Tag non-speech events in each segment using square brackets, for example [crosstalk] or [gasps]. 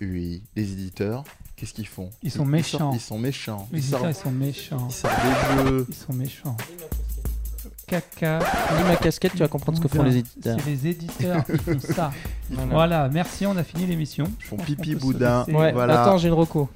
les éditeurs, qu'est-ce qu'ils font Ils sont sortent- méchants. Ils sont méchants. Les Ils éditeurs, sortent, ils sont méchants. ils sortent des jeux. Ils sont méchants. Caca. Lis ma casquette, tu vas comprendre ce que font boudin. les éditeurs. C'est les éditeurs qui font ça. [laughs] Voilà. Voilà, merci, [laughs] on a fini l'émission. Ils font Je pense qu'on pipi peut se boudin. laisser. Ouais, Voilà. attends, j'ai une reco.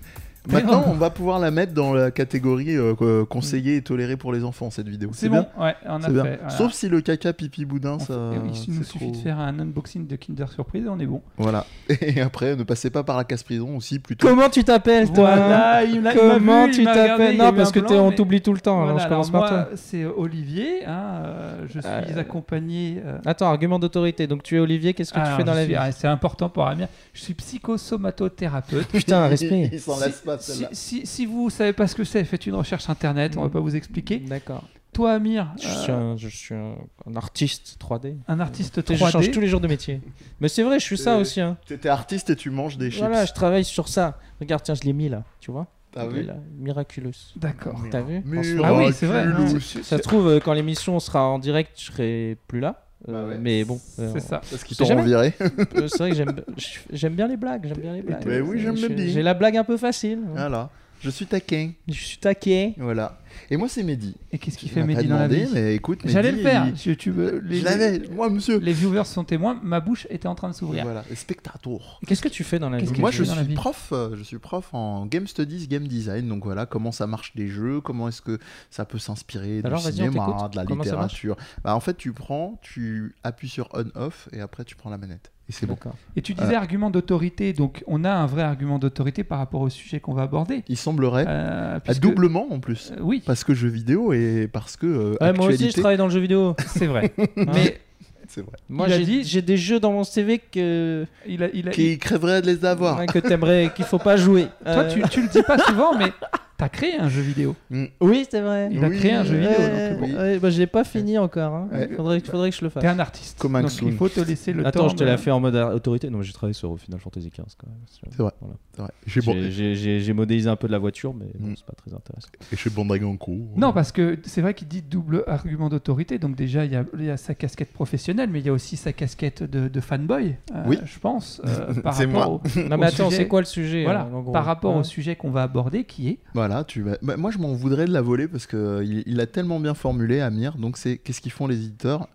Maintenant, on va pouvoir la mettre dans la catégorie euh, euh, conseillée et tolérée pour les enfants, cette vidéo. C'est bon, bien ouais, on a C'est fait. bien. voilà. Sauf si le caca pipi boudin, On fait- ça. eh oui, il nous c'est suffit de trop- faire un unboxing de Kinder Surprise et on est bon. Voilà. [laughs] Et après, ne passez pas par la casse-prison aussi, plutôt. Comment [laughs] tu t'appelles, toi Voilà, il m'a- il m'a Comment vu, il tu m'a regardé, t'appelles il y a eu Non, un parce que blanc, t'es- on mais- t'oublie tout le temps, alors Voilà, je commence alors par toi. moi, C'est Olivier, hein, euh, je suis Euh, accompagné. euh, Attends, argument d'autorité. Donc tu es Olivier, qu'est-ce que tu alors, fais dans je la suis- vie ah, C'est important pour Amir. Je suis psychosomatothérapeute. Putain, respect. Ils s'en Si- Ah, lassent pas, si, celle-là. si, si vous savez pas ce que c'est, faites une recherche internet, on va pas vous expliquer. D'accord. Toi, Amir, Je euh, suis, un, je suis un, un artiste 3D. un artiste Et Je change 3D. tous les jours de métier. Mais c'est vrai, je suis ça Euh, aussi. hein. T'étais artiste et tu manges des chips. Voilà, je travaille sur ça. Regarde, tiens, je l'ai mis là, tu vois T'as Il est vu Oh, là, Miraculous. D'accord. T'as vu Mur- Ah oui, c'est vrai. Miraculous. non, Ça se trouve, euh, quand l'émission sera en direct, je serai plus là. Euh, Bah ouais. Mais bon, euh, C'est ça. Parce qu'ils C'est t'auront jamais- viré. euh, c'est vrai que j'aime- je- j'aime bien les blagues. J'aime bien les blagues. Mais Ben oui, j'aime Ah. Je- bien. J'ai la blague un peu facile. Voilà. Je suis taquin. Je suis taqué. Voilà. Et moi, c'est Mehdi. Et qu'est-ce qu'il Tu fait m'as pas Mehdi dans la demandé, vie mais écoute, J'allais le Mehdi, faire. il- Je, tu veux, les, Je l'avais, moi, monsieur. les viewers sont témoins, ma bouche était en train de s'ouvrir. Voilà, les spectateurs. Qu'est-ce que tu fais dans la vie Qu'est-ce que Moi, tu je fais dans la suis vie prof. euh, Je suis prof en game studies, game design. Donc voilà, comment ça marche les jeux, comment est-ce que ça peut s'inspirer du Alors, vas-y, on cinéma, t'écoute. de la Comment ça marche littérature. Bah, en fait, tu prends, tu appuies sur on/off et après tu prends la manette. Et c'est bon. D'accord. Et tu disais argument d'autorité, donc on a un vrai argument d'autorité par rapport au sujet qu'on va aborder. Il semblerait Euh, à puisque- doublement en plus. Euh, oui, Parce que jeux vidéo et parce que euh, Ouais, moi aussi, je actualité. travaille dans le jeu vidéo. c'est vrai. Mais Mais C'est vrai. moi, il a j'ai dit- j'ai des jeux dans mon CV que il a, il a- Qui crèverait de les avoir. hein, que t'aimerais, qu'il faut pas jouer. il- toi, Euh, tu, tu le dis pas souvent, mais t'as créé un jeu vidéo. Oui, c'est vrai. Il a Oui, créé un jeu Ouais, vidéo. ouais, donc bon. oui. ouais, bah, je l'ai pas fini encore. hein. Ouais. Faudrait, faudrait que je le fasse. T'es un artiste. Comme un donc clown. il faut te laisser le temps. Attends, je te de- la fais en mode a- autorité. Non, mais j'ai travaillé sur Final Fantasy XV quand même. C'est- C'est vrai. Voilà. C'est vrai. J'ai bon... J'ai- J'ai j'ai- j'ai modélisé un peu de la voiture, mais bon, Mm. c'est pas très intéressant. Et chez Bandaganco. Non, parce que c'est vrai qu'il dit double argument d'autorité. Donc déjà, il y, a, il y a sa casquette professionnelle, mais il y a aussi sa casquette de, de fanboy, euh, Oui. je pense. [laughs] euh, par C'est rapport au- [laughs] Non, mais au attends, sujet- c'est quoi le sujet Voilà, euh, en gros par rapport Ouais. au sujet qu'on va aborder, qui est Voilà, tu vas- bah, moi je m'en voudrais de la voler parce que euh, il, il a tellement bien formulé Amir. Donc c'est qu'est-ce qu'ils font les éditeurs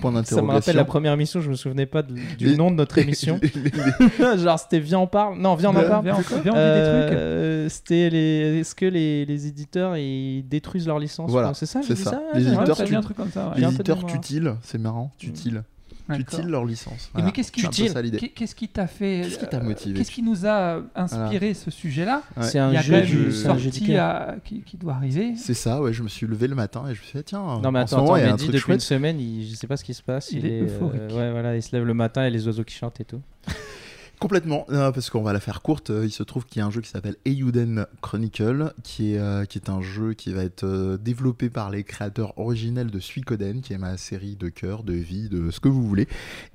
Point Ça me rappelle la d'interrogation. première émission, je me souvenais pas de- du Les- nom [laughs] de notre émission. [laughs] Genre, c'était Viens, on parle. Non, Viens, on en Viens, parle. Viens, on, viens, on dit Euh, des trucs. euh, C'était les. Est-ce que les, les éditeurs ils détruisent leur licence Voilà, Non, c'est ça. j'ai c'est dit ça. ouais, Les j'ai- Ouais, éditeurs, ça dit tu- un truc comme ça. ouais. Les J'ai un peu de éditeurs mémoire. Mm. tutilent, c'est marrant, tutilent. Tutilent leur licence. Et Voilà. Mais qu'est-ce qui, C'est un peu Tutilent. ça l'idée. qu'est- qu'est-ce qui t'a fait Qu'est-ce qui t'a euh, motivé Qu'est-ce qui nous a inspiré ce sujet-là Ouais. C'est Il y un a jeu quand même du. une c'est un jeu du sortie cœur. à- qui, qui doit arriver. C'est ça, ouais, je me suis levé le matin et je me suis dit, tiens, Non mais en ce attends, moment attends il y a un Mehdi, truc depuis une chouette. semaine, il- je sais pas ce qui se passe. Il est euh, euphorique. ouais, voilà, il se lève le matin et les oiseaux qui chantent et tout. Complètement, euh, parce qu'on va la faire courte. euh, Il se trouve qu'il y a un jeu qui s'appelle Eiyuden Chronicle, qui est, euh, qui est un jeu qui va être euh, développé par les créateurs originels de Suikoden, qui est ma série de cœur, de vie, de ce que vous voulez.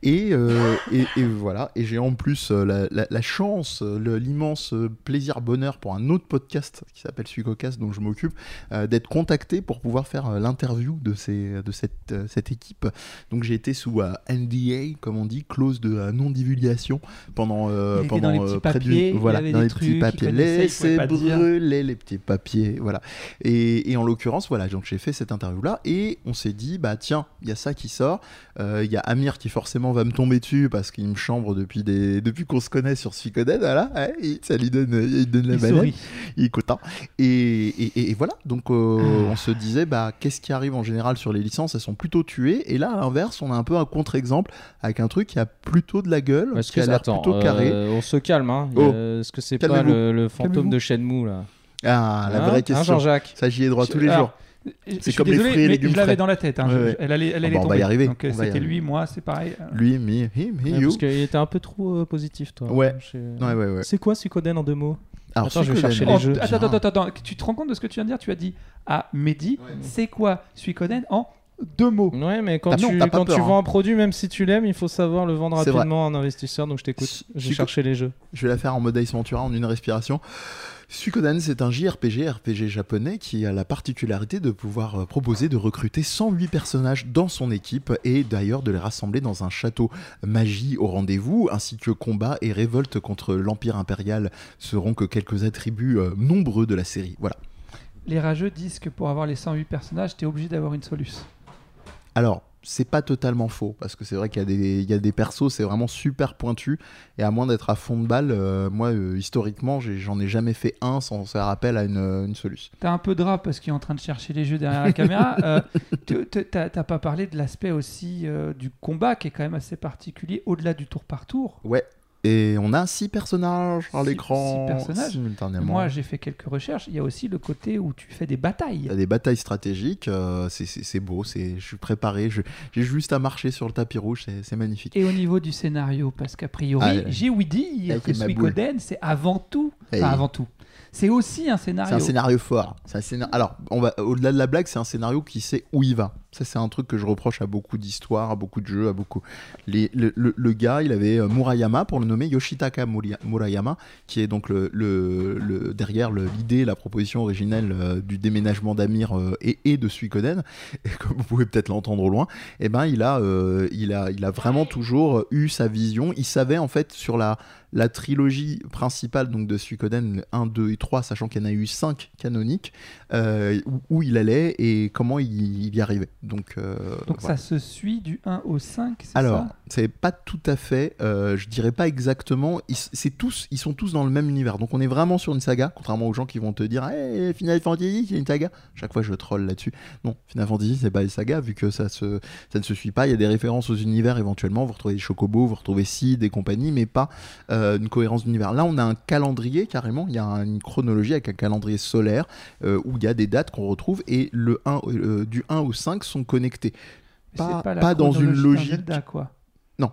Et, euh, et, et voilà, et j'ai en plus euh, la, la- la chance, euh, le- l'immense euh, plaisir, bonheur pour un autre podcast qui s'appelle Suicocast, dont je m'occupe, euh, d'être contacté pour pouvoir faire euh, l'interview de, ces, de cette, euh, cette équipe. Donc j'ai été sous euh, NDA, comme on dit, clause de euh, non-divulgation pendant, euh, Il était pendant dans les petits euh, près d'une- papiers, il voilà, avait dans des les trucs, petits il papiers. connaissait, il Laissez pouvait pas dire. brûler les petits papiers, voilà. Et, et en l'occurrence, voilà, donc j'ai fait cette interview-là et on s'est dit, bah tiens, il y a ça qui sort. Euh, Il y a Amir qui forcément va me tomber dessus parce qu'il me chambre depuis, des... depuis qu'on se connaît sur Suikoden, voilà. ouais, il- ça lui donne, euh, il donne la Il banane, sourit. il est content. Et, et- et- et voilà, donc euh, Ah. on se disait, bah qu'est-ce qui arrive en général sur les licences Elles sont plutôt tuées. Et là, à l'inverse, on a un peu un contre-exemple avec un truc qui a plutôt de la gueule, Parce qui a l'air plutôt carré. euh, on se calme, hein. Oh. Euh, Est-ce que c'est pas Calmez-vous. le, le fantôme Calmez-vous. de Shenmue là Ah, la vraie Hein, question. Jean-Jacques. ça, j'y ai droit tous les Alors, euh, jours. Je C'est suis comme les désolé, fruits et mais légumes Je l'avais frais. dans la tête. hein, Ouais, je- ouais. Elle allait, elle Ah allait bah, on va tomber. y arriver, Donc euh, on va y c'était arriver. lui, moi, c'est pareil. Lui, me, him, he, Ouais, you. parce qu'il était un peu trop euh, positif, toi. Ouais. Je sais- Ouais, ouais, ouais. C'est quoi Suikoden en deux mots Alors, Attends, je vais Suikoden. chercher Oh, les jeux. Attends, attends, attends, attends. Tu te rends compte de ce que tu viens de dire Tu as dit à Mehdi, c'est quoi Suikoden en deux mots Ouais, mais quand T'as- tu, t'as pas quand peur, tu hein. vends un produit, même si tu l'aimes, il faut savoir le vendre C'est vrai. rapidement à un investisseur. Donc je t'écoute. Su- J'ai Suiko- cherché les jeux. Je vais la faire en mode Ace Ventura en une respiration. Suikoden, c'est un JRPG, RPG japonais, qui a la particularité de pouvoir euh, proposer de recruter 108 personnages dans son équipe et d'ailleurs de les rassembler dans un château magie au rendez-vous, ainsi que combat et révolte contre l'Empire impérial seront que quelques attributs euh, nombreux de la série. Voilà. Les rageux disent que pour avoir les 108 personnages, t'es obligé d'avoir une Solus. Alors, c'est pas totalement faux, parce que c'est vrai qu'il y a des, il y a des persos, c'est vraiment super pointu, et à moins d'être à fond de balle, euh, moi, euh, historiquement, j'ai- j'en ai jamais fait un sans faire appel à une, une soluce. T'as un peu de rap parce qu'il est en train de chercher les jeux derrière la caméra. [laughs] Euh, te- te- T'as t'as pas parlé de l'aspect aussi euh, du combat qui est quand même assez particulier au-delà du tour par tour. Ouais. Et on a six personnages à Six- l'écran six personnages. simultanément. Moi, j'ai fait quelques recherches. Il y a aussi le côté où tu fais des il batailles. y a des batailles stratégiques, euh, c'est- c'est c'est beau, c'est- je suis préparé, je- j'ai juste à marcher sur le tapis rouge, c'est- c'est magnifique. Et au niveau du scénario, parce qu'a Ah, priori, là. j'ai oui dit Avec que ma boule. Suikoden, c'est avant tout. Et- Enfin, avant tout. C'est aussi un C'est un scénario. scénario fort. C'est un scénar- Alors, on va au-delà de la blague, c'est un scénario qui sait où il va. Ça, c'est un truc que je reproche à beaucoup d'histoires, à beaucoup de jeux, à beaucoup. Les- le, le- le gars, il avait euh, Murayama pour le nommer Yoshitaka Muri- Murayama, qui est donc le, le- le- derrière le- l'idée, la proposition originelle euh, du déménagement d'Amir euh, et, et de Suikoden. Et comme vous pouvez peut-être l'entendre au loin, eh ben, il a, euh, il a, il a vraiment toujours eu sa vision. Il savait en fait sur la la trilogie principale donc de Suikoden 1, 2 et 3, sachant qu'il y en a eu 5 canoniques, euh, où, où il allait et comment il, il y arrivait. Donc, euh, Donc voilà. ça se suit du 1 au 5, c'est Alors, ça c'est pas tout à fait, euh, je dirais pas exactement, ils, c'est tous, ils sont tous dans le même univers. Donc on est vraiment sur une saga, contrairement aux gens qui vont te dire hey, Final Fantasy, c'est une saga. Chaque fois je troll là-dessus. Non, Final Fantasy, c'est pas une saga, vu que ça, se, ça ne se suit pas. Il y a des références aux univers éventuellement. Vous retrouvez Chocobo, vous retrouvez Sid et compagnie, mais pas euh, une cohérence d'univers. Là, on a un calendrier carrément, il y a un- une chronologie avec un calendrier solaire euh, où il y a des dates qu'on retrouve et le 1, euh, du 1 au 5 sont connectés. Mais c'est pas- la pas dans une chronologie d'un logique. Zelda, quoi. [laughs] Non.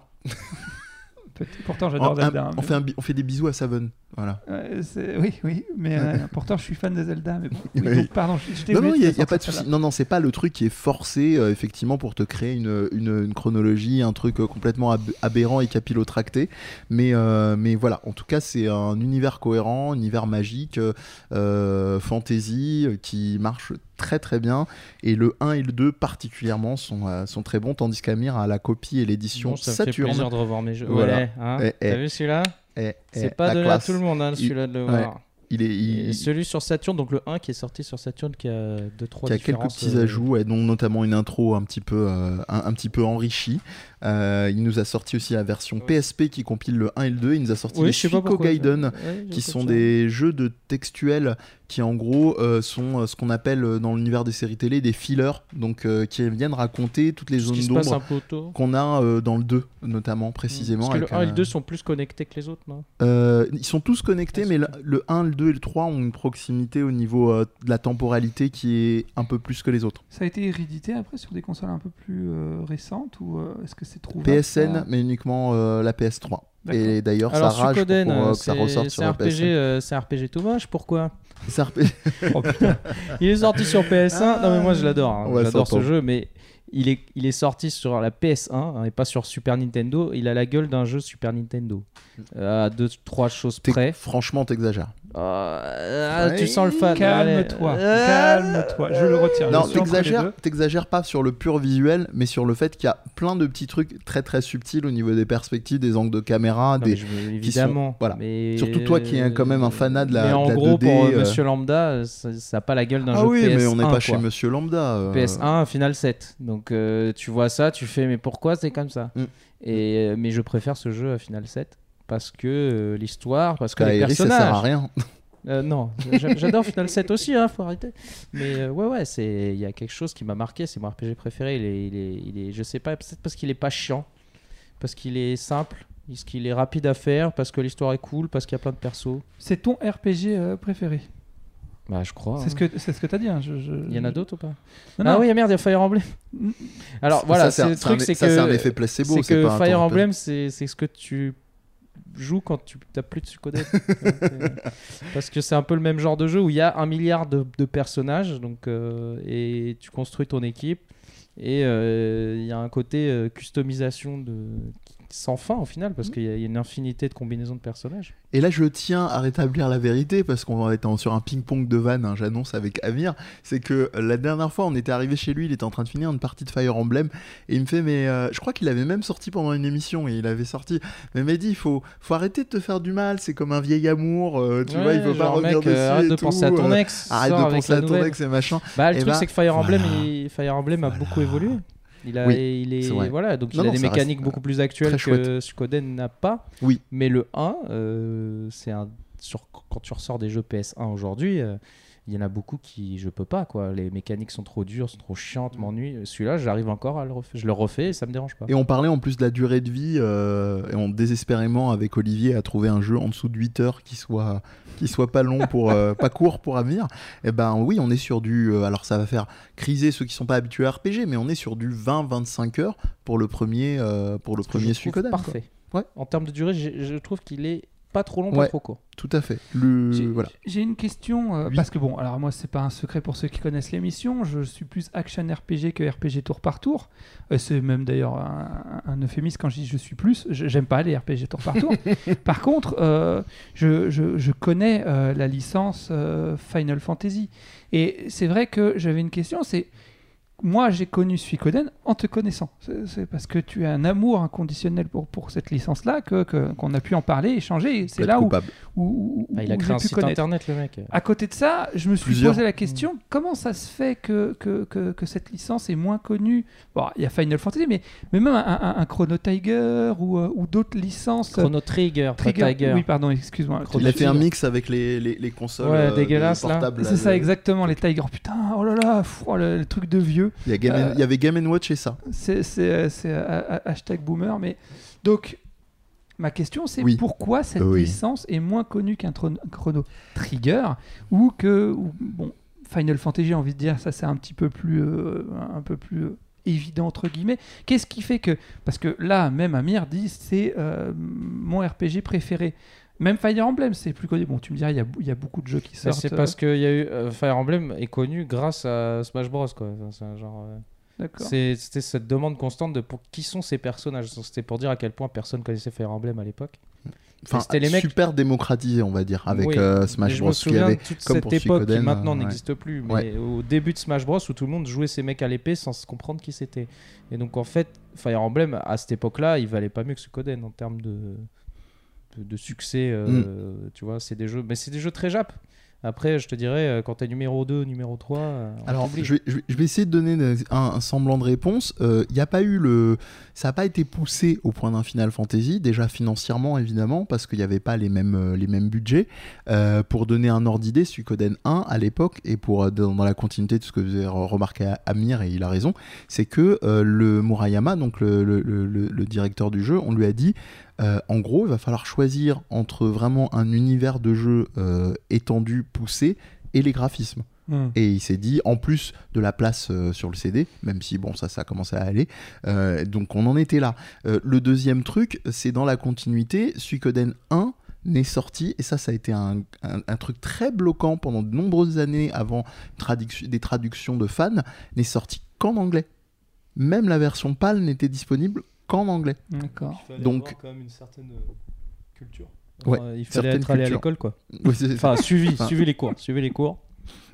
Peut- Pourtant, j'adore On- un- Zelda. hein, on, mais- fait un bi- on fait des bisous à Seven. Voilà. Ouais, c'est- oui, oui, mais [laughs] euh, pourtant, je suis fan de Zelda. Mais bon, oui, Oui. donc, pardon, je, je t'ai Non, non, il n'y oublié a, te faire pas de sortir souci. Non, non, c'est pas le truc qui est forcé, euh, effectivement, pour te créer une, une- une chronologie, un truc euh, complètement ab- aberrant et capillotracté. Mais, euh, mais voilà, en tout cas, c'est un univers cohérent, un univers magique, euh, euh, fantasy, euh, qui marche très très bien. Et le 1 et le 2, particulièrement, sont, euh, sont très bons, tandis qu'Amir a la copie et l'édition Bon, ça me fait plaisir Saturne. de revoir mes jeux. Voilà. Ouais, hein. Eh, eh. T'as vu celui-là Eh, eh, C'est pas la donné classe. à tout le monde, hein, celui-là, de le Ouais. voir. Il est, Et il- celui sur Saturn, donc le 1 qui est sorti sur Saturn, qui a 2-3 qui a quelques euh, petits ajouts, et donc notamment une intro un petit peu, euh, un, un petit peu enrichie. Euh, il nous a sorti aussi la version PSP qui compile le 1 et le 2. Il nous a sorti Oui, les je sais pas Shiko pourquoi. je- Gaiden, ouais, j'ai qui fait sont ça. des jeux de textuels qui en gros euh, sont euh, ce qu'on appelle euh, dans l'univers des séries télé des fillers, donc euh, qui viennent raconter toutes les Ce qui zones se passe un d'ombre peu autour. qu'on a euh, dans le 2 notamment précisément Parce que avec, le 1 et le euh, 2 sont plus connectés que les autres, non euh, ils sont tous connectés, Ah, mais le, super. le 1, le 2 et le 3 ont une proximité au niveau euh, de la temporalité qui est un peu plus que les autres. Ça a été hérédité après sur des consoles un peu plus euh, récentes ou euh, est-ce que c'est trouvable PSN, ça mais uniquement euh, la PS3. D'accord. Et d'ailleurs, ça Alors, rage pour, Suikoden, euh, euh, que ça c'est- ressorte sur c'est la un PS5. RPG, euh, c'est un RPG tout moche, pourquoi [laughs] C'est un RPG. Oh, putain. Il est sorti sur PS1. Non, mais moi, je l'adore. hein. Ouais, J'adore sympa. ce jeu, mais il est, il est sorti sur la PS1 hein, et pas sur Super Nintendo. Il a la gueule d'un jeu Super Nintendo. Euh, à deux, trois choses T'es- près. Franchement, t'exagères. Euh, ah, Ouais. Tu sens le fan. Calme-toi, Allez. Euh, calme-toi, je le retire. Non, Je suis entre les t'exagères, deux. t'exagères pas sur le pur visuel, mais sur le fait qu'il y a plein de petits trucs très très subtils au niveau des perspectives, des angles de caméra, Non, des. mais je- évidemment. voilà. Mais- Surtout toi qui es quand même un fanat de la- Mais en de la gros, 2D, pour euh, Monsieur Lambda, euh, ça n'a pas la gueule d'un Ah jeu oui, PS1. mais on n'est pas quoi. chez Monsieur Lambda. euh. PS1, Final 7. Donc euh, tu vois ça, tu fais mais pourquoi c'est comme ça Mm. Et euh, mais je préfère ce jeu à Final 7 parce que euh, l'histoire, parce que les Kaeri, ça personnages. Bah, sert à rien. Euh, non, j'a- j'adore Final 7 aussi, hein, faut arrêter. Mais euh, ouais, ouais, c'est il y a quelque chose qui m'a marqué, c'est mon RPG préféré. Il est, il est, il est- je sais pas, peut-être parce qu'il est pas chiant, parce qu'il est simple, parce qu'il est rapide à faire, parce que l'histoire est cool, parce qu'il y a plein de persos. C'est ton RPG euh, préféré. Bah je Oh. crois. C'est ce que c'est ce que t'as dit. hein, je- je- Il y en a d'autres ou pas Non, Ah non, oui, merde, il y a Fire Emblem. Mm. Alors [laughs] Ça, voilà, c'est le un- truc, un- e- c'est ça, un que effet placebo. c'est que pas un Fire temps de- Emblem, c'est c'est ce que tu joues quand tu n'as plus [laughs] de sucodène. Parce que c'est un peu le même genre de jeu où il y a un milliard de, de personnages donc, euh, et tu construis ton équipe. Et euh, il y a un côté euh, customisation de. qui- sans fin au final, Mm. parce qu'il y, a il y a une infinité de combinaisons de personnages. Et là, je tiens à rétablir la vérité parce qu'on était sur un ping-pong de vannes, hein, j'annonce avec Amir. C'est que euh, la dernière fois, on était arrivé chez lui, il était en train de finir une partie de Fire Emblem et il me fait, mais euh, je crois qu'il avait même sorti pendant une émission et il avait sorti. Mais Mehdi, il faut, faut arrêter de te faire du mal, c'est comme un vieil amour, euh, tu vois, il faut pas genre, revenir mec, euh, dessus. arrête et de tout, penser à ton euh, ex. Arrête sors de avec penser la à ton nouvelle. ex et machin. Bah, le Eh truc, ben, c'est que Fire Emblem, voilà. il- Fire Emblem a beaucoup évolué. Il a, Oui, il est, c'est vrai. voilà, donc Non, il a non, des ça reste, mécaniques euh, beaucoup plus actuelles très que Suikoden n'a pas. Oui. Mais le 1, euh, c'est un sur, quand tu ressors des jeux PS1 aujourd'hui, euh, il y en a beaucoup qui je peux pas quoi. Les mécaniques sont trop dures, sont trop chiantes, m'ennuient. Celui-là, j'arrive encore à le refaire. Je le refais et ça me dérange pas. Mm. Et on parlait en plus de la durée de vie, euh, et on désespérément avec Olivier à trouver un jeu en dessous de 8 heures qui soit, qui soit pas long pour, [laughs] euh, pas court pour Amir. Et ben oui, on est sur du, euh, alors ça va faire criser ceux qui sont pas habitués à RPG, mais on est sur du 20-25 heures pour le premier, euh, pour le Que je premier trouve Suikoden. quoi. Parfait. Ouais. En termes de durée, j'ai- je trouve qu'il est pas trop long, Ouais. pas trop court. Tout à fait. Le, J'ai voilà. j'ai une question, euh, Oui. parce que bon, alors moi, c'est pas un secret pour ceux qui connaissent l'émission, je suis plus action RPG que RPG tour par tour. Euh, c'est même d'ailleurs un, un euphémisme quand je dis je suis plus, Je- j'aime pas les RPG tour [laughs] par tour. par contre, euh, je, je- je connais euh, la licence euh, Final Fantasy. Et c'est vrai que j'avais une question, c'est. Moi, j'ai connu Suikoden en te connaissant. C'est c'est parce que tu as un amour inconditionnel pour, pour cette licence-là que- que- qu'on a pu en parler, échanger. Et C'est Pas là de où, coupable. où- où- Ah, il a où créé j'ai un pu site connaître. internet, le mec. Ah, À côté de ça, je me suis Plusieurs. Mmh. posé la question comment ça se fait que, que, que, que cette licence est moins connue Bon, il y a Final Fantasy, mais, mais même un, un- un Chrono Tiger ou, euh, ou d'autres licences. euh, Chrono Trigger, pas Trigger. Tiger. Oui, pardon, excuse-moi. Il a fait un Chrono- mix avec les, les, les consoles Ouais, euh, les dégueulasse, là. portables. euh, là, C'est ça, de- exactement, les Tigers. Putain, oh là là, pff, oh, le, le truc de vieux. Il y, a Bah, Game and- Euh, il y avait Game Watch et ça. C'est c'est, euh, c'est, euh, hashtag boomer. Mais... Donc, ma question, c'est Oui. pourquoi cette Oui. licence est moins connue qu'un Chron- Chrono Trigger ou que. ou- bon, Final Fantasy, j'ai envie de dire, ça c'est un petit peu plus. euh, un peu plus euh, évident entre guillemets. Qu'est-ce qui fait que parce que là même Amir dit c'est euh, mon RPG préféré. Même Fire Emblem c'est plus connu. Bon tu me diras il y a, il y a beaucoup de jeux qui Mais sortent. C'est euh, parce qu'il y a eu euh, Fire Emblem est connu grâce à Smash Bros quoi. Enfin, c'est un genre, euh, d'accord. c'est- C'était cette demande constante de pour qui sont ces personnages. C'était pour dire à quel point personne connaissait Fire Emblem à l'époque. Enfin, c'était les mecs- super démocratisé, on va dire, avec Oui. euh, Mais Smash je Bros. me qui souviens avait de toute comme cette pour époque qui Suikoden, maintenant euh, ouais. n'existe plus. Mais Ouais. au début de Smash Bros où tout le monde jouait ces mecs à l'épée sans se comprendre qui c'était. Et donc en fait Fire Emblem à cette époque-là il valait pas mieux que Suikoden en termes de de, de succès. euh, Mm. Tu vois c'est des jeux mais c'est des jeux très jap. Après, je te dirais, euh, quand t'es numéro 2, numéro 3, euh, on Alors, t'oublie. je vais, je vais- je vais essayer de donner des- un, un semblant de réponse. Il n'y a pas eu le. Ça n'a pas été poussé au point d'un Final Fantasy, déjà financièrement évidemment, parce qu'il n'y avait pas les mêmes, euh, les mêmes budgets. Euh, pour donner un ordre d'idée, Suikoden 1 à l'époque, et pour euh, dans dans la continuité de ce que vous avez re- remarqué à Amir, et il a raison, c'est que euh, le Murayama, donc le, le- le- le- le directeur du jeu, on lui a dit euh, en gros, il va falloir choisir entre vraiment un univers de jeu euh, étendu, poussé, et les graphismes. Hmm. Et il s'est dit, en plus de la place euh, sur le CD, même si bon, ça, ça a commencé à aller, euh, donc on en était là. Euh, le deuxième truc, c'est dans la continuité, Suikoden 1 n'est sorti, et ça, ça a été un, un- un truc très bloquant pendant de nombreuses années avant traduc- des traductions de fans, n'est sorti qu'en anglais. Même la version PAL n'était disponible qu'en anglais. D'accord. fallait Donc- avoir quand même une certaine euh, culture. ouais, Enfin, il fallait certaines être allé à cultures. [laughs] l'école quoi. Oui, c'est- Enfin, suivi, Enfin- suivi les cours, suivi les cours.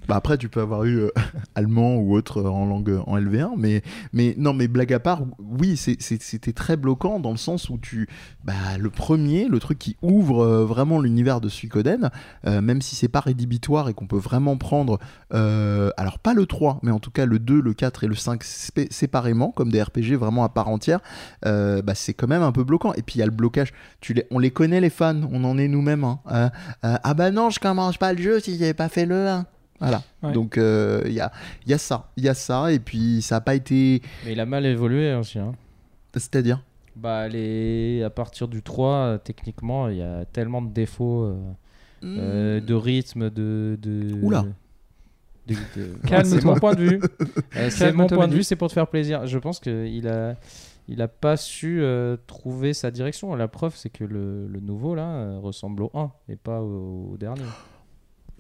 Bah après, tu peux avoir eu euh, [laughs] allemand ou autre euh, en langue euh, en LV1, mais, mais non, mais blague à part, oui, c'est- c'est- c'était très bloquant dans le sens où tu. Bah, le premier, le truc qui ouvre euh, vraiment l'univers de Suikoden, euh, même si c'est pas rédhibitoire et qu'on peut vraiment prendre, euh, alors pas le 3, mais en tout cas le 2, le 4 et le 5 spé- séparément, comme des RPG vraiment à part entière, euh, bah, c'est quand même un peu bloquant. Et puis il y a le blocage, tu les, on les connaît les fans, on en est nous-mêmes. hein. Euh, euh, ah bah non, je commence pas le jeu si j'avais pas fait le 1. Voilà. Ouais. Donc il y, a, y a ça, il y a ça, et puis ça n'a pas été. Mais il a mal évolué aussi. Hein. C'est-à-dire Bah, les... à partir du 3, euh, techniquement, il y a tellement de défauts euh, euh, de rythme, de. de... Mmh. Oula. de- [laughs] de- Calme-toi. C'est mon point de vue. Euh, c'est mon Calme-toi, point de Manu. vue, c'est pour te faire plaisir. Je pense qu'il a. Il a pas su euh, trouver sa direction. La preuve, c'est que le, le nouveau, là, euh, ressemble au 1 et pas au, au dernier.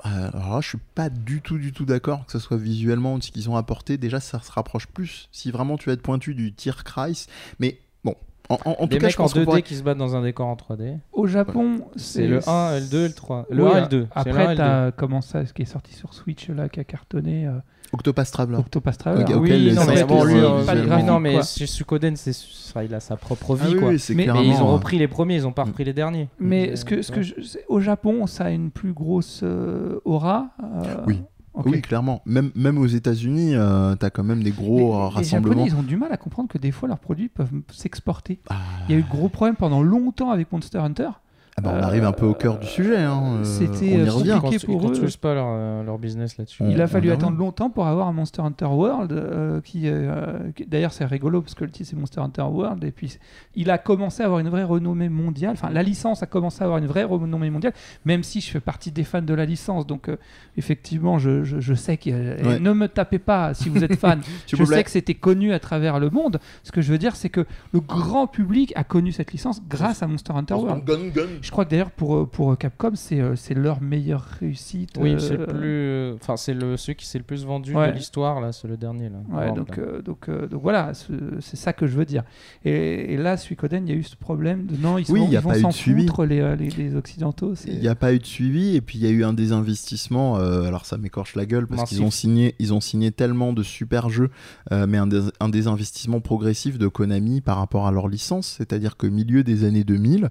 Euh, alors là, je suis pas du tout, du tout d'accord que ce soit visuellement ou de ce qu'ils ont apporté. Déjà, ça se rapproche plus. Si vraiment tu vas être pointu du Tier Christ, mais bon, En, en- en tout Des cas, je mecs en pense qu'on 2D pourrait- qui se battent dans un décor en 3D. [laughs] Au Japon, C'est le 1, le 2 et le 3. Le Oui, 1 et le 2. c'est le 1 Après, et le 2. t'as comment ça, ce qui est sorti sur Switch, là, qui a cartonné euh, Octopass Traveler. Octopus Traveler. Ok, ok. Oui, auquel non, ça mais s'appelle, bon, lui, euh, euh, pas de mais graphique, non, mais quoi. c'est- Suikoden, c'est ça, il a sa propre Ah vie, oui, quoi. oui, c'est Mais- mais clairement. mais ils ont euh, repris les premiers, ils ont pas repris les derniers. Mais Donc, ce que, euh, ce que je- c'est- au Japon, ça a une plus grosse euh, aura. euh, Oui. ok. Oui, clairement. Même, même aux États-Unis, euh, t'as quand même des Mais gros euh, les Japonais, rassemblements. ils ont du mal à comprendre que des fois leurs produits peuvent s'exporter. Ah. Il y a eu de gros problèmes pendant longtemps avec Monster Hunter. Ah bah, on arrive un peu au cœur du sujet. hein, euh, c'était, on y euh, revient. compliqué. Ils pour eux. construisent pas leur, euh, leur business là-dessus. On- Il a fallu on a attendre rien. longtemps pour avoir un Monster Hunter World, euh, qui, euh, qui- d'ailleurs c'est rigolo parce que le titre c'est Monster Hunter World, et puis il a commencé à avoir une vraie renommée mondiale, enfin la licence a commencé à avoir une vraie renommée mondiale, même si je fais partie des fans de la licence, donc euh, effectivement je, je- je sais que... euh, Ouais. Ne me tapez pas si vous êtes [laughs] fan, S'il je vous plaît. sais que c'était connu à travers le monde, ce que je veux dire c'est que le grand public a connu cette licence grâce à Monster Hunter World. Gun, gun. Je crois que d'ailleurs pour, euh, pour Capcom c'est euh, c'est leur meilleure réussite. Oui, euh, c'est le plus. Enfin, c'est le celui qui s'est le plus vendu Ouais. de l'histoire là, c'est le dernier là. Ouais, World, donc, là. euh, donc, euh, donc voilà, ce- c'est ça que je veux dire. Et, et là, Suikoden, il y a eu ce problème de non, ils, sont, Oui, il y ils a vont pas eu s'en de suivi. foutre, les, euh, les, les Occidentaux. c'est- Il n'y a pas eu de suivi et puis il y a eu un désinvestissement. euh, alors ça m'écorche la gueule parce Massif. qu'ils ont signé, ils ont signé tellement de super jeux, euh, mais un, dés- un désinvestissement progressif de Konami par rapport à leur licence. C'est-à-dire que milieu des années 2000,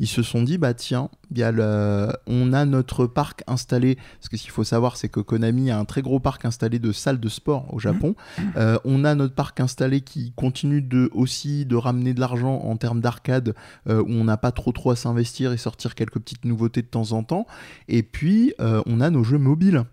ils se sont dit bah tiens, il y a le- on a notre parc installé. Parce que ce qu'il faut savoir, c'est que Konami a un très gros parc installé de salles de sport au Japon. Euh, on a notre parc installé qui continue de aussi de ramener de l'argent en termes d'arcade euh, où on n'a pas trop trop à s'investir et sortir quelques petites nouveautés de temps en temps. Et puis, euh, on a nos jeux mobiles.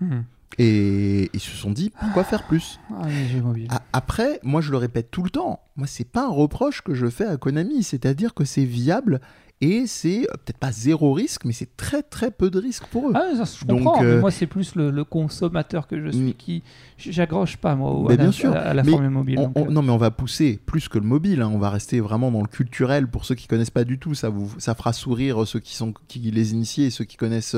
Hmm. Et ils se sont dit, pourquoi faire plus Ah, les jeux mobiles. A- Après, moi je le répète tout le temps, moi c'est pas un reproche que je fais à Konami, c'est-à-dire que c'est viable et c'est euh, peut-être pas zéro risque, mais c'est très très peu de risque pour eux. Ah, ça, je Donc, comprends, mais euh, moi, c'est plus le, le consommateur que je suis Mm. qui. J'accroche pas, moi, au- Mais à, la, bien sûr, à la- à la mais formule mobile. On- donc, on- euh, non, mais on va pousser plus que le mobile. hein. On va rester vraiment dans le culturel. Pour ceux qui connaissent pas du tout, ça vous, ça fera sourire ceux qui sont qui les initiés et ceux qui connaissent,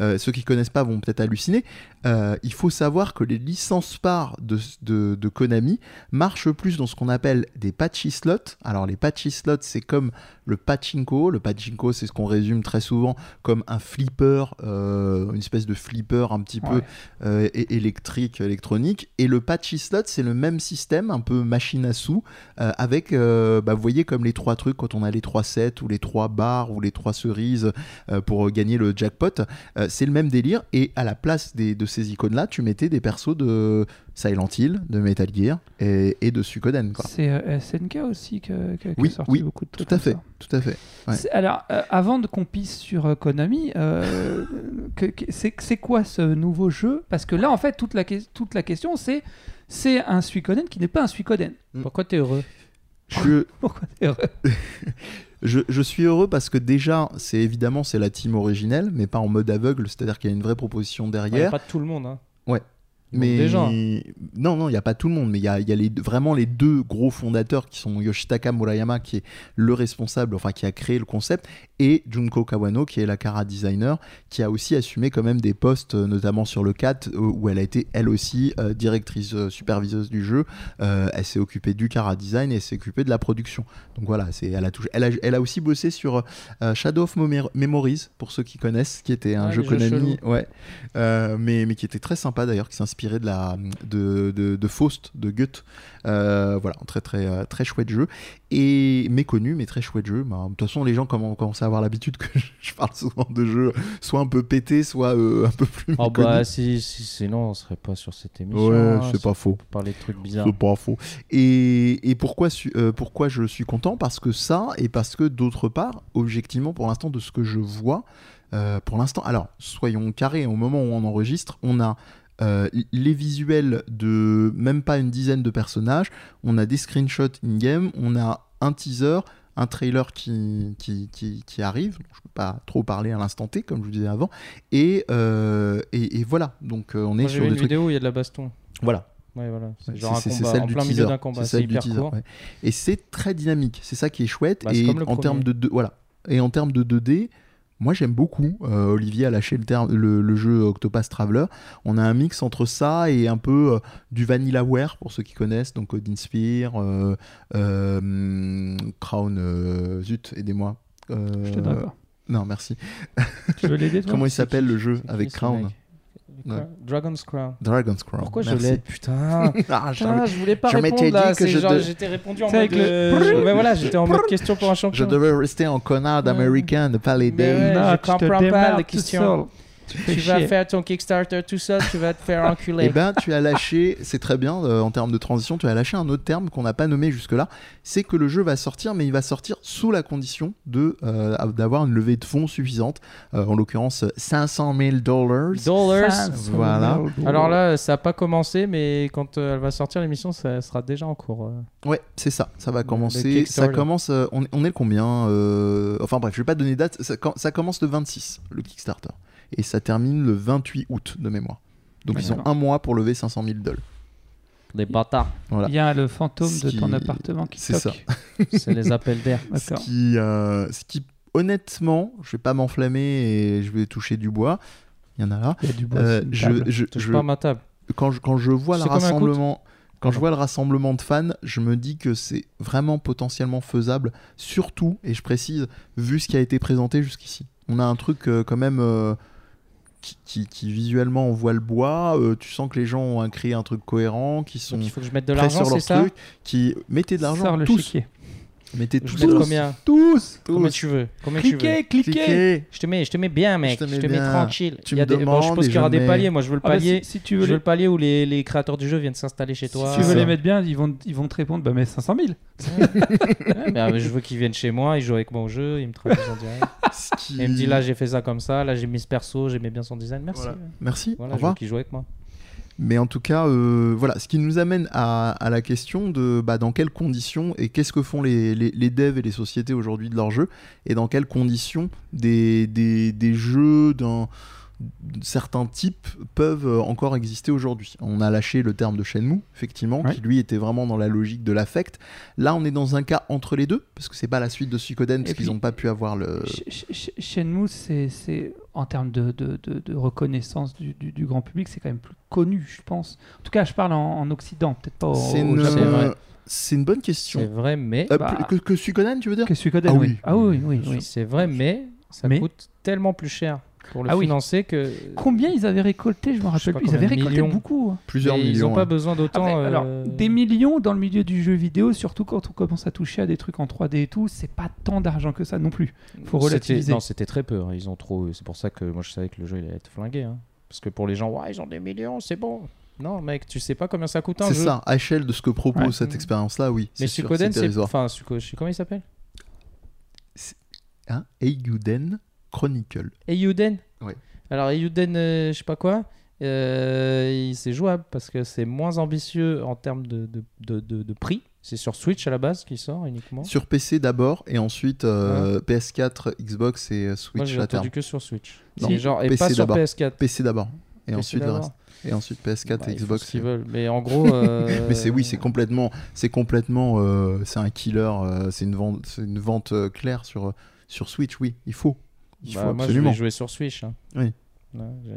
euh, ceux qui connaissent pas vont peut-être halluciner. Euh, il faut savoir que les licences phares de, de, de Konami marchent plus dans ce qu'on appelle des patchy slots. Alors les patchy slots, c'est comme le pachinko. Le pachinko, c'est ce qu'on résume très souvent comme un flipper, euh, une espèce de flipper un petit peu ouais. euh, é- électrique, électronique. Et le patchy slot, c'est le même système, un peu machine à sous, euh, avec, euh, bah, vous voyez, comme les trois trucs, quand on a les trois sets ou les trois bars ou les trois cerises euh, pour gagner le jackpot, euh, c'est le même délire. Et à la place des- de ces icônes-là, tu mettais des persos de Silent Hill, de Metal Gear et, et de Suikoden. Quoi. C'est euh, SNK aussi que- que- qui Oui, a sorti oui, beaucoup de trucs. Tout à comme fait, ça. tout à fait. Ouais. C'est- Alors, euh, avant de qu'on pisse sur euh, Konami, euh, [laughs] que- que- c'est c'est quoi ce nouveau jeu Parce que là, en fait, toute la, que- toute la question, c'est c'est un Suikoden qui n'est pas un Suikoden. Pourquoi t'es heureux Je, Pourquoi d'ailleurs [laughs] Je, je suis heureux parce que déjà, c'est évidemment c'est la team originelle, mais pas en mode aveugle, c'est-à-dire qu'il y a une vraie proposition Il y a derrière. pas de tout le monde. [laughs] Hein. manque mais des gens. hein. non, non, il n'y a pas tout le monde, mais il y a, il y a les, deux- vraiment les deux gros fondateurs qui sont Yoshitaka Murayama, qui est le responsable, enfin qui a créé le concept, et Junko Kawano, qui est la cara designer, qui a aussi assumé quand même des postes, euh, notamment sur le 4, euh, où elle a été elle aussi euh, directrice euh, superviseuse du jeu. Euh, elle s'est occupée du cara design et elle s'est occupée de la production. Donc voilà, c'est, elle, a touché- elle, a, elle a aussi bossé sur euh, Shadow of Memo- Memories, pour ceux qui connaissent, qui était un Ah, jeu les jeux Konami, ouais, Euh, mais, mais qui était très sympa d'ailleurs, qui s'inspirait de, la, de, de, de Faust, de Goethe. Euh, voilà, un très très euh, très chouette jeu et méconnu mais très chouette jeu. Bah, de toute façon, les gens commen- commencent à avoir l'habitude que [laughs] je parle souvent de jeux soit un peu pétés, soit euh, un peu plus Oh méconnus. bah si, si sinon on serait pas sur cette émission. ouais, hein, c'est pas faux. parler de trucs bizarres. C'est pas faux. Et, et pourquoi, su- euh, pourquoi je suis content Parce que ça, et parce que d'autre part, objectivement, pour l'instant, de ce que je vois, euh, pour l'instant, alors, soyons carrés, au moment où on enregistre, on a euh, les visuels de même pas une dizaine de personnages, on a des screenshots in-game, on a un teaser, un trailer qui, qui, qui, qui arrive, je peux pas trop parler à l'instant T, comme je vous disais avant, et, euh, et, et voilà, donc euh, on est Moi, j'ai sur des vu une trucs... vidéo où il y a de la baston. Voilà, Ouais, voilà. C'est Ouais, genre un c'est- c'est combat celle en du plein milieu teaser. d'un combat. C'est celle C'est du hyper teaser, court. ouais. Et c'est très dynamique. C'est ça qui est chouette. Bah, c'est et comme le en termes premier. de, deux- voilà. Et en termes de 2D, Moi, j'aime beaucoup. Euh, Olivier a lâché le, terme- le, le jeu Octopus Traveler. On a un mix entre ça et un peu euh, du Vanillaware, pour ceux qui connaissent, donc Odin Sphere, euh, euh, hum, Crown, euh, zut, aidez-moi. Euh, Je t'aiderai pas. Non, merci. [laughs] Tu veux l'aider, toi Comment il C'est qui- s'appelle le c'est jeu qui avec ce Crown mec Crown- Dragon's Crown. Dragon's Crown. Pourquoi je merci. l'aide [laughs] Putain [laughs] Ah, je, Putain, je voulais pas je m'étais répondre là, dit que c'est je genre, de- j'étais répondu en Tu sais, mode avec le euh, prrr. ouais, voilà, j'étais en mode question pour un je champion. devais rester en connard Ouais. américain, ne pas l'aider. ouais, je Non, tu comprends te pas démerdes la tout question. seul. Tu fais Tu vas chier. faire ton Kickstarter tout seul, tu vas [laughs] te faire Eh enculer. ben, tu as lâché, c'est très bien euh, en termes de transition, tu as lâché un autre terme qu'on n'a pas nommé jusque-là, c'est que le jeu va sortir, mais il va sortir sous la condition de euh, d'avoir une levée de fonds suffisante, euh, en l'occurrence 500 000 dollars. Dollars. Ça, ça Voilà. me merde. Alors là, ça n'a pas commencé, mais quand euh, elle va sortir l'émission, ça sera déjà en cours. euh. Ouais, c'est ça, ça va Le commencer. Kickstarter. Ça commence, euh, on, on est le combien euh, Enfin bref, je vais pas donner date, ça, com- ça commence le 26, le Kickstarter, et ça termine le 28 août de mémoire. Donc ils ont D'accord. un mois pour lever 500 000 dollars. Les bâtards, Voilà. il y a le fantôme Ce de ton qui- appartement qui c'est toque. [laughs] ça. c'est les appels [laughs] d'air. Ce D'accord. qui, euh, ce qui, honnêtement, je vais pas m'enflammer et je vais toucher du bois. Il y en a là. Il y a du bois. Euh, sur une je, table. je- Touche je- pas à ma table. quand je quand je vois le C'est combien coûte rassemblement, quand je vois le rassemblement de fans, je me dis que c'est vraiment potentiellement faisable. Surtout, et je précise, vu ce qui a été présenté jusqu'ici, on a un truc euh, quand même. euh, qui, qui- qui visuellement on voit le bois, euh, tu sens que les gens ont un- créé un truc cohérent, qui sont Donc il faut que je mette de prêts l'argent, sur c'est leur ça truc, qui mettez de l'argent Sors le tous, chiquier. mettez Je tous, mets tous, combien Tous Combien tu veux Combien tu veux Cliquez, cliquez cliquez. Je te mets, je te mets bien, mec. Je Je te te mets mets, bien. tranquille. Tu Il y a me des- bon, je demandes pense et qu'il y aura je des mets- paliers. Moi, je veux le Ah bah, palier. si, si tu Je veux, veux les, le palier où les, les créateurs du jeu viennent s'installer chez toi. Euh, Si tu veux ça. les mettre bien, ils vont, ils vont te répondre bah, mais 500 000. Ouais, mais, euh, je veux qu'ils viennent chez moi, ils jouent avec moi au jeu, ils me traduisent [laughs] en direct. Ce qui- Et ils me disent là, j'ai fait ça comme ça, là, j'ai mis ce perso, j'aimais bien son design, merci. Voilà. Merci, Voilà, au je veux revoir. qu'ils jouent avec moi. Mais en tout cas, euh, voilà, ce qui nous amène à, à la question de bah, dans quelles conditions et qu'est-ce que font les, les- les devs et les sociétés aujourd'hui de leurs jeux et dans quelles conditions des, des, des jeux d'un certains types peuvent euh, encore exister aujourd'hui. On a lâché le terme de Shenmue, effectivement, Ouais. qui lui était vraiment dans la logique de l'affect. Là, on est dans un cas entre les deux, parce que c'est pas la suite de Suikoden, parce Et qu'ils puis- n'ont pas pu avoir le... Sh- Sh- Sh- Shenmue, c'est c'est- en termes de, de- de- de reconnaissance du, du- du grand public, c'est quand même plus connu, je pense. En tout cas, je parle en, en Occident, peut-être pas au, C'est au une, euh, C'est Japon. vrai. c'est une bonne C'est question. vrai, mais. Euh, Bah- Que, que Suikoden, tu veux dire Que Suikoden, Ah oui. oui. Ah oui, oui, oui. C'est vrai, mais ça Mais- coûte tellement plus cher pour le Ah oui. financer que. Combien ils avaient récolté, je me rappelle pas plus. Ils avaient combien de récolté millions. beaucoup. hein. Plusieurs mais Ils millions. n'ont pas hein. besoin d'autant. Après, alors, euh, des millions dans le milieu du jeu vidéo, surtout quand on commence à toucher à des trucs en 3D et tout, c'est pas tant d'argent que ça non plus. faut c'était- relativiser. Non, c'était très peu. hein. Ils ont trop. C'est pour ça que moi, je savais que le jeu, il allait être flingué. hein. Parce que pour les gens, ouais, ils ont des millions, c'est bon. Non, mec, tu sais pas combien ça coûte un C'est jeu. ça, à échelle de ce que propose Ouais. cette expérience-là, oui. Mais sûr, Suikoden, c'est. dérisoire. Enfin, Suiko... je sais- comment il s'appelle Hein Eiyuden Chronicle. Eiyuden Ouais. Alors, Eiyuden, euh, je sais pas quoi, euh, il- c'est jouable parce que c'est moins ambitieux en termes de, de, de- de- de prix. C'est sur Switch à la base qui sort uniquement. Sur PC d'abord, et ensuite euh, PS4, Xbox et euh, Moi, Switch j'ai à terme. entendu que sur Switch. Non, Et genre, et PC pas sur d'abord. PS4. PC d'abord, et PC ensuite le d'abord. reste. Et ensuite PS4 Bah, et ils font ce Xbox. qu'ils veulent. Mais en gros. euh, [laughs] Mais c'est oui, c'est complètement, c'est complètement, euh, c'est un killer, euh, c'est une vente, c'est une vente euh, claire sur sur Switch, oui, il faut, il bah, faut moi, je absolument. vais jouer sur Switch. hein. Oui. Ouais, je-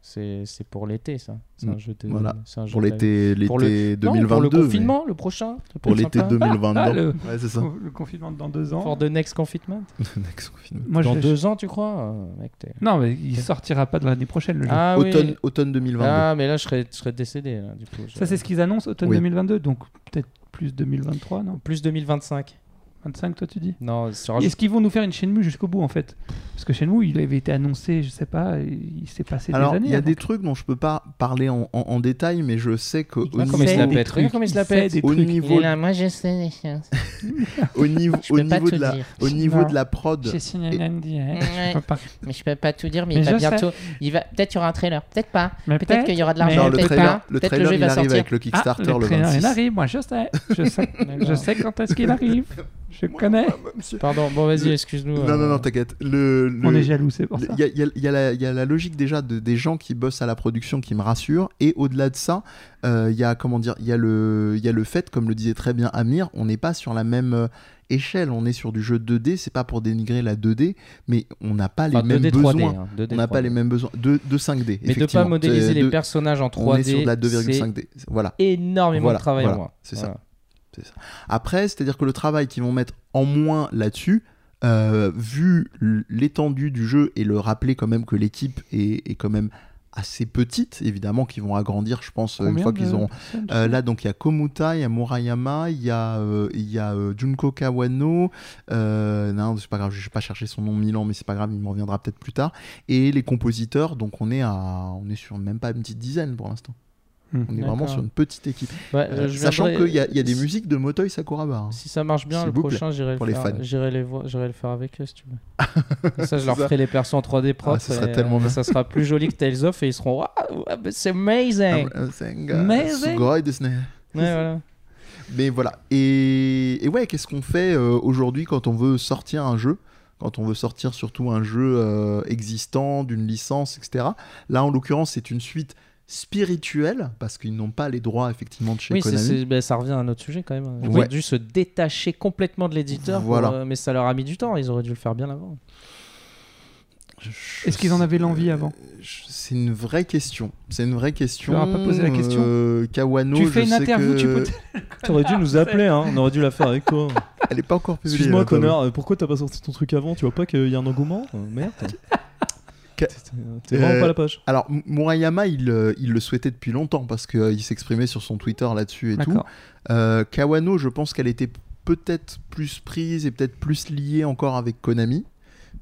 C'est c'est pour l'été, ça. C'est Mm. un jeu de- Voilà. c'est un jeu Pour de- l'été, Pour l'été Non, 2022. Pour le mais- confinement, le prochain. le Pour plus l'été sympa. [laughs] 2022. Ah, le, Ouais, c'est ça. le confinement de dans deux ans. For the next confinement. Next confinement. Moi, Dans je- deux ans, tu crois Euh, Mec, t'es. Non, mais il sortira pas de l'année prochaine le jeu. Ah, oui. Automne, automne 2022. Ah, mais là, je serais, je serais décédé. là, du coup, Je- Ça, c'est ce qu'ils annoncent automne Oui. 2022, donc peut-être plus 2023, non Plus 2025. 25, toi, tu dis Non, sur Est-ce qu'ils vont nous faire une Shenmue jusqu'au bout, en fait Parce que Shenmue, il avait été annoncé, je sais pas, il s'est passé Alors, des années. il y a avant. des trucs dont je peux pas parler en, en- en détail, mais je sais que Ah, au comment il se sait la des niveau, pète, trucs, regarde comment il se la sait pète. des au trucs. niveau, là, moi je sais les choses. au niveau, Je au peux pas niveau tout de la, dire. au niveau de la prod, J'ai signé un [laughs] NDA, Ouais. je peux pas. Mais je peux pas tout dire, mais, Mais il va je bientôt. Il va... Peut-être qu'il y aura un trailer, peut-être pas. Mais Peut-être qu'il y aura de l'argent, Genre, le peut-être trailer, pas. le Peut-être trailer, le jeu il va arrive sortir. avec le Kickstarter Ah, le trailer, 26. Il arrive, moi je sais, je sais, je sais quand est-ce qu'il arrive. Je connais. Pardon, bon, vas-y, excuse-nous. euh. Non, non, non, t'inquiète. Le, le- On est jaloux, c'est pour ça. Il y a, il y a- il y a la- il y a la logique déjà de, des gens qui bossent à la production qui me rassure et au-delà de ça, euh, il y a comment dire, il y a le, il y a le fait, comme le disait très bien Amir, on n'est pas sur la même euh, échelle, on est sur du jeu 2D, c'est pas pour dénigrer la 2D, mais on n'a pas les Enfin, mêmes 2D, 3D. besoins. hein, 2D, On n'a pas 3D. les mêmes besoins de, de 5D. Mais de effectivement. pas modéliser Euh, les de- personnages en 3D. On est sur de la c'est 2,5D. Voilà. Énormément Voilà, de travail voilà, en moins. c'est ça. Après, c'est-à-dire que le travail qu'ils vont mettre en moins là-dessus, euh, vu l- l'étendue du jeu et le rappeler quand même que l'équipe est, est quand même assez petite, évidemment, qu'ils vont agrandir, je pense, euh, une Combien fois de qu'ils auront. personnes, Euh, là, donc, il y a Komuta, il y a Murayama, il y a, euh, il y a euh, Junko Kawano. euh, non, c'est pas grave, je vais pas chercher son nom mille ans, mais c'est pas grave, il me reviendra peut-être plus tard. Et les compositeurs, donc on est à, on est sur même pas une petite dizaine pour l'instant. Hmm. On est vraiment D'accord. sur une petite équipe. Euh, Ouais, euh, je sachant viendrai- qu'il y, a- il y a des si- musiques de Motoi Sakuraba. hein. Si ça marche bien, S'il le vous plaît, prochain, j'irai le, pour les faire- fans. j'irai les voir- j'irai le faire avec eux si tu veux. [laughs] ça, je C'est leur ça. Ah, ferai les persos en 3D propres. ce serait et, tellement euh, bien. Ça sera plus joli que Tales of et ils seront Waouh, ouais, mais c'est Ah, amazing! Amazing. Amazing. Sugoi Disney. Ouais, voilà. Mais voilà. Et, et ouais, qu'est-ce qu'on fait euh, aujourd'hui quand on veut sortir un jeu quand on veut sortir surtout un jeu euh, existant, d'une licence, etc. Là, en l'occurrence, c'est une suite spirituelle, parce qu'ils n'ont pas les droits, effectivement, de chez Oui, c'est- Konami. c'est- ben, ça revient à un autre sujet quand même. Ils Ouais. ont dû se détacher complètement de l'éditeur, pour, Voilà. euh, mais ça leur a mis du temps. Ils auraient dû le faire bien avant. Je- Est-ce qu'ils en avaient l'envie avant je- Euh, C'est une vraie question. C'est une vraie question. leur as pas posé la question Euh, Kawano, Tu fais je une sais interview, que- tu [laughs] peux te- euh, [laughs] T'aurais dû nous appeler, hein. on aurait dû la faire avec toi. [laughs] Elle est pas encore publiée. hein, Excuse-moi, la table. connard, euh, pourquoi t'as pas sorti ton truc avant Tu vois pas qu'il y a un engouement Oh, Euh, [laughs] Merde. Ca- T'es- T'es vraiment Euh, pas à la page. Alors, M- Murayama, il, euh, il le souhaitait depuis longtemps parce qu'il s'exprimait sur son Twitter là-dessus et tout. D'accord. Euh, Kawano, je pense qu'elle était peut-être plus prise et peut-être plus liée encore avec Konami.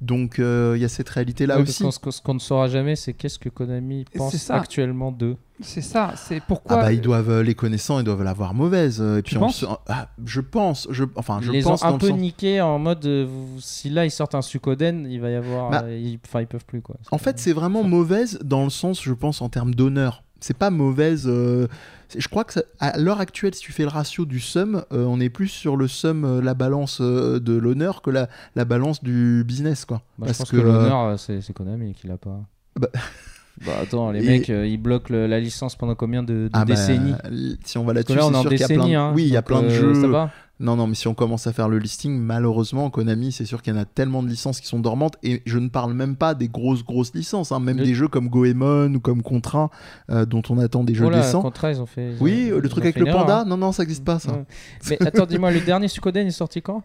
Donc, euh, il y a cette réalité-là Ouais, parce aussi. qu'on- ce qu'on- ce qu'on ne saura jamais, c'est qu'est-ce que Konami Et pense c'est ça. actuellement d'eux. C'est ça, c'est Ah pourquoi. bah ils doivent euh, les connaissants ils doivent l'avoir mauvaise euh, et puis on penses se- ah, je pense je enfin je ils les pense ont dans un le peu sens- niqué en mode euh, vous- si là ils sortent un Sukoden, il va y avoir. Bah, euh, ils- Enfin, ils peuvent plus quoi. Bah, En fait, c'est vraiment mauvaise dans le sens, je pense, en termes d'honneur. C'est pas mauvaise. euh, c'est- Je crois que ça- à l'heure actuelle, si tu fais le ratio du sum, euh, on est plus sur le sum, euh, la balance euh, de l'honneur que la, la balance du business, quoi. Bah, Parce je pense que, que, euh, l'honneur, euh, c'est c'est Konami qui l'a pas. Bah- [laughs] Bah, attends, les Et- mecs, euh, ils bloquent le- la licence pendant combien de, de Ah bah, décennies l- si on va Parce que là-dessus, là, on est c'est en sûr qu'il y a plein. décennie. de- hein, oui, il y a donc, plein de euh, jeux. Ça va Non, non, mais si on commence à faire le listing, malheureusement, Konami, c'est sûr qu'il y en a tellement de licences qui sont dormantes, et je ne parle même pas des grosses, grosses licences, hein, même Le- des jeux comme Goemon ou comme Contra, euh, dont on attend des jeux Oh là, décents. Contra, ils ont fait. ils Oui, ont- euh, ils le ont truc fait avec le une erreur, panda, hein. non, non, ça n'existe pas, ça. Ouais. Mais attends, dis-moi, le dernier Sukoden est sorti quand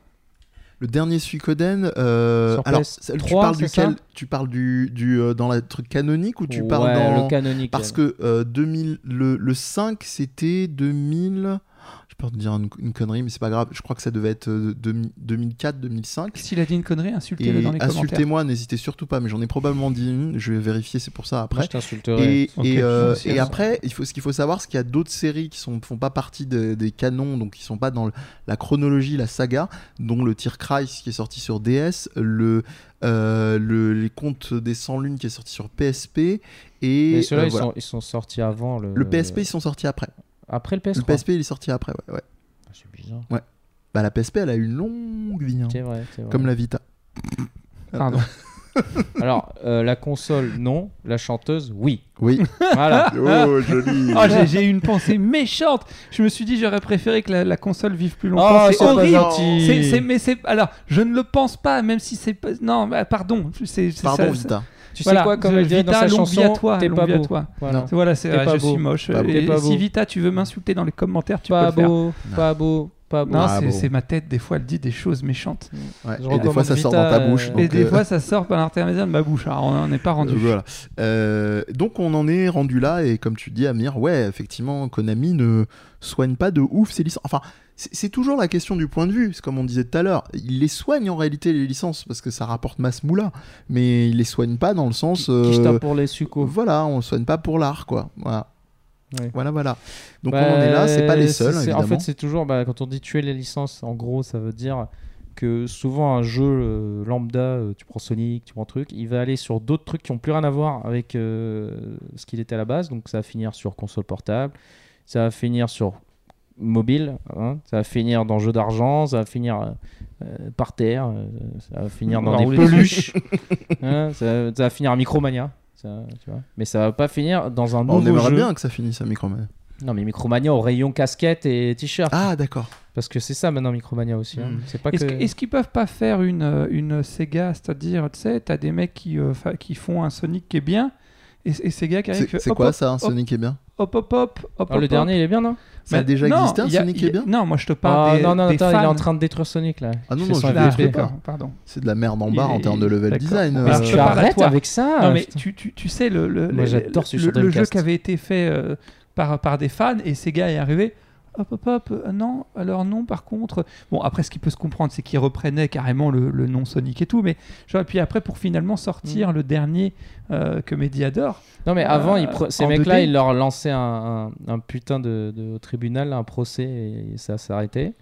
Le dernier Suikoden, euh, Sur alors PS3, celle- tu parles c'est duquel ça Tu parles du, du euh, dans le truc canonique ou tu parles Ouais, dans le canonique. parce que euh, 2000 le, le 5 c'était 2000 je peux te dire une, une connerie mais c'est pas grave, je crois que ça devait être euh, 2000 2004 2005 S'il a dit une connerie, insultez-le et dans les commentaires. insultez-moi, n'hésitez surtout pas mais j'en ai probablement dit une, je vais vérifier, c'est pour ça après. Moi, je t'insulterai. Et, Ok. et, euh, C'est et bon. après, il faut, ce qu'il faut savoir, c'est qu'il y a d'autres séries qui ne font pas partie de- des canons, donc qui ne sont pas dans le- la chronologie, la saga, dont le Tear Cry qui est sorti sur DS, le, euh, le- les Contes des 100 Lunes qui est sorti sur PSP, et Mais ceux-là, euh, ils, voilà. sont, euh, ils sont sortis avant le. le PSP, ils sont sortis après. Après le PS3. Le PSP, il est sorti après, ouais. ouais. Ah, C'est bizarre. Bah, la PSP, elle a eu une longue vie, hein, C'est vrai, c'est vrai. comme la Vita. Pardon. Alors, euh, la console, non. La chanteuse, oui. [laughs] Oui. Voilà. oh, joli. Oh, j'ai- j'ai eu une pensée méchante. Je me suis dit, j'aurais préféré que la, la console vive plus longtemps. Oh, c'est c'est pas horrible. gentil. C'est- c'est- mais c'est alors, je ne le pense pas, même si c'est pas. Non, bah, pardon. C'est c'est Pardon, ça- Vita. Tu Voilà, sais quoi, comme The elle dirait dans Vita, sa longue vie à chanson, toi, t'es longue pas vie à beau. toi. Voilà. Non. Voilà, c'est T'es vrai, pas je beau. suis moche. Pas beau. Et T'es pas si beau. Vita, tu veux m'insulter dans les commentaires, tu Pas peux le faire. beau, pas beau, pas beau. Non, Ah, c'est- bon. c'est ma tête. Des fois, elle dit des choses méchantes. Ouais. Et Je des fois, recommande ça sort dans Vita, ta bouche. euh, donc, Et des euh, fois, ça sort par l'intermédiaire de ma bouche. Alors, on n'est pas rendu. Euh, voilà. Euh, donc on en est rendu là et comme tu dis Amir, ouais effectivement Konami ne soigne pas de ouf ses licences. Enfin c'est c'est toujours la question du point de vue, c'est comme on disait tout à l'heure. Il les soigne en réalité les licences parce que ça rapporte masse moula, mais il les soigne pas dans le sens. euh, Qui je tape pour les sucos. voilà, on soigne pas pour l'art quoi. Voilà. Ouais. Bah, Voilà voilà. Donc on en est là, c'est pas les seuls c'est- évidemment. En fait, c'est toujours bah, quand on dit tuer les licences, en gros, ça veut dire que souvent un jeu euh, lambda, euh, tu prends Sonic, tu prends truc, il va aller sur d'autres trucs qui ont plus rien à voir avec euh, ce qu'il était à la base. Donc ça va finir sur console portable, ça va finir sur mobile. hein. Ça va finir dans jeu d'argent, ça va finir euh, euh, par terre, euh, ça va finir On dans va des rouler dessus. peluches, hein, ça, ça va finir à Micromania. ça, tu vois. Mais ça va pas finir dans un Bah, On nouveau aimerait jeu. bien que ça finisse à Microman. Non, mais Micromania au rayon casquette et t-shirt. Ah, d'accord. Parce que c'est ça maintenant Micromania aussi. hein. Mm. C'est pas Est-ce que- que- est-ce qu'ils peuvent pas faire une, euh, une Sega C'est-à-dire, tu sais, t'as des mecs qui, euh, fa- qui font un Sonic qui est bien, et, et Sega qui arrive. C'est qui fait, c'est hop, quoi hop, ça, un Sonic qui est bien Hop, hop, hop, hop, Ah, le hop, dernier, hop. il est bien, non Ça a Mais- déjà Bah, non, existé un il y a- Sonic qui est il y a- bien Non, moi je te Ah, parle des, non, non, des attends, fans. il est en train de détruire Sonic là. Ah non, Il fait non, son je- Ah, FDP, quoi. d'accord, pardon. C'est de la merde en Il barre en est- termes de level d'accord. design. Parce euh, que tu par arrêtes toi- avec ça non, mais Ah, putain. tu, tu, tu sais, le, le, Moi, le- j'adore ce le- sur le jeu Dreamcast. qui avait été fait euh, par, par des fans et Sega est arrivé. Hop, hop, hop, euh, non, alors non, par contre. Bon, après, ce qui peut se comprendre, c'est qu'ils reprenaient carrément le, le nom Sonic et tout, mais je vois, puis après, pour finalement sortir le dernier euh, que Mehdi adore. Non, mais avant, Euh, ils pre- ces en mecs-là, 2D. ils leur lançaient un, un- un putain de, de- au tribunal, un procès, et ça s'arrêtait.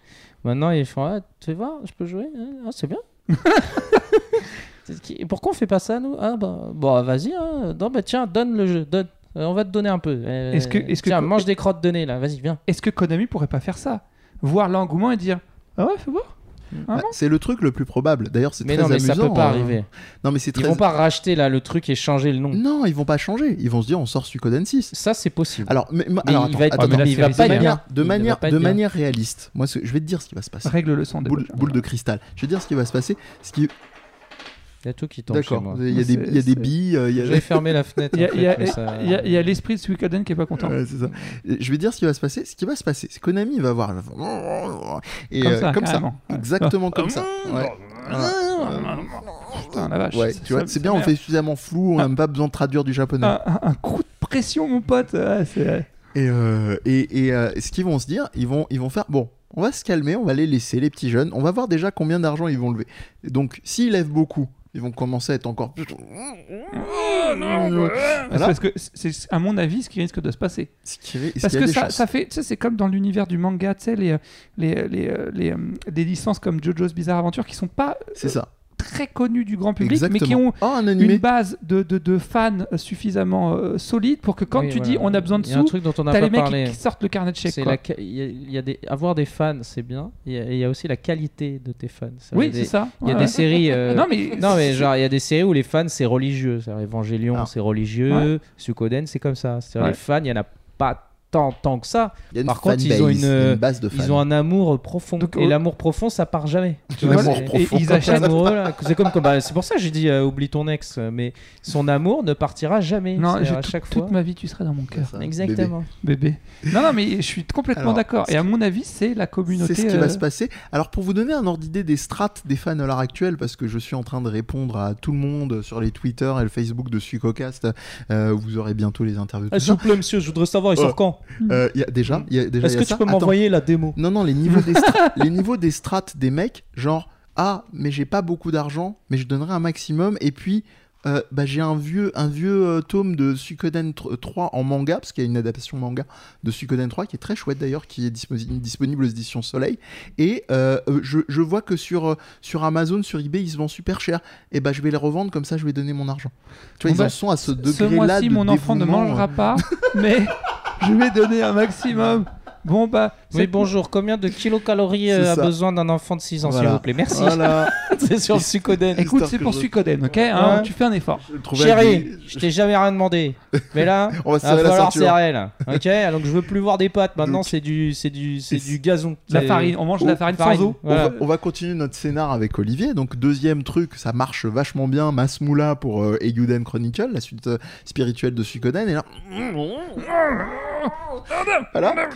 Maintenant, ils font ah, Tu veux voir, je peux jouer Ah, [laughs] C'est bien. C'est ce qui- Et Pourquoi on fait pas ça, nous Ah, bah, bon, vas-y. hein. Non, bah, tiens, donne le jeu. Donne. Euh, on va te donner un peu. Euh, Est-ce que- est-ce que- tiens, mange des crottes de nez, là. Vas-y, viens. Est-ce que Konami pourrait pas faire ça Voir l'engouement et dire Ah ouais, fais voir Ah bah, bon c'est le truc le plus probable. D'ailleurs, c'est Mais très non, mais amusant. ça peut pas euh. arriver. Non, mais c'est Ils très. vont pas racheter, là, le truc et changer le nom. Non, ils vont pas changer. Ils vont se dire, on sort Suikoden 6. Ça, c'est possible. Alors, mais, mais- Mais alors, il attends, va être- attends, mais là, attends. il va c'est de pas risqué, bien. manière, de Il va manière, pas être de bien. manière réaliste. Moi, ce- je vais te dire ce qui va se passer. Règle le son. Boule, boule de cristal. Je vais te dire ce qui va se passer. Ce qui... Il y a tout qui tombe chez D'accord. moi. Il y a des, C'est- il y a des c'est- billes. euh, il y a- [laughs] J'ai fermé la fenêtre. Il y en a- fait, il y a- mais ça- il y a- il y a l'esprit de Suikoden qui est pas content. Ouais, c'est ça. Et Je vais dire ce qui va se passer. Ce qui va se passer, c'est Konami va voir. il va faire- Et Comme euh, ça, comme ça. carrément. Ah, Ouais. Exactement comme ça. [laughs] Ouais. Euh, Putain, la vache. Ouais, ça- tu vois, Ah, ça- Ah. c'est ça bien, on merde. fait suffisamment flou, on n'a même pas besoin de traduire du japonais. un, un- un coup de pression, mon pote. ouais, c'est- Et, euh, et, et, euh, ce qu'ils vont se dire, ils vont, ils vont faire bon, on va se calmer, on va les laisser, les petits jeunes, on va voir déjà combien d'argent ils vont lever. Et donc, s'ils lèvent beaucoup, ils vont commencer à être encore plus. C'est Parce que c'est c'est, à mon avis ce qui risque de se passer. Ce qui est- ce Parce qui a que des ça, chances. ça fait, tu sais, c'est comme dans l'univers du manga, tu sais, les, les, les, euh, les, euh, des licences comme JoJo's Bizarre Adventure qui sont pas C'est ça. très connues du grand public, Exactement. mais qui ont Oh, un une animé. base de, de, de fans suffisamment euh, solide pour que quand Oui, tu voilà. dis on a besoin de Il y a un sous, truc dont on n'a t'as pas les mecs qui- parlé. qui sortent le carnet de chèques. C'est quoi. la ca- il y a- il y a des avoir des fans, c'est bien. Il y, a- il y a aussi la qualité de tes fans. Ça veut Oui, dire- c'est ça. Il y a Ouais, des ouais. [laughs] séries. euh, Non, mais. non, mais genre il y a des séries où les fans c'est religieux. C'est-à-dire, Evangelion Ah. c'est religieux, Sukoden c'est comme ça. C'est-à-dire, Ouais. Les fans, il y en a pas tant tant que ça. Il y a une Par contre, ils fanbase, ont une, euh, il y a base de fans. Ils ont un amour profond. Donc, et euh, l'amour profond, ça part jamais. Tu vois, L'amour [laughs] c'est- et profond. ils Quand t'es achètent. amoureux, là, c'est comme comme- bah, c'est pour ça que j'ai dit euh, oublie ton ex, euh, mais son amour ne partira jamais. Non, C'est-à-dire, j'ai à tout- chaque fois. toute ma vie, tu serais dans mon cœur. Ça, bébé. Exactement. bébé. Non, non, mais je suis complètement Alors, d'accord. Et à mon avis, c'est la communauté. C'est ce qui euh, va se passer. Alors pour vous donner un ordre d'idée des strates des fans à l'heure actuelle, parce que je suis en train de répondre à tout le monde sur les Twitter et le Facebook de Suicocast, euh, vous aurez bientôt les interviews. Ah, tout ça. Ah, plaît, monsieur, je voudrais savoir, il Oh. sort quand Euh, il y a- déjà, il y a, déjà il y a ça. Attends. la démo Non, non, les niveaux des, [laughs] stra- les niveaux des strates des mecs, genre, ah, mais j'ai pas beaucoup d'argent, mais je donnerai un maximum, et puis, euh, bah, j'ai un vieux, un vieux euh, tome de Suikoden tr- 3 en manga, parce qu'il y a une adaptation manga de Suikoden 3 qui est très chouette d'ailleurs, qui est disposi- disponible aux éditions Soleil, et euh, euh, je, je vois que sur, euh, sur Amazon, sur eBay, ils se vendent super cher, et bah, je vais les revendre, comme ça, je vais donner mon argent. Tu vois, Bon, ils bah, en sont à ce Ce degré-là mois-ci, de mon enfant ne dévouement, mangera euh. [laughs] pas, mais je vais donner un maximum. Bon, bah. Oui, c'est- bonjour, combien de kilocalories C'est euh, a ça. besoin d'un enfant de 6 ans, Voilà. s'il vous plaît Merci, Voilà, [laughs] [laughs] c'est sur le Sukoden. Écoute, Histoire c'est que pour je- Suikoden, ok hein, Ouais. Tu fais un effort. Je trouvais- Chérie, je t'ai jamais rien demandé, [laughs] mais là, on va se Ah, il va serrer la falloir ceinture. serrer là. Ok, donc je veux plus voir des pâtes, maintenant Donc- c'est du, c'est du, c'est C'est- du gazon. De La C'est- farine, on mange de la Oh, farine, farine. sans eau. Ouais. On, va, on va continuer notre scénar avec Olivier. Donc, deuxième truc, ça marche vachement bien. Masmoula pour euh, Eiyuden Chronicle, la suite euh, spirituelle de Suikoden. Et là. Voilà.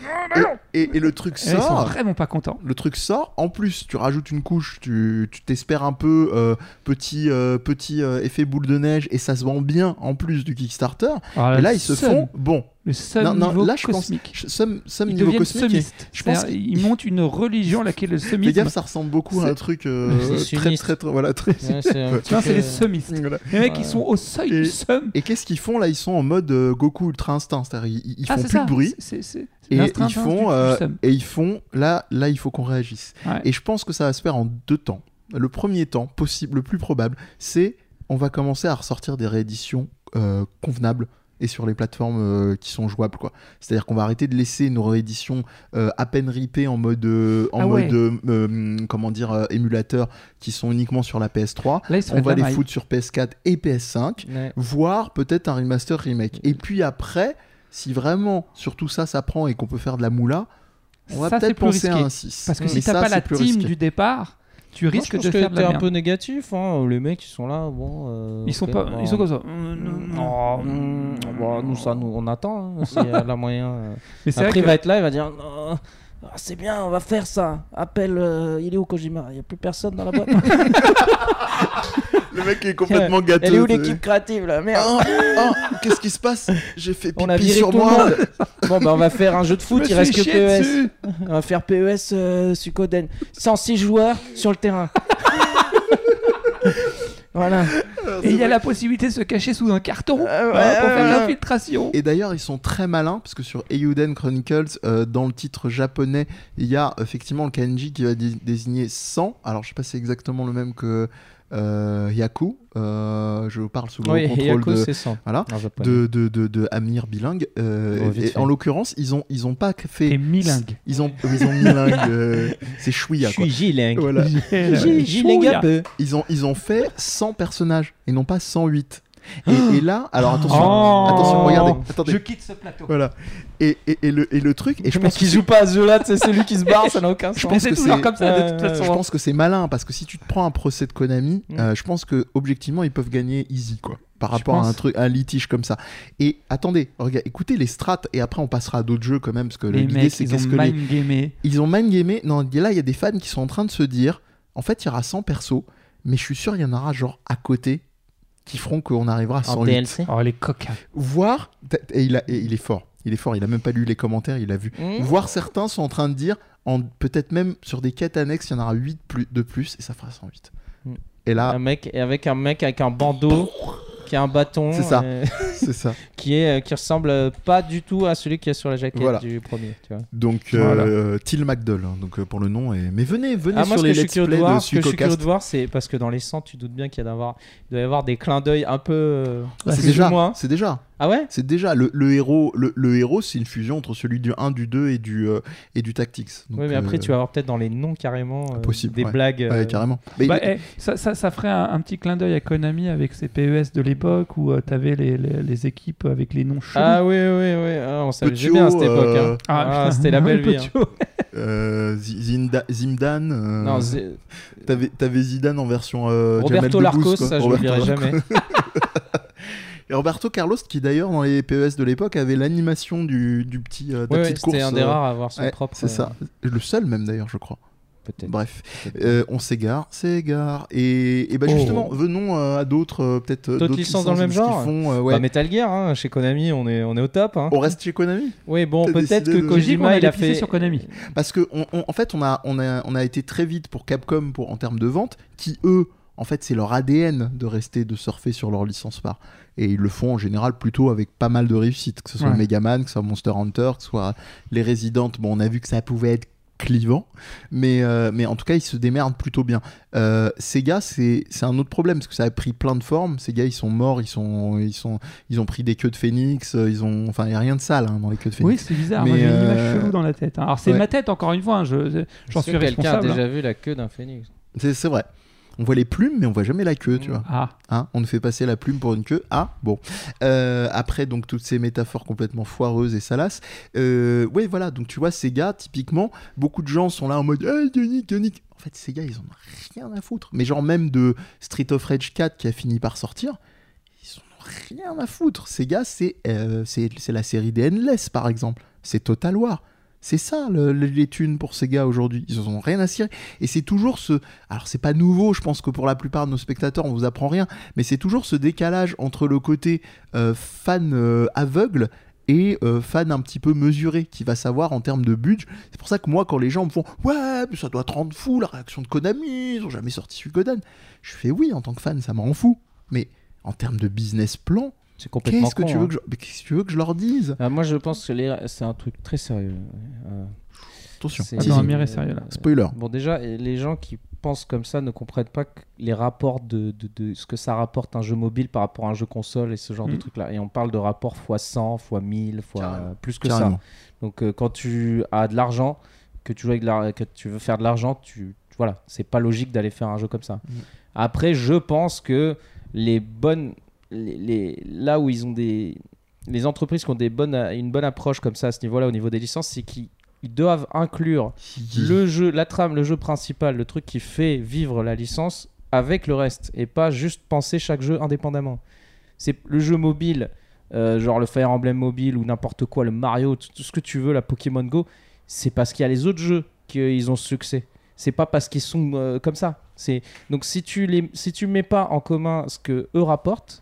Et, et- et le truc Eh, Ils sont sort. vraiment pas contents. Le truc sort. En plus, tu rajoutes une couche. Tu tu t'espères un peu euh, petit, euh, petit euh, effet boule de neige. Et ça se vend bien en plus du Kickstarter. Alors, et là, le ils se seum- font. Bon. Le seul Non, non, niveau là, je pense- cosmique. je- Somme somme Ils niveau deviennent cosmique. et- semistes. je pense C'est-à-dire, qu'ils- Ils montent une religion laquelle le Fais semisme. gaffe, ça ressemble beaucoup à un truc euh, C'est très, sioniste. très, très- voilà, [laughs] très- Ouais, c'est un petit Non, c'est peu- les semistes. voilà. Les mecs, Ouais. ils sont au seuil Et- du seum. Et qu'est-ce qu'ils font là Ils sont en mode euh, Goku Ultra Instinct, c'est-à-dire ils, ils Ah, font c'est plus ça. de bruit C'est- c'est- c'est et l'instinct ils hein, du- font du euh, seum. et ils font là là il faut qu'on réagisse. Ouais. Et je pense que ça va se faire en deux temps. Le premier temps possible, le plus probable, c'est on va commencer à ressortir des rééditions euh, convenables et sur les plateformes euh, qui sont jouables. quoi. C'est-à-dire qu'on va arrêter de laisser nos rééditions euh, à peine ripées en mode, euh, en Ah ouais. mode euh, comment dire, euh, émulateur qui sont uniquement sur la PS3. Là, ils se On va les foutre. foutre sur PS4 et PS5, Ouais. voire peut-être un remaster remake. Et puis après, si vraiment sur tout ça ça prend et qu'on peut faire de la moula, on va Ça, c'est peut-être plus penser à risqué. un 6. Parce que Mmh. Mais si t'as ça, pas la c'est plus team risqué. du départ, tu Moi, risques je pense de que faire de t'es la un merde. peu négatif. hein. Les mecs, ils sont là. Bon, euh, Ils sont ok, pas, bon. ils sont comme ça. Mm, oh, mm, bon, nous, ça, nous, on attend. hein, S'il y a la moyen. euh. Mais c'est vrai Après, il que- va être là, il va dire Non, ah, C'est bien, on va faire ça. Appelle, euh, il est où Kojima Il n'y a plus personne dans la boîte. Le mec est complètement gâteau. Elle est où t'sais. [laughs] l'équipe créative là Merde. Oh, oh, qu'est-ce qui se passe J'ai fait On a Ah, pipi viré sur tout moi. [laughs] le monde. Bon, bah, on va faire un jeu de Je foot, me il reste suis que E chié PES. dessus. On va faire PES euh, Suikoden. 106 joueurs sur le terrain. voilà. Ah, Et il y a la possibilité de se cacher sous un carton Euh, ouais, hein, pour ouais, faire ouais. l'infiltration. Et d'ailleurs, ils sont très malins parce que sur Eiyuden Chronicles, euh, dans le titre japonais, il y a effectivement le kanji qui va dé- désigner 100. Alors, je sais pas si c'est exactement le même que euh, Yaku. Euh, je parle sous le Oui, contrôle Yaku, de, c'est 100. voilà, En japonais. de, de, de, de Amir bilingue. Euh, Oh, vite et fait. en l'occurrence, ils ont, ils ont pas T'es fait. milingue. Ils ont, ils ont [laughs] bilingue. euh, c'est chouïa, quoi. gilingue. Voilà. Chouïa. Ils ont, ils ont fait 100 personnages et non pas 108. Et, [gasps] et là, alors attention, Oh. attention, regardez, attendez. Je quitte ce plateau. Voilà. Et, et, et le, et le truc, et je pense, qu'il joue pas à ce jeu-là, [laughs] c'est celui qui se barre, ça n'a aucun sens. Je pense Mais c'est que toujours c'est- comme ça de toute Euh, je façon. hein. pense que c'est malin parce que si tu te prends un procès de Konami, Mm. euh, je pense que objectivement ils peuvent gagner easy quoi. Par Je rapport à un pense. truc, à un litige comme ça. Et attendez, regarde, écoutez les strates et après on passera à d'autres jeux quand même parce que Les l'idée mecs, c'est ils ont qu'est-ce que les- mind gamé. ils ont mind gamé. Non, là il y a des fans qui sont en train de se dire, en fait il y aura 100 persos, mais je suis sûr il y en aura genre à côté qui feront qu'on arrivera à En 108. DLC. Oh, les coquins. Voir, et il, a, et il est fort, il est fort, il a même pas lu les commentaires, il a Hmm? vu. Mmh. Voire certains sont en train de dire, en, peut-être même sur des quêtes annexes, il y en aura 8 plus, de plus et ça fera 108. Mm. Et là, Un mec, et avec un mec avec un bandeau qui a un bâton C'est ça. euh, [laughs] c'est ça. qui, est, qui ressemble euh, pas du tout à celui qui est sur la jaquette Voilà. du premier. Tu vois. Donc, euh, Till McDowell, hein, donc, euh, pour le nom. Et... Mais venez, venez Ah, moi, sur ce les que je suis let's curieux de play voir, de ce que je suis curieux Suicocast. de voir, c'est parce que dans les 100, tu doutes bien qu'il y a d'avoir- il doit y avoir des clins d'œil un peu. euh, Bah, C'est plus ou déjà, moins. c'est déjà, Ah ouais c'est déjà le, le héros. Le, le héros, c'est une fusion entre celui du 1, du 2 et du, euh, et du Tactics. Donc, Oui, mais après, euh, tu vas avoir peut-être dans les noms carrément euh, Possible, des ouais. blagues. euh, ouais, carrément. Mais Bah, il- eh, ça, ça, ça ferait un, un petit clin d'œil à Konami avec ses PES de l'époque où euh, t'avais les, les, les équipes avec les noms chelous. Ah oui, oui, oui, ah, on s'amusait Petio, bien à cette époque. hein. euh, Ah, putain. c'était la belle vie. hein. euh, Zi- Zinda- Zimdan. euh, Non, c'est- T'avais, t'avais Zidane en version euh, Jamel Roberto Debbouze, Larcos, quoi. ça je Roberto l'oublierai Larcos. jamais. Et Roberto Carlos, qui d'ailleurs dans les PES de l'époque avait l'animation du, du petit euh, de la Ouais, ouais, petite course. C'était un des euh, rares à avoir son ouais, propre. c'est ça. Le seul même d'ailleurs, je crois. euh, Peut-être. Bref, peut-être. Euh, on s'égare, s'égare. Et, et bah Oh. justement, venons euh, à d'autres, euh, peut-être euh, D'autres licences dans le même de ce qu'ils genre font, euh, ouais. Bah, Metal Gear, hein, chez Konami, on est, on est au top. Hein. On reste chez Konami Oui, bon, T'as peut-être décidé que de- J'ai dit qu'on Kojima, il allait a pisser fait. sur Konami. Parce que on- on- en fait, on a, on, a, on a été très vite pour Capcom pour, en termes de vente, qui eux, en fait, c'est leur ADN de rester, de surfer sur leur licence phare. Et ils le font en général plutôt avec pas mal de réussites, que ce soit Ouais. Megaman, que ce soit Monster Hunter, que ce soit les résidentes. Bon, on a vu que ça pouvait être clivant, mais, euh, mais en tout cas, ils se démerdent plutôt bien. Euh, Sega, c'est c'est un autre problème, parce que ça a pris plein de formes. Sega, ils sont morts, ils, sont, ils, sont, ils ont pris des queues de phoenix, euh, ils ont... enfin, il n'y a rien de sale hein, dans les queues de phoenix. Oui, c'est bizarre. Moi, Mais, j'ai une image euh, chelou dans la tête. hein. Alors, c'est ouais. ma tête, encore une fois. hein, je- J'en Est-ce suis que quelqu'un a responsable. hein. déjà vu la queue d'un phénix. C'est c'est vrai. On voit les plumes, mais on voit jamais la queue, tu vois. Ah, Hein, on nous fait passer la plume pour une queue. Ah, bon. Euh, après, donc, toutes ces métaphores complètement foireuses et salaces. Euh, ouais, voilà. Donc, tu vois, ces gars, typiquement, beaucoup de gens sont là en mode Hey, Yannick, Yannick. En fait, ces gars, ils en ont rien à foutre. Mais, genre, même de Street of Rage 4 qui a fini par sortir, ils en ont rien à foutre. Ces gars, c'est euh, c'est- c'est la série des Endless, par exemple. C'est Total War. C'est ça le- le- les thunes pour ces gars aujourd'hui. Ils en ont rien à cirer. Et c'est toujours ce. Alors, c'est pas nouveau, je pense que pour la plupart de nos spectateurs, on vous apprend rien. Mais c'est toujours ce décalage entre le côté euh, fan euh, aveugle et euh, fan un petit peu mesuré qui va savoir en termes de budget. C'est pour ça que moi, quand les gens me font Ouais, mais ça doit te rendre fou la réaction de Konami, ils ont jamais sorti Suikoden. Je fais Oui, en tant que fan, ça m'en fout. Mais en termes de business plan, C'est complètement qu'est-ce que, con, tu veux hein. que je- mais qu'est-ce que tu veux que je leur dise Ah, moi, je pense que les- c'est un truc très sérieux. Euh, Attention, c'est- Euh, Ah non, Amir est sérieux, là. spoiler. Bon, déjà, les gens qui pensent comme ça ne comprennent pas que- les rapports de, de- de ce que ça rapporte un jeu mobile par rapport à un jeu console et ce genre de Mhm. trucs là. Et on parle de rapport x 100, x 1000, fois Hmm. Carrément. plus que ça. Carrément. Donc euh, quand tu as de l'argent, que tu, joues avec de l'ar- que tu veux faire de l'argent, tu voilà, c'est pas logique d'aller faire un jeu comme ça. Mhm. Après, je pense que les bonnes, les, les- là où ils ont des, les entreprises qui ont des bonnes, une bonne approche comme ça à ce niveau-là, au niveau des licences, c'est qu'ils ils doivent inclure le jeu, la trame, le jeu principal, le truc qui fait vivre la licence avec le reste et pas juste penser chaque jeu indépendamment. C'est le jeu mobile, euh, genre le Fire Emblem mobile ou n'importe quoi, le Mario, tout tout ce que tu veux, la Pokémon Go, c'est parce qu'il y a les autres jeux qu'ils ont ce succès. C'est pas parce qu'ils sont euh, comme ça. C'est donc si tu les si tu mets pas en commun ce que eux rapportent,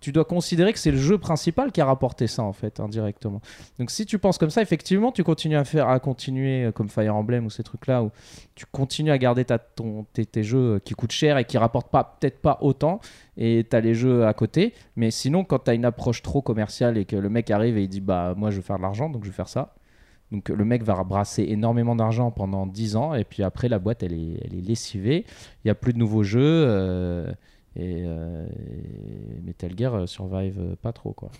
tu dois considérer que c'est le jeu principal qui a rapporté ça en fait indirectement. Donc si tu penses comme ça, effectivement, tu continues à faire, à continuer euh, comme Fire Emblem ou ces trucs-là, où tu continues à garder ta, ton, tes, tes jeux euh, qui coûtent cher et qui rapportent pas peut-être pas autant, et tu as les jeux à côté. Mais sinon, quand tu as une approche trop commerciale et que le mec arrive et il dit bah moi je veux faire de l'argent, donc je vais faire ça. Donc le mec va brasser énormément d'argent pendant 10 ans et puis après la boîte elle est, elle est lessivée, il n'y a plus de nouveaux jeux euh, et, euh, et Metal Gear euh, survive euh, pas trop quoi.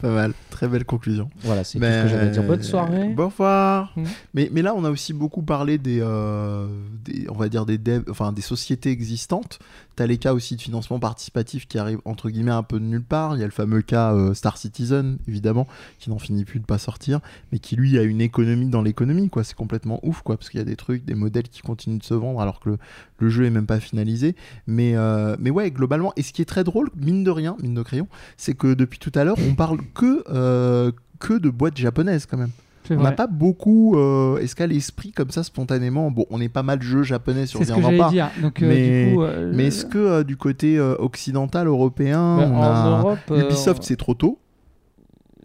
Pas mal. Très belle conclusion. Voilà, c'est tout Mais- ce que j'avais à dire. Bonne soirée. Bonsoir. Mm. euh, Mais, mais là, on a aussi beaucoup parlé des, euh, des- on va dire des devs- enfin des sociétés existantes. T'as les cas aussi de financement participatif qui arrivent entre guillemets un peu de nulle part. Il y a le fameux cas euh, Star Citizen, évidemment, qui n'en finit plus de pas sortir, mais qui lui a une économie dans l'économie, quoi. C'est complètement ouf, quoi, parce qu'il y a des trucs, des modèles qui continuent de se vendre alors que le, le jeu est même pas finalisé. Mais, euh, mais ouais, globalement. Et ce qui est très drôle, mine de rien, mine de crayon, c'est que depuis tout à l'heure, on parle que euh, que de boîtes japonaises quand même. C'est On n'a vrai. pas beaucoup euh, escale esprit comme ça spontanément. Bon, on n'est pas mal jeu japonais, sur C'est ce que j'allais pas. dire. Donc, euh, Mais- du coup, euh, Mais est-ce que euh, du côté euh, occidental européen, Bah, on en a- Europe, euh, Ubisoft, c'est trop tôt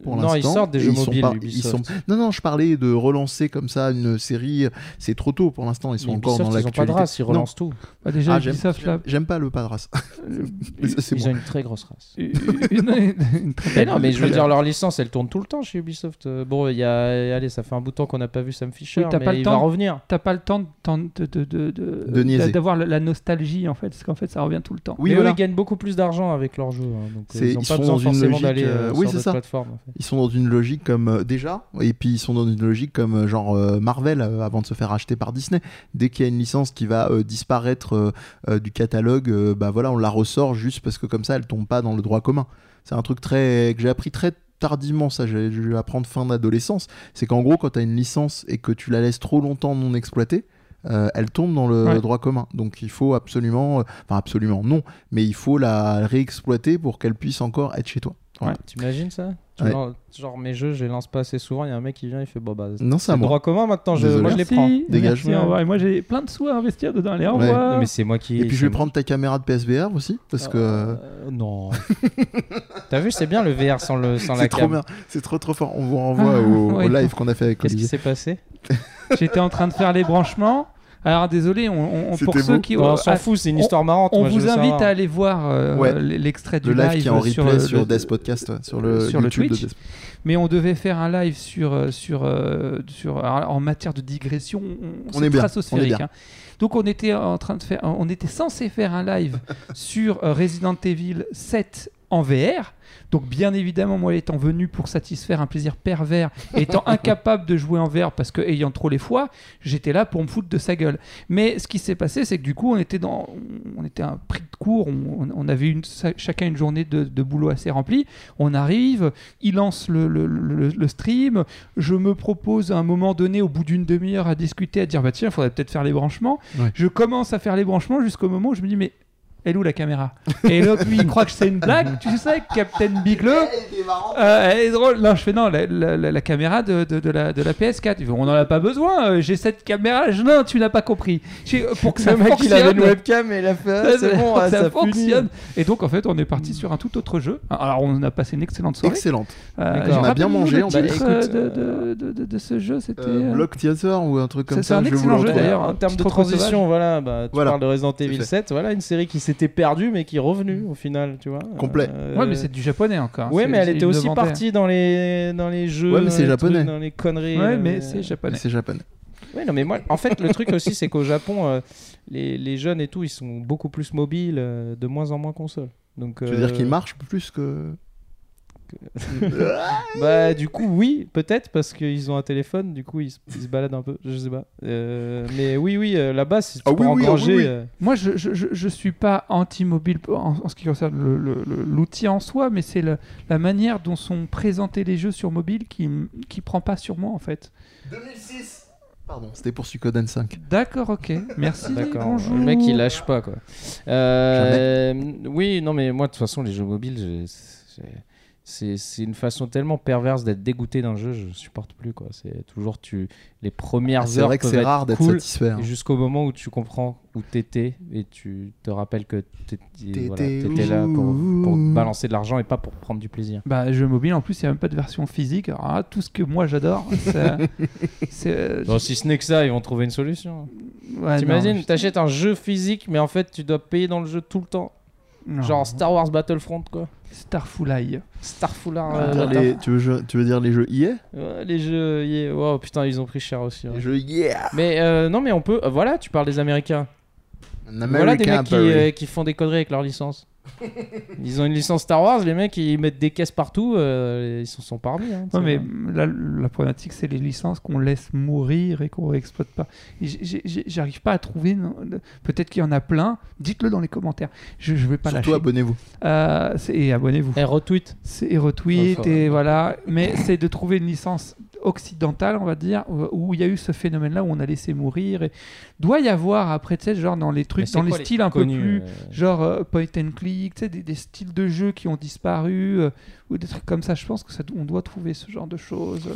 pour non, ils l'instant, sortent des et jeux ils sont mobiles. pas- ils Ubisoft. sont- Non, non, je parlais de relancer comme ça une série. C'est trop tôt pour l'instant. Ils sont Mais encore Ubisoft, dans ils ont pas de l'actualité. race, ils relancent tout. bah, déjà, Ah, j'aime- Ubisoft, là, euh, J'aime pas le pas de race. [laughs] Mais ça, c'est Ils moi. ont une très grosse race. une, [laughs] une très Mais belle- non, mais je veux Très dire, leur licence, elle tourne tout le temps chez Ubisoft. Euh, Bon, il y a, allez, ça fait un bout de temps qu'on n'a pas vu Sam Fisher, Oui, t'as mais pas le il temps. va revenir. T'as pas le temps de, t'en- de, de, de- de- De niaiser. d'avoir la- la nostalgie en fait, parce qu'en fait ça revient tout le temps. Oui, mais voilà. eux, ils gagnent beaucoup plus d'argent avec leur jeu. hein, donc, euh, C'est- ils n'ont ils pas sont besoin dans une forcément logique, d'aller euh, euh, oui, sur c'est d'autres ça. plateformes. en fait. Ils sont dans une logique comme euh, déjà, et puis ils sont dans une logique comme euh, genre euh, Marvel euh, avant de se faire acheter par Disney. Dès qu'il y a une licence qui va euh, disparaître euh, euh, du catalogue, euh, bah voilà, on la ressort juste parce que comme ça, elle tombe pas dans le droit commun. C'est un truc très que j'ai appris très tardivement, ça, j'ai j'ai dû apprendre fin d'adolescence. C'est qu'en gros, quand tu as une licence et que tu la laisses trop longtemps non exploitée, euh, elle tombe dans le Ouais. droit commun. Donc il faut absolument, euh, enfin absolument non, mais il faut la réexploiter pour qu'elle puisse encore être chez toi. Voilà. T'imagines ça Tu Ouais. lan- Genre, mes jeux, je les lance pas assez souvent. Il y a un mec qui vient, il fait Bon, bah, c'est Non, c'est à Ah, le moi. droit commun maintenant. Je, Désolé. moi, je les Merci, prends. Dégage. merci, au revoir. Et moi j'ai plein de sous à investir dedans. Allez, au Ouais. revoir. Non, mais c'est moi qui. Et puis je vais c'est- prendre ta caméra de PSVR aussi, parce que euh, Euh, non. [laughs] T'as vu, c'est bien le VR sans, le, sans c'est la trop cam. bien, c'est trop trop fort. On vous renvoie au, au ouais. live qu'on a fait avec Qu'est-ce qui Olivier. s'est passé J'étais en train de faire les branchements. Alors désolé, on, on- pour C'était ceux beau. qui Non, euh, On s'en ah, fout, c'est une histoire marrante. on moi, je vous veux invite savoir. à aller voir euh, Ouais. l- l'extrait du euh, Le live, qui est en replay sur, le- Death Podcast, ouais, sur le, sur le YouTube Twitch. de Death. Mais on devait faire un live sur euh, sur euh, sur alors, en matière de digression, on, On c'est est bien, stratosphérique, on est bien. hein. Donc on était en train de faire, on était censé faire [laughs] un live sur euh, Resident Evil 7 en VR. Donc bien évidemment, moi étant venu pour satisfaire un plaisir pervers, [laughs] et étant incapable de jouer en VR parce que ayant trop les foies, j'étais là pour me foutre de sa gueule. Mais ce qui s'est passé, c'est que du coup, on était dans, on était un prix de cours, on, on avait une, sa- chacun une journée de, de boulot assez remplie. On arrive, il lance le, le- le- le stream, je me propose à un moment donné, au bout d'une demi-heure, à discuter, à dire bah tiens, il faudrait peut-être faire les branchements. Ouais. Je commence à faire les branchements jusqu'au moment où je me dis mais elle est où la caméra Et l'autre, [laughs] lui, il croit que c'est une blague. Tu sais, Captain Bigelow, euh, elle est drôle. Non, je fais non, la, la- la- la caméra de, de- de la, de la PS4. Il fait, on n'en a pas besoin. euh, J'ai cette caméra. Je- Non, tu n'as pas compris. Je fais, euh, pour que ça Le mec, il avait fonctionne. une webcam et il a fait Ah, C'est bon, pour que ah, ça, ça fonctionne. fonctionne. Et donc, en fait, on est parti sur un tout autre jeu. Alors, on a passé une excellente soirée. Excellente. Euh, D'accord. j'ai On a hein, rappelé bien le nom mangé, de on titre, va- bah, écoute, euh, de, de- de- de ce jeu, c'était. Euh, euh, Block Theater ou un truc comme ça, ça. c'est je un vais vous excellent le jeu, retrouver. d'ailleurs, en un termes petit de trop sauvage. transition, voilà, bah, tu Voilà. parles de Resident fait. Evil 7, voilà une série qui s'était perdue mais qui est revenue au final, tu vois. Complet. Euh, Ouais, mais c'est du japonais encore. hein, Ouais, C'est- mais elle c'est était aussi innoventé. partie dans les dans les jeux, Ouais, mais c'est dans les japonais. trucs, dans les conneries. Ouais, dans mais les- c'est Mais japonais. C'est japonais. Ouais, non, mais moi, en fait, le truc aussi, c'est qu'au Japon, euh, les, les jeunes et tout, ils sont beaucoup plus mobiles, euh, de moins en moins console. Donc, Tu veux euh, dire qu'il marche plus que. Bah, du coup, oui, peut-être, parce qu'ils ont un téléphone, du coup, ils, se- ils se baladent un peu, je sais pas. Euh, mais oui, oui, euh, là-bas, c'est Ah pour oui, oui, ah oui, engranger. oui. euh, Moi, je, je, je- je suis pas anti-mobile en, en ce qui concerne le- le- le- l'outil en soi, mais c'est le- la manière dont sont présentés les jeux sur mobile qui, m- qui prend pas sur moi, en fait. 2006 Pardon, c'était pour Suikoden 5. D'accord, ok. Merci, [laughs] D'accord, bonjour. le mec il lâche pas quoi. Euh, oui, non mais moi de toute façon les jeux mobiles, j'ai- j'ai- c'est c'est une façon tellement perverse d'être dégoûté d'un jeu, je supporte plus quoi. C'est toujours tu les premières Ah, C'est heures vrai que peuvent c'est être rare d'être cool, satisfait. hein. et jusqu'au moment où tu comprends où t'étais et tu te rappelles que t'étais T'étais voilà, t'étais là pour, où pour balancer de l'argent et pas pour prendre du plaisir. Bah, jeu mobile, en plus, il n'y a même pas de version physique. Alors là, tout ce que moi j'adore, [laughs] c'est. c'est, euh, Non, si ce n'est que ça, ils vont trouver une solution. ouais, Ah non, T'imagines, je- t'achètes un jeu physique, mais en fait tu dois payer dans le jeu tout le temps. non. Genre Star Wars Battlefront quoi. Starful Eye. Ah, Starfoulard. Tu veux dire euh, les- tu, veux jeux- tu veux dire les jeux E IA Ouais, les jeux, yeah. Wow, putain, ils ont pris cher aussi. ouais. Les jeux E IA Mais euh, non, mais on peut. euh, voilà, tu parles des Américains. Un voilà des mecs qui, Berry. euh, qui font des conneries avec [laughs] leur licence. ils ont une licence Star Wars, les mecs ils mettent des caisses partout, euh, ils s'en sont parmi. hein, tu Ouais, sais. mais là, la problématique, c'est les licences qu'on laisse mourir et qu'on réexploite pas. Et j'ai- j'ai- j'ai- J'arrive pas à trouver. non, le- Peut-être qu'il y en a plein. Dites-le dans les commentaires. Je, je vais pas Surtout lâcher. abonnez-vous. Euh, c'est- et abonnez-vous. Eh, retweet. C'est- Et retweet Enfin, et voilà. Mais c'est de trouver une licence occidentale, on va dire, où où il y a eu ce phénomène-là où on a laissé mourir. Et doit y avoir après, tu sais, genre dans les Mais trucs, c'est dans les quoi styles un peu connus, plus. euh, Genre euh, point and click, tu sais, des, des styles de jeux qui ont disparu, euh, ou des trucs comme ça. Je pense que ça, on doit trouver ce genre de choses.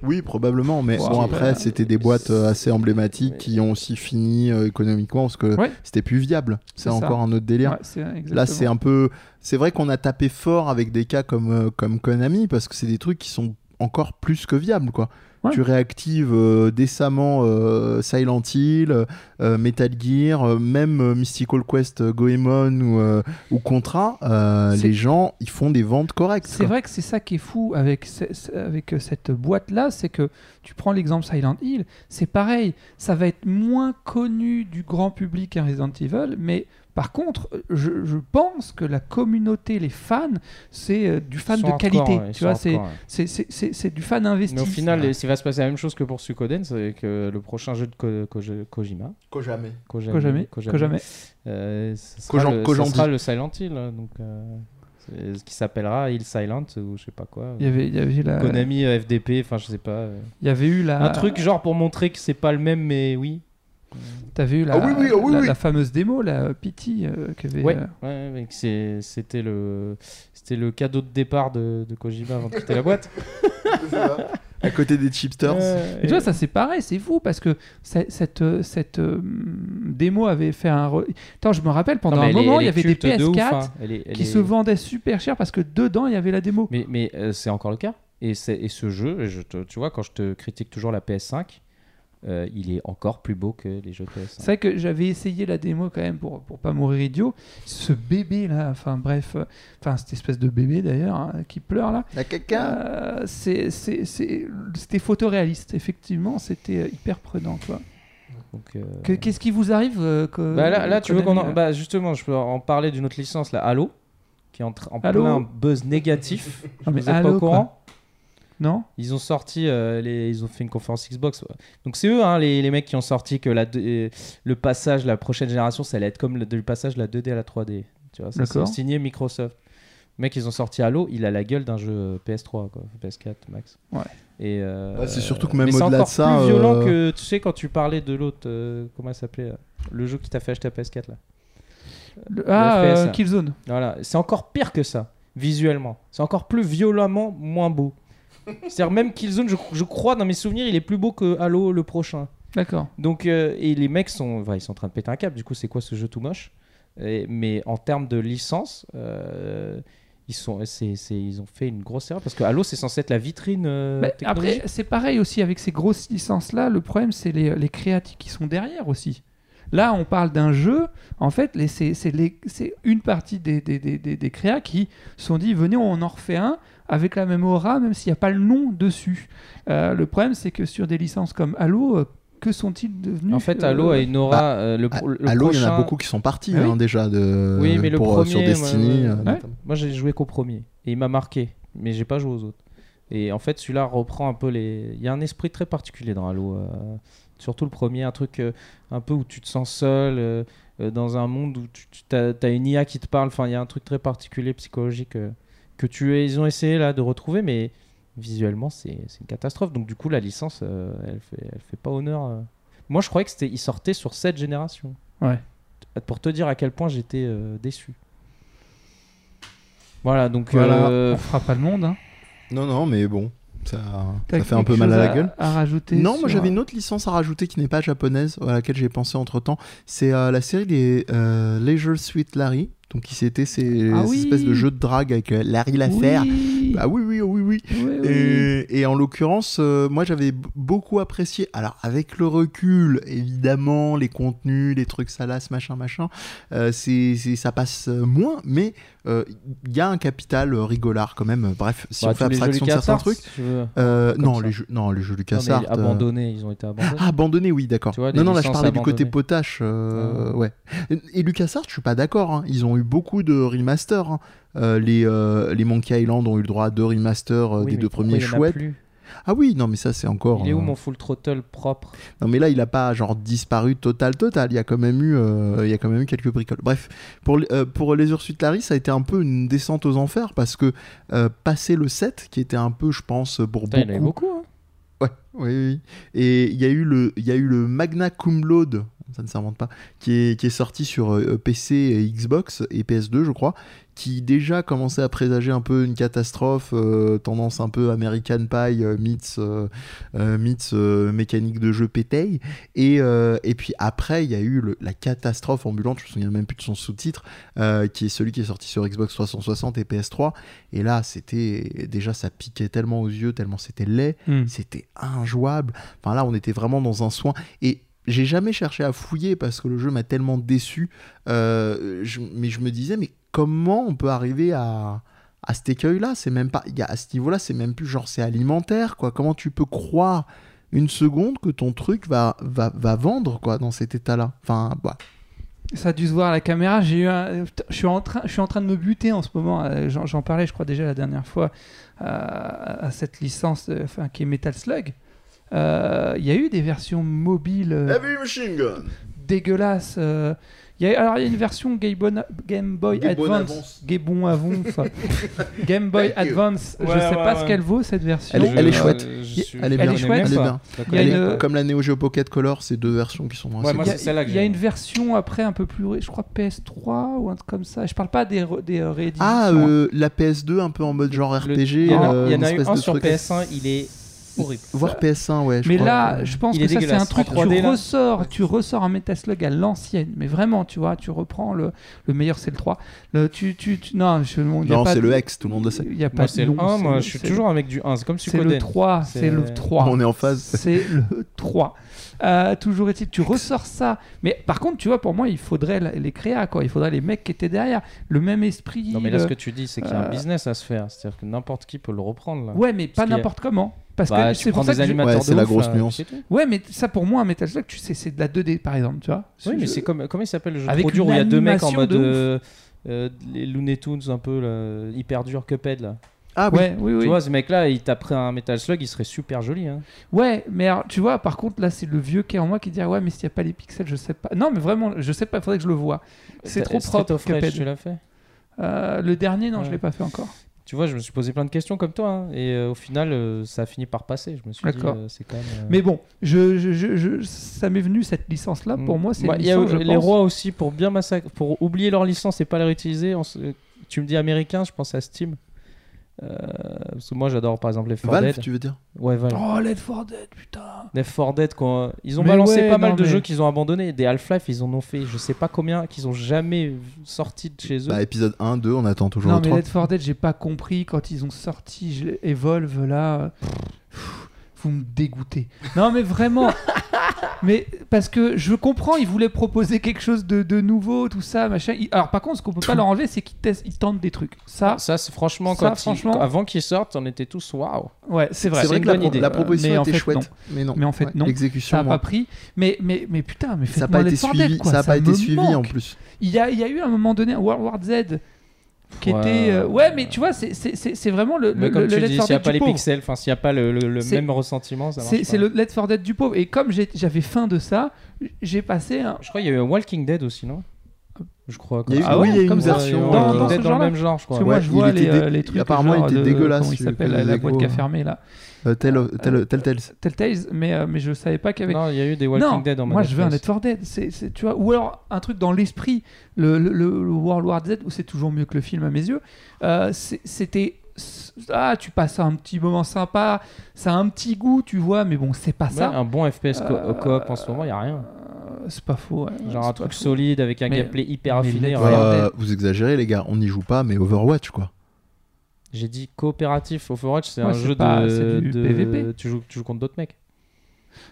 Oui, probablement, mais Wow. bon, Puis, après, euh, c'était des boîtes euh, assez emblématiques mais- qui ont aussi fini euh, économiquement parce que Ouais. c'était plus viable. C'est C'est ça. encore un autre délire. Ouais, c'est- Là, c'est exactement. un peu. C'est vrai qu'on a tapé fort avec des cas comme, euh, comme Konami parce que c'est des trucs qui sont encore plus que viables, quoi. Ouais. Tu réactives euh, décemment euh, Silent Hill, euh, Metal Gear, euh, même euh, Mystical Quest euh, Goemon ou, euh, ou Contra. euh, C'est- les gens, ils font des ventes correctes. C'est quoi. vrai que c'est ça qui est fou avec, ce- ce- avec euh, cette boîte-là, c'est que tu prends l'exemple Silent Hill, c'est pareil, ça va être moins connu du grand public qu'un Resident Evil, mais par contre, euh, je, je pense que la communauté, les fans, c'est euh, du fan ils de sont hardcore, qualité, ouais, ils tu sont vois, c'est hardcore, ouais. c'est- c'est- c'est- c'est du fan investi. Mais au final, les- s'il va se passer la même chose que pour Sukoden, c'est que le prochain jeu de Ko- Ko- Kojima. jamais. Kojami- que jamais, que Kojami, jamais. Euh, ce sera, Kojan- le, ce Kojandi. sera le Silent Hill, hein, donc, euh, c'est- ce qui s'appellera Hill Silent ou je sais pas quoi. Il y avait, il y avait la- Konami, euh, FDP, enfin je sais pas. euh. il y avait eu la, Un truc genre pour montrer que c'est pas le même, mais oui. T'avais eu la, Ah oui, oui, ah oui, la, oui. la fameuse démo, la Pity, euh, qui avait. Ouais, euh, ouais, mais que c'est- c'était le, c'était le cadeau de départ de, de Kojima avant de quitter la boîte. [laughs] à côté des chipsters. Euh, Et tu vois, ça c'est pareil, c'est fou parce que c'est- cette, euh, cette euh, démo avait fait un. re- Attends, je me rappelle, non, pendant mais un elle est- moment, elle il y est avait des culte de ouf, PS4 hein. Elle est- elle qui est- se vendaient super cher parce que dedans il y avait la démo. Mais, mais, euh, c'est encore le cas. Et, c'est- et ce jeu, je te- tu vois, quand je te critique toujours la PS5, euh, il est encore plus beau que les jeux PS5. C'est vrai que j'avais essayé la démo quand même pour, pour pas mourir idiot. Ce bébé là, enfin bref, euh, enfin cette espèce de bébé d'ailleurs hein, qui pleure là, La caca. euh, c'est- c'est- c'est- c'était photoréaliste, effectivement, c'était euh, hyper prenant quoi. Donc, euh, Que- Qu'est-ce qui vous arrive euh, que- Bah là, là, tu veux qu'on Konami, hein. en... là bah, justement, je peux en parler d'une autre licence, la Halo, qui est en, train- en Halo plein buzz négatif. Non, mais Vous êtes pas Halo, au courant Non Ils ont sorti, euh, les... ils ont fait une conférence Xbox. ouais. Donc c'est eux, hein, les... les mecs qui ont sorti que la deux- euh, le passage, la prochaine génération, ça allait être comme le, le passage de la 2D à la 3D. Tu vois, ça, c'est D'accord. signé Microsoft. Le mec, ils ont sorti Halo, il a la gueule d'un jeu PS3, quoi, PS4 max. Ouais. Et euh, Ouais, c'est surtout que même mais c'est au-delà de encore ça, plus violent euh, que tu sais quand tu parlais de l'autre, euh, comment il s'appelait, euh, le jeu qui t'a fait acheter à PS4 là. Le- Ah, FPS, euh, là. Killzone. Voilà, c'est encore pire que ça, visuellement. C'est encore plus violemment moins beau. C'est-à-dire même Killzone, je, je crois dans mes souvenirs, il est plus beau que Halo le prochain. D'accord. Donc euh, et les mecs sont, enfin, ils sont en train de péter un câble. Du coup, c'est quoi ce jeu tout moche Et- Mais en termes de licence, euh, ils sont, c'est, c'est- ils ont fait une grosse erreur parce que Halo c'est censé être la vitrine. euh, Bah, technologique. après, c'est pareil aussi avec ces grosses licences-là. Le problème, c'est les, les créatifs qui sont derrière aussi. Là, on parle d'un jeu. En fait, les- c'est c'est les- c'est une partie des, des, des, des, des créas qui se sont dit venez, on en refait un avec la même aura, même s'il n'y a pas le nom dessus. Euh, le problème, c'est que sur des licences comme Halo, euh, que sont-ils devenus En fait, euh, Halo a une aura. euh, le, Ah, À- pro- le Bah, Halo, il y en a prochain- beaucoup qui sont partis Ah oui. hein, déjà de... Oui, mais le pour, euh, sur premier, Destiny. moi, euh, ouais. notamment. Moi, j'ai joué qu'au premier et il m'a marqué, mais j'ai pas joué aux autres. Et en fait, celui-là reprend un peu les. Il y a un esprit très particulier dans Halo, euh, surtout le premier, un truc euh, un peu où tu te sens seul euh, euh, dans un monde où tu as, une IA qui te parle. Enfin, il y a un truc très particulier psychologique euh, que tu ils ont essayé là de retrouver, mais visuellement, c'est c'est une catastrophe. Donc du coup, la licence, euh, elle fait, elle fait pas honneur. euh. Moi, je croyais que c'était, il sortait sur cette génération. Ouais. Pour te dire à quel point j'étais euh, déçu. Voilà, donc Voilà, euh, on fera pas le monde. hein. Non, non, mais bon, ça, T'as ça fait un peu quelque mal à chose la gueule. À rajouter Non, sur- euh, moi j'avais une autre licence à rajouter qui n'est pas japonaise, à laquelle j'ai pensé entre temps. C'est euh, la série des euh, Leisure Suite Larry. Donc, qui c'était ces, Ah ces oui. espèces de jeux de drague avec euh, Larry Laffaire. Oui, Bah oui, oui, oui, oui. oui, oui. Et, et en l'occurrence, euh, moi j'avais b- beaucoup apprécié, alors avec le recul, évidemment, les contenus, les trucs salaces, machin, machin, euh, c'est, c'est- ça passe euh, moins, mais euh, il y a un capital euh, rigolard quand même. Bref, si bah, on fait tous les jeux abstraction de certains LucasArts, trucs. si tu veux. euh, comme non, ça. les jeux, non, les jeux Non, mais LucasArts. euh, abandonnés, ils ont été abandonnés. ah, abandonné, oui, d'accord. Tu vois, des non, non, là je licences parlais du côté abandonnées. potache. euh, ouais. Et, et LucasArts, je suis pas d'accord. hein. Ils ont eu beaucoup de remasters. hein. Euh, les, euh, les Monkey Island ont eu le droit à deux remasters euh, Oui, des mais deux pourquoi premiers il y en a chouettes. plus Ah oui, non, mais ça c'est encore. Il est où euh, mon full throttle propre Non, mais là il a pas genre disparu total, total. Il y a quand même eu, euh, il y a quand même eu quelques bricoles. Bref, pour, les- euh, pour les Ursuites Larry, ça a été un peu une descente aux enfers parce que euh, passer le 7, qui était un peu, je pense, pour Putain, Il y en a eu beaucoup. beaucoup. hein. Ouais, oui, oui. Et il y a eu le, il y a eu le Magna Cum Laude, ça ne s'invente pas, qui est, qui est sorti sur euh, PC et Xbox et PS2, je crois, qui déjà commençait à présager un peu une catastrophe, euh, tendance un peu American Pie, euh, meets, euh, euh, meets, euh, mécanique de jeu pétaille. Et, euh, et puis après, il y a eu le- la catastrophe ambulante, je me souviens même plus de son sous-titre, euh, qui est celui qui est sorti sur Xbox 360 et PS3. Et là, c'était, déjà, ça piquait tellement aux yeux, tellement c'était laid Hmm. c'était injouable. Enfin là, on était vraiment dans un soin et j'ai jamais cherché à fouiller parce que le jeu m'a tellement déçu. Euh, je- mais je me disais, mais comment on peut arriver à, à cet écueil-là C'est même pas, il y a- à ce niveau-là, c'est même plus genre c'est alimentaire, quoi. Comment tu peux croire une seconde que ton truc va, va, va vendre, quoi, dans cet état-là Enfin, bah, Ça a dû se voir à la caméra. J'ai eu un- putain, je, suis en train, je suis en train de me buter en ce moment. Euh, J'en j'en parlais, je crois, déjà la dernière fois euh, à cette licence euh, enfin, qui est Metal Slug. Euh, Il y a eu des versions mobiles Eh euh, ben, machine gun. dégueulasses. euh. Il y a, alors, il y a une version Game Boy, Game Boy Game Boy Advance. Avance. Game Boy Avance. [laughs] Game Boy Thank you. Advance. je Ouais, sais ouais, pas ouais. ce qu'elle vaut, cette version. Elle est- Euh, elle est Je- chouette. je Y- suis- elle est je bien. Elle connais est même chouette. pas. bien. Je la Il y a connais une- pas. Comme la Neo Geo Pocket Color, c'est deux versions qui sont Ouais, assez moi, Il y a- c'est celle-là que Il y a j'ai. une version après un peu plus, ré- je crois PS3 ou un truc comme ça. Je parle pas des, re- des euh, rééditions. Ah, euh, la PS2 un peu en mode genre Le- RPG. Il y en a, euh, il y en a une eu espèce un de sur truc. PS1, il est horrible. Voire PS1, ouais. je mais crois. là, je pense Il que est ça c'est un dégueulasse. truc. En Tu 3D, là. ressors, tu ressors un Metaslug à l'ancienne. Mais vraiment, tu vois, tu reprends le, le meilleur, c'est le 3. Le, tu, tu, tu- non, je- il y a Non, pas c'est de- le X, tout le monde le sait. Il y a pas Moi, de- c'est le non, 1, moi, c'est- je suis c'est- toujours un mec du 1. C'est comme C'est le Suikoden. 3, c'est C'est- le 3. On est en phase. C'est le 3. Euh, toujours est-il, tu ressors ça. Mais par contre, tu vois, pour moi, il faudrait la- les créas, quoi. Il faudrait les mecs qui étaient derrière. Le même esprit. Non, mais là, le- ce que tu dis, c'est qu'il y a euh, un business à se faire. C'est-à-dire que n'importe qui peut le reprendre. Là. Ouais, mais pas qu'il y a- n'importe comment. Parce Bah, que tu c'est prends pour ça des que je- animateurs Ouais, de c'est la ouf, grosse là, nuance. c'est tout. Ouais, mais ça pour moi, un Metal Slug, tu sais, c'est de la 2D par exemple, tu vois. Oui, mais Je- c'est comme comment il s'appelle le jeu Avec trop dur une où il y a deux mecs en animation mode de ouf. euh, euh, les Looney Tunes un peu là, hyper dur Cuphead là. Ah oui. Ouais, oui, oui. Tu vois ce mec là, il taperait un Metal Slug, il serait super joli hein. Ouais, mais alors, tu vois, par contre, là, c'est le vieux qui est en moi qui dit Ah Ouais, mais s'il n'y a pas les pixels, je sais pas. Non, mais vraiment, je sais pas, faudrait que je le vois. C'est T'as- trop Street propre, of Rage, Cuphead. tu l'as fait Euh, le dernier, non, je Ouais. l'ai pas fait encore. Tu vois, je me suis posé plein de questions comme toi hein, et euh, au final euh, ça a fini par passer, je me suis dit D'accord. euh, c'est quand même euh, Mais bon, je, je- je- je- ça m'est venu cette licence-là. Pour Mm. moi, c'est Bah, une il y a licence, je les pense. rois aussi pour bien massacrer, pour oublier leur licence et pas la réutiliser. on se- Tu me dis américain, je pense à Steam. Euh, parce que moi j'adore par exemple les 4 Valve, Dead. tu veux dire Ouais, Valve. Oh, Left 4 Dead, putain. Left 4 Dead, quand, euh, ils ont Mais balancé ouais, pas mal non, de mais- jeux qu'ils ont abandonnés. Des Half-Life, ils en ont fait je sais pas combien, qu'ils ont jamais sorti de chez eux. Bah, épisode 1, 2, on attend toujours Non, le mais 3. Left 4 Dead, j'ai pas compris quand ils ont sorti [laughs] je- Evolve là. euh, pff, Vous me dégoûtez. Non, mais vraiment, mais parce que je comprends, ils voulaient proposer quelque chose de, de nouveau, tout ça, machin. Ils- Alors par contre, ce qu'on peut pas leur enlever, c'est qu'ils testent, ils tentent des trucs. Ça, Ça, c'est franchement, Ça, quand ils- franchement- quand- avant qu'ils sortent, on était tous waouh. ouais, c'est vrai. C'est vrai une que la, bonne pro- idée. la proposition Mais en était fait, chouette, non. mais non. Mais en fait, Ouais, non. Ça L'exécution, n'a pas moi, pris, mais, mais, mais putain, mais ça n'a faites-moi pas les été sordettes, suivi. quoi. Ça n'a pas me été suivi en manque. plus. Il y, a, il y a eu à un moment donné un World War Z qui Ouais. était. euh, ouais, mais tu vois, c'est- c'est c'est- c'est vraiment le, Mais le, comme le tu Left dis, s'il 4 n'y a Dead pas du les pauvre. pixels, enfin, s'il n'y a pas le, le- le C'est- même ressentiment, ça marche C'est pas. c'est le Let's For Dead du pauvre. Et comme j'ai- j'avais faim de ça, j'ai passé un. Je crois qu'il y a eu un Walking Dead aussi, non Je crois. Il y a eu, Ah oui, ouais, il y a eu comme une ça. version. euh, Dans- dans Walking ce Dead dans le genre-là. même genre, Parce je crois. que moi, Ouais, je il vois était les, dé- euh, les trucs. apparemment, il genre était de- dégueulasse, Comment il celui s'appelle de la, la boîte qui a Lego. fermé là Euh, Tell of- Tell- Telltales. Telltales, mais, euh, mais je savais pas qu'il y avait. Non, il y a eu des Walking Non, Dead en moi je veux un manifeste. Left 4 Dead, c'est, c'est- tu vois, ou alors un truc dans l'esprit, le, le- le- le World War Z, où c'est toujours mieux que le film à mes yeux, euh, c'est- c'était... Ah, tu passes un petit moment sympa, ça a un petit goût, tu vois, mais bon, c'est pas Ouais, hein. ça. un bon FPS co- Euh, au coop en ce moment, il n'y a rien. Euh, c'est pas faux. ouais, Genre c'est pas un truc faux. solide avec un Mais- gameplay mais hyper affiné. Left rien. Dead. Euh, Vous exagérez, les gars, on n'y joue pas, mais Overwatch, quoi. J'ai dit coopératif. Overwatch, c'est Ouais, un c'est jeu pas- de, c'est du de- PVP. Tu joues, tu joues contre d'autres mecs.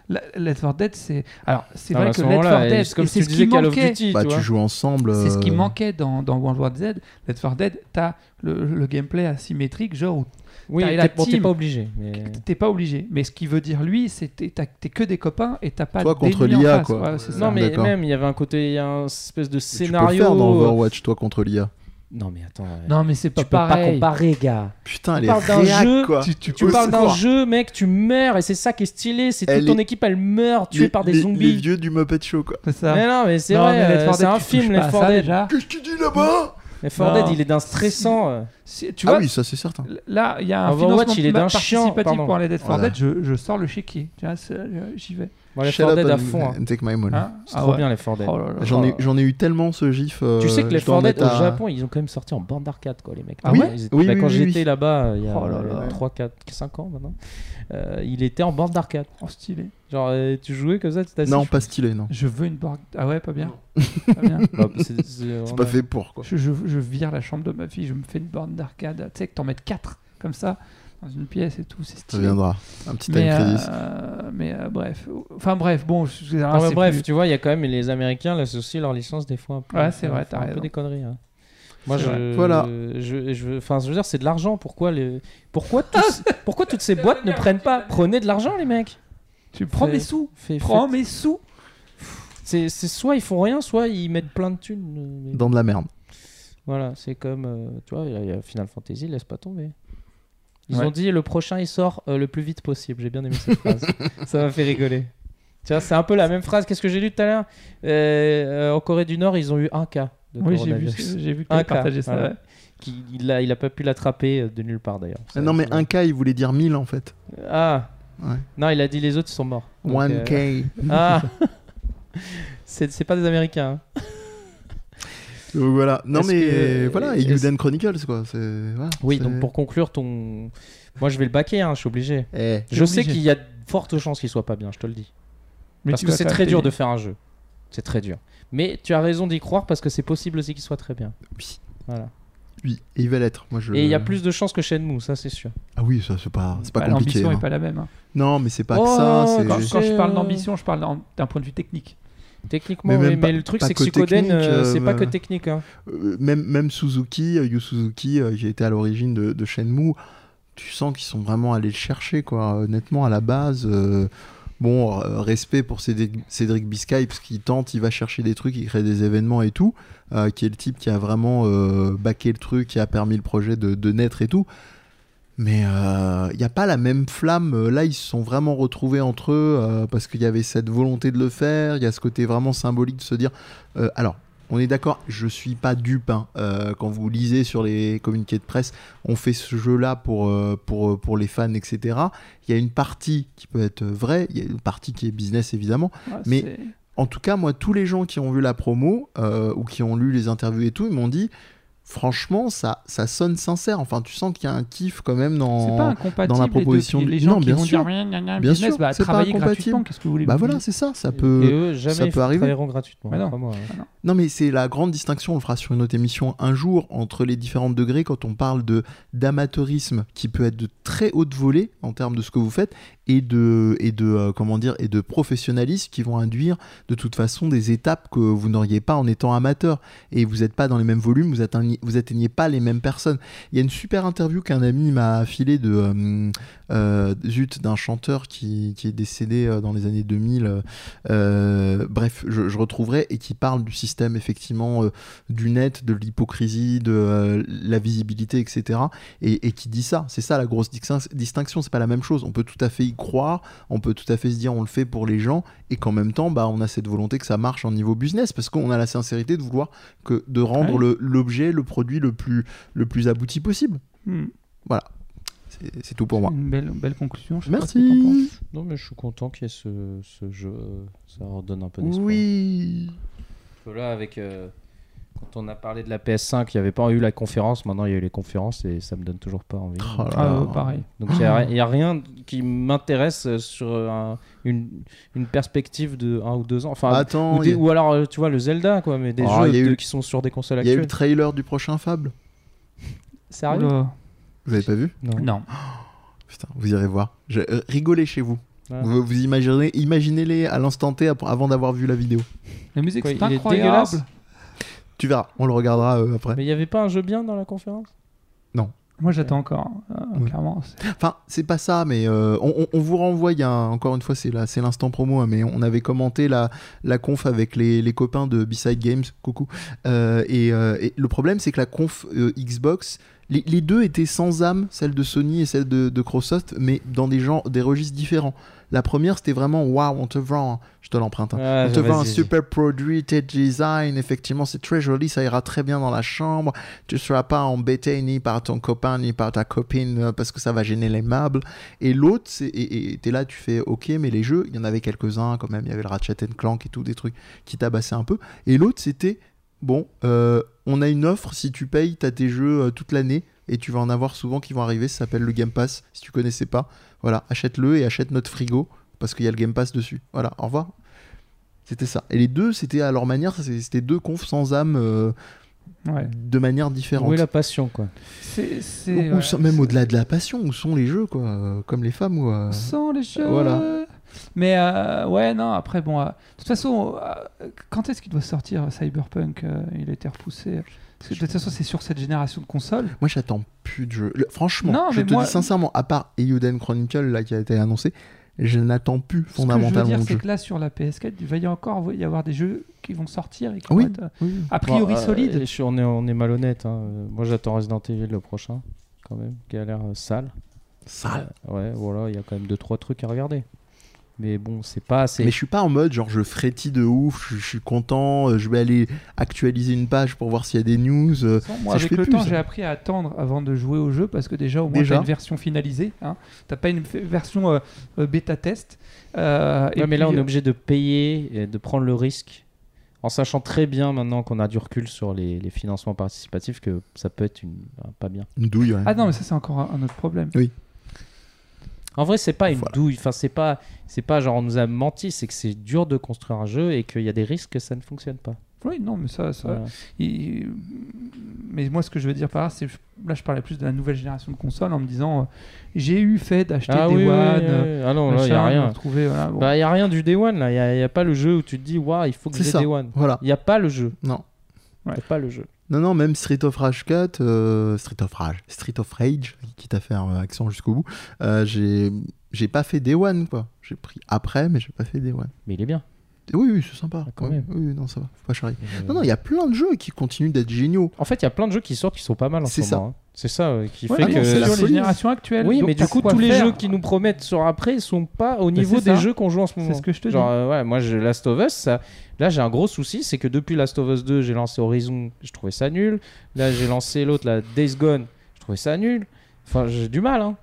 La- Left 4 Dead, c'est... Alors, c'est Ah, vrai à que ce Left moment-là, 4 Dead, c'est comme et si c'est tu ce qui disais Call of manquait... Duty. Bah, tu vois. tu joues ensemble. C'est ce qui euh, manquait dans, dans World War Z. Left 4 Dead, t'as le, le gameplay asymétrique, genre où Oui, T'as la t'es bon, t'es team. pas obligé. Mais... T'es pas obligé. Mais ce qu'il veut dire, lui, c'est t'es t'as- t'es que des copains et t'as pas Toi contre d'ennemis en l'IA, face. quoi. Ouais, c'est ça. Non, mais D'accord. même, il y avait un côté, il y a un espèce de Tu peux le scénario. euh, faire euh, dans Overwatch, toi contre l'IA. Non, mais attends. ouais. Non, mais c'est pas tu peux pas pareil. comparer, gars. Putain, elle est parles d'un réac, jeu, quoi. tu tu, Tu Au parles d'un secours. jeu, mec, tu meurs et c'est ça qui est stylé. C'est Elle toute ton est- équipe, elle meurt tuée Les- par des les- zombies. Les vieux du Muppet Show, quoi. C'est ça. Mais non, mais c'est Non, vrai, mais Left euh, 4 Dead, c'est un tu film, touches pas Left à 4 ça, Dead. déjà. Qu'est-ce que tu dis là-bas Left 4 Dead, Non. il est d'un stressant. euh. Si- tu Ah vois, oui, ça c'est certain. là, il y a un Overwatch, financement il est ma- d'un chien, participatif pardon. pour aller Dead for Voilà. Dead. Je, je sors le chéquier. Tu vois, c'est- euh, j'y vais. Bon, Left Shut 4 up Dead à and- fond. hein. and take my money. Hein C'est ah trop ouais. bien, Left 4 Dead. Oh là là. J'en ai, j'en ai eu tellement ce gif. euh, Tu sais que les les 4 Dead fornettes au Japon, ils ont quand même sorti en bande d'arcade, quoi, les mecs. Ah oui Ils étaient- Oui, bah, oui, Quand oui, j'étais oui. là-bas, il y a Oh là là. 3, 4, 5 ans maintenant, euh, il était en bande d'arcade. Oh, stylé. Genre, euh, tu jouais comme ça, tu t'assieds. Non, pas stylé, non. Je veux une borg. Ah ouais, pas bien. Pas [laughs] bien. Bah, c'est- c'est- [laughs] C'est on pas a- fait pour, quoi. Je, je, je vire la chambre de ma fille, je me fais une borne d'arcade. Tu sais que t'en mettes 4 comme ça dans une pièce et tout, c'est Ça stylé. viendra. Un petit time mais crisis. euh, mais euh, bref, enfin bref, bon, je- je- Non, mais Ah, c'est Ah bref, plus- tu vois, il y a quand même les Américains, là, c'est aussi leur licence des fois un peu. euh, Ouais, c'est vrai, font t'as un peu raison. des conneries. hein. Moi, C'est je, Voilà. je, je, enfin, je veux dire, c'est de l'argent. Pourquoi, les, pourquoi, Ah tous- pourquoi [laughs] toutes ces boîtes ne prennent pas Prenez de l'argent, les mecs. tu prends fais- mes sous, Fais- prends faites- mes sous. C'est c'est soit ils font rien, soit ils mettent plein de thunes. euh, mais- Dans de la merde. Voilà, c'est comme, euh, tu vois, il y a- il y a Final Fantasy, laisse pas tomber. Ils Ouais. ont dit le prochain il sort euh, le plus vite possible. J'ai bien aimé cette phrase. Ça m'a fait rigoler. Tu vois, c'est un peu la même phrase. Qu'est-ce que j'ai lu tout à l'heure Euh, euh, En Corée du Nord, ils ont eu un cas de Oui, j'ai vu, coronavirus. Ah, j'ai vu que Un t'avais cas, partagé ça. voilà. ouais. Qui- il, a, il a pas pu l'attraper euh, de nulle part d'ailleurs. Ça- Ah non, mais un K, il voulait dire 1000 en fait. Ah Ouais. Non, il a dit les autres ils sont morts. Donc, 1K. euh, Ah C'est c'est pas des Américains. hein. Donc voilà. Non, Est-ce mais que- euh, voilà, est-ce- Euden Chronicles, quoi. c'est- voilà, Oui, c'est- donc pour conclure, ton. Moi je vais le baquer, hein, je suis obligé. Eh, Je sais obligé. qu'il y a de fortes chances qu'il soit pas bien, je te le dis. Mais parce tu que vas c'est faire très dur de payer. faire un jeu. C'est très dur. Mais tu as raison d'y croire parce que c'est possible aussi qu'il soit très bien. oui. Voilà. Oui, et il va l'être. Moi, je... Et il y a plus de chances que Shenmue, ça c'est sûr. Ah oui, ça, c'est pas, c'est pas Bah, compliqué. L'ambition hein. est pas la même. hein. Non, mais c'est pas que Oh, ça. Quand, c'est- quand je parle euh, d'ambition, je parle en- d'un point de vue technique. Techniquement, Mais oui, mais, même pas- le truc pas c'est que que Suikoden, technique, euh, c'est euh, pas que bah- technique. hein. Euh, même, même Suzuki, euh, Yu Suzuki, euh, qui était à l'origine de, de Shenmue, tu sens qu'ils sont vraiment allés le chercher, quoi. Honnêtement, à la base, euh, bon, euh, respect pour Cédric, Cédric Biscay, parce qu'il tente, il va chercher des trucs, il crée des événements et tout, euh, qui est le type qui a vraiment euh, backé le truc, qui a permis le projet de, de naître et tout. Mais euh, il n'y a pas la même flamme. Euh, Là, ils se sont vraiment retrouvés entre eux euh, parce qu'il y avait cette volonté de le faire. Il y a ce côté vraiment symbolique de se dire. euh, alors, on est d'accord, je suis pas dupe. hein. Euh, quand vous lisez sur les communiqués de presse, on fait ce jeu-là pour, euh, pour, pour les fans, etc. Il y a une partie qui peut être vraie, il y a une partie qui est business, évidemment. Ouais, Mais- c'est- En tout cas, moi, tous les gens qui ont vu la promo euh, ou qui ont lu les interviews et tout, ils m'ont dit, franchement, ça, ça sonne sincère. Enfin, tu sens qu'il y a un kiff quand même dans... Bah c'est pas incompatible. dans la les deux, proposition puis de- Les gens Non, qui bien vont sûr. dire, gna, gna, gna, Bien business, sûr, bah, c'est pas travailler incompatible. gratuitement, qu'est-ce que vous voulez Bah vous voilà, dire c'est ça, ça Et peut... eux, jamais ça ils peut arriver. travailleront gratuitement. hein. Mais non. pas moi. Non mais c'est la grande distinction, on le fera sur une autre émission un jour, entre les différents degrés quand on parle de d'amateurisme qui peut être de très haute volée en termes de ce que vous faites et de, et de, euh, comment dire, et de professionnalisme qui vont induire de toute façon des étapes que vous n'auriez pas en étant amateur. Et vous n'êtes pas dans les mêmes volumes, vous atteignez, vous atteignez pas les mêmes personnes. Il y a une super interview qu'un ami m'a filée de euh, euh, zut d'un chanteur qui, qui est décédé euh, dans les années 2000. euh, euh, bref, je, je retrouverai et qui parle du système effectivement euh, du net, de l'hypocrisie, de euh, la visibilité, etc. Et, et qui dit ça. C'est ça la grosse distin- distinction. C'est pas la même chose. On peut tout à fait y croire, on peut tout à fait se dire on le fait pour les gens et qu'en même temps, bah, on a cette volonté que ça marche en niveau business parce qu'on a la sincérité de vouloir que de rendre Ouais. le- l'objet, le produit le plus le plus abouti possible. Hmm. C'est- C'est tout pour moi. Une belle, belle conclusion. je sais pas ce que t'en penses. Merci. Non, mais je suis content qu'il y ait ce, ce jeu. euh, Ça redonne un peu d'espoir. Oui. Parce que Là, avec, euh, quand on a parlé de la PS5, il n'y avait pas eu la conférence. Maintenant, il y a eu les conférences et ça me donne toujours euh, pas envie. Oh là Ah, là. ouais, pareil. Donc, il n'y Ah. a, il y a rien qui m'intéresse euh, sur un- une, une perspective de un ou deux ans. Enfin, Attends, ou, des- il y a- ou alors, euh, tu vois, le Zelda, quoi, mais des Oh, jeux il y a de- eu- qui sont sur des consoles il y a eu actuelles. le trailer du prochain Fable. Sérieux Oula. Vous avez pas vu Non. Putain, vous irez voir. Je- euh, rigolez chez vous. Ouais. Vous, vous imaginez, imaginez-les à l'instant T ap- avant d'avoir vu la vidéo. La musique, Quoi, c'est il est incroyable. dégueulasse Tu verras, on le regardera euh, après. Mais il n'y avait pas un jeu bien dans la conférence Moi, j'attends encore. hein. Euh, Ouais. Clairement. c'est- Enfin, c'est pas ça, mais euh, on, on- on vous renvoie. il y a un- encore une fois, c'est la- c'est l'instant promo, hein, mais on avait commenté la, la conf avec les, les copains de B-Side Games. Coucou. Euh, et, euh, et le problème, c'est que la conf euh, Xbox, les, les deux étaient sans âme, celle de Sony et celle de, de Microsoft, mais dans des genres, des registres différents. La première, c'était vraiment waouh, on te vend. Je te l'emprunte. hein. Ah, On te vas-y, vend un vas-y. super produit, tes design, effectivement, c'est très joli, ça ira très bien dans la chambre. Tu ne seras pas embêté ni par ton copain, ni par ta copine, euh, parce que ça va gêner les meubles. Et l'autre, c'est- et et- t'es là, tu fais OK, mais les jeux, il y en avait quelques-uns quand même, il y avait le Ratchet and Clank et tout, des trucs qui tabassaient un peu. Et l'autre, c'était bon, euh, on a une offre, si tu payes, t'as tes jeux euh, toute l'année, et tu vas en avoir souvent qui vont arriver, ça s'appelle le Game Pass, si tu connaissais pas. Voilà, achète-le et achète notre frigo, parce qu'il y a le Game Pass dessus. Voilà, au revoir. C'était ça. Et les deux, c'était à leur manière, c'est- c'était deux confs sans âme, euh, Ouais. de manière différente. Où est la passion, quoi C'est- c'est- euh, Ou- ou ouais, sans- même c'est- au-delà de la passion, où sont les jeux, quoi euh, Comme les femmes, ou euh, Sans les jeux. voilà. Mais euh, ouais, non, après, bon. euh, de toute façon, euh, quand est-ce qu'il doit sortir euh, Cyberpunk euh, Il a été repoussé. Parce que de toute façon, c'est sur cette génération de consoles. Moi, j'attends plus de jeux. Le- franchement, Non, je mais te moi- dis sincèrement, à part Euden Chronicle, là, qui a été annoncé, je n'attends plus Ce que je veux fondamentalement dire, de c'est jeu. que là, sur la PS4, il va y encore y avoir des jeux qui vont sortir et qui Oui. vont être, euh, Oui. a priori Bon, euh, solides. et je- on, est, on est malhonnête. hein. Euh, Moi, j'attends Resident Evil le prochain, quand même, qui a l'air euh, sale. Ah, Sale. Ouais, voilà, il y a quand même 2-3 trucs à regarder. Mais bon, c'est pas assez. Mais je suis pas en mode genre je frétille de ouf, je, je suis content, euh, je vais aller actualiser une page pour voir s'il y a des news. euh, De toute façon, Moi, ça, je avec fais le plus, temps, ça. j'ai appris à attendre avant de jouer au jeu parce que déjà, au moins, Déjà. t'as une version finalisée. Hein. T'as pas une f- version euh, euh, bêta-test. Euh, et Ouais, mais là, on puis, est obligé de payer et de prendre le risque. En sachant très bien maintenant qu'on a du recul sur les, les financements participatifs que ça peut être une, un pas bien. Une douille, ouais. Ah non, mais ça, c'est encore un un autre problème. En vrai, c'est pas une Voilà. douille. Enfin, c'est pas, c'est pas genre on nous a menti. C'est que c'est dur de construire un jeu et qu'il y a des risques que ça ne fonctionne pas. Ah Oui, non, mais ça. ça Voilà. il- Mais moi, ce que je veux dire par là, c'est. Là, je parlais plus de la nouvelle génération de consoles en me disant euh, j'ai eu fait d'acheter Ah des oui, oui, One. oui, oui. euh, Ah non, là, il y a machin, rien. retrouver, voilà, bon. Bah, il y a rien du Day One là. Il y a- il y a, pas le jeu où tu te dis waouh, il faut que C'est j'ai ça. Day One. Voilà. Il y a pas le jeu. Non. Il y a pas le jeu. Non, non, même Street of Rage 4, euh, Street of Rage, Street of Rage, quitte à faire euh, accent jusqu'au bout, euh, j'ai j'ai pas fait Day One, quoi. J'ai pris après, mais j'ai pas fait Day One. Mais il est bien. Oui, oui, c'est sympa. Ah, quand Ouais, même. Oui, oui, non, ça va, faut pas charrier. Euh, Non, non, il y a plein de jeux qui continuent d'être géniaux. En fait, il y a plein de jeux qui sortent qui sont pas mal en ce C'est ça. moment. hein. C'est ça euh, qui Ouais, fait mais que c'est la sur les folie. générations actuelles. Oui, donc mais t'as du coup, quoi tous les faire. jeux qui nous promettent sur après sont pas au Bah, niveau c'est ça. des jeux qu'on joue en ce moment. C'est ce que je te Genre, dis. euh, ouais, moi, je, Last of Us, ça- là, j'ai un gros souci, c'est que depuis Last of Us 2, j'ai lancé Horizon, je trouvais ça nul. Là, j'ai lancé l'autre, la Days Gone, je trouvais ça nul. Enfin, j'ai du mal, hein.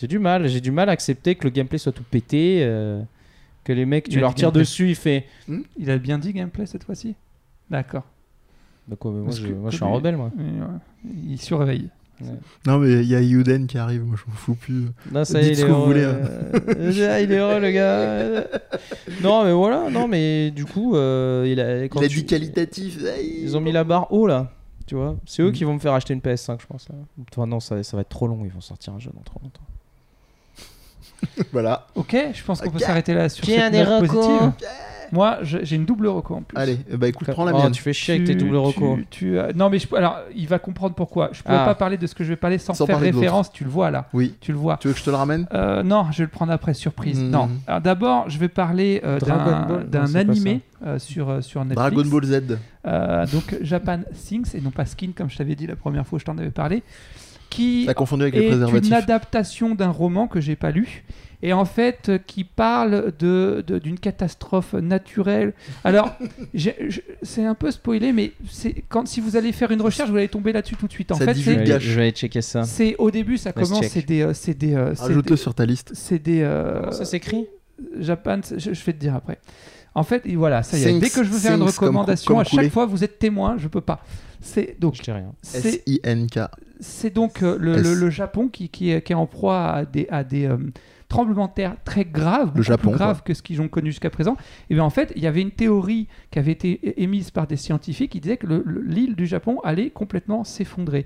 J'ai du mal, j'ai du mal à accepter que le gameplay soit tout pété, euh, que les mecs, Il tu a leur du tires gameplay. dessus, il fait. Il a bien dit gameplay cette fois-ci. D'accord. Bah quoi, mais moi, Parce je, que- moi, je suis que un lui- rebelle, moi. Mais, ouais, Il surveille. Non, mais il y a Yuden qui arrive, moi je m'en fous plus. Non, ça y est, Dites il ce est que vous heureux. voulez, euh, [laughs] ah, il est heureux, le gars. Non, mais voilà, non, mais du coup, euh, il a, quand il a tu- du qualitatif. aïe. Ils ont mis la barre haut là. Tu vois, c'est eux Mm. qui vont me faire acheter une PS5, je pense. Là. Enfin, non, ça, ça va être trop long. Ils vont sortir un jeu dans trop longtemps. [laughs] Voilà. Ok, je pense qu'on peut Ok. s'arrêter là sur Qui a cette des note recos positive. Moi, je- j'ai une double reco en plus. Allez, eh ben écoute, Oh, prends la mienne. tu fais chier avec tes doubles recours. tu- tu, euh, non, mais je, alors, il va comprendre pourquoi. Je pourrais Ah. pas parler de ce que je vais parler sans, Sans faire parler de l'autre. référence. Tu le vois là. Oui. Tu le vois. Tu veux que je te le ramène Euh, non, je vais le prendre après, surprise. Mhm. Non. Alors d'abord, je vais parler euh, Dragon d'un Ball d'un Non, c'est pas animé euh, sur, euh, sur Netflix. Dragon Ball Z. Euh, donc Japan Things, et non pas Skin, comme je t'avais dit la première fois que je t'en avais parlé, qui T'as confondu avec les est une préservatifs. adaptation d'un roman que j'ai pas lu et en fait euh, qui parle de de- d'une catastrophe naturelle. [laughs] Alors j'ai- je- c'est un peu spoilé, mais c'est quand si vous allez faire une recherche, vous allez tomber là-dessus tout de suite. En Ça fait, Je vais, divulgue. c'est- aller, Gâche. je vais aller checker ça. c'est au début ça Let's commence, check. c'est des euh, c'est des euh, c'est Ajoute-le des- sur ta liste. c'est des euh, Comment ça s'écrit Japan, je, je vais te dire après. En fait, et voilà, ça y est. Things- Dès que je veux faire une things comme cou- recommandation, comme à chaque couler. fois, vous êtes témoin, je peux pas. C'est donc, Oh, Je dis rien. c'est S-I-N-K. Ah. c'est donc euh, le, S. le- le Japon qui, qui, est, qui est en proie à des, à des euh, tremblements de terre très graves, beaucoup Japon, plus graves que ce qu'ils ont connu jusqu'à présent. Et bien en fait, il y avait une théorie qui avait été é- émise par des scientifiques qui disaient que le- le- l'île du Japon allait complètement s'effondrer.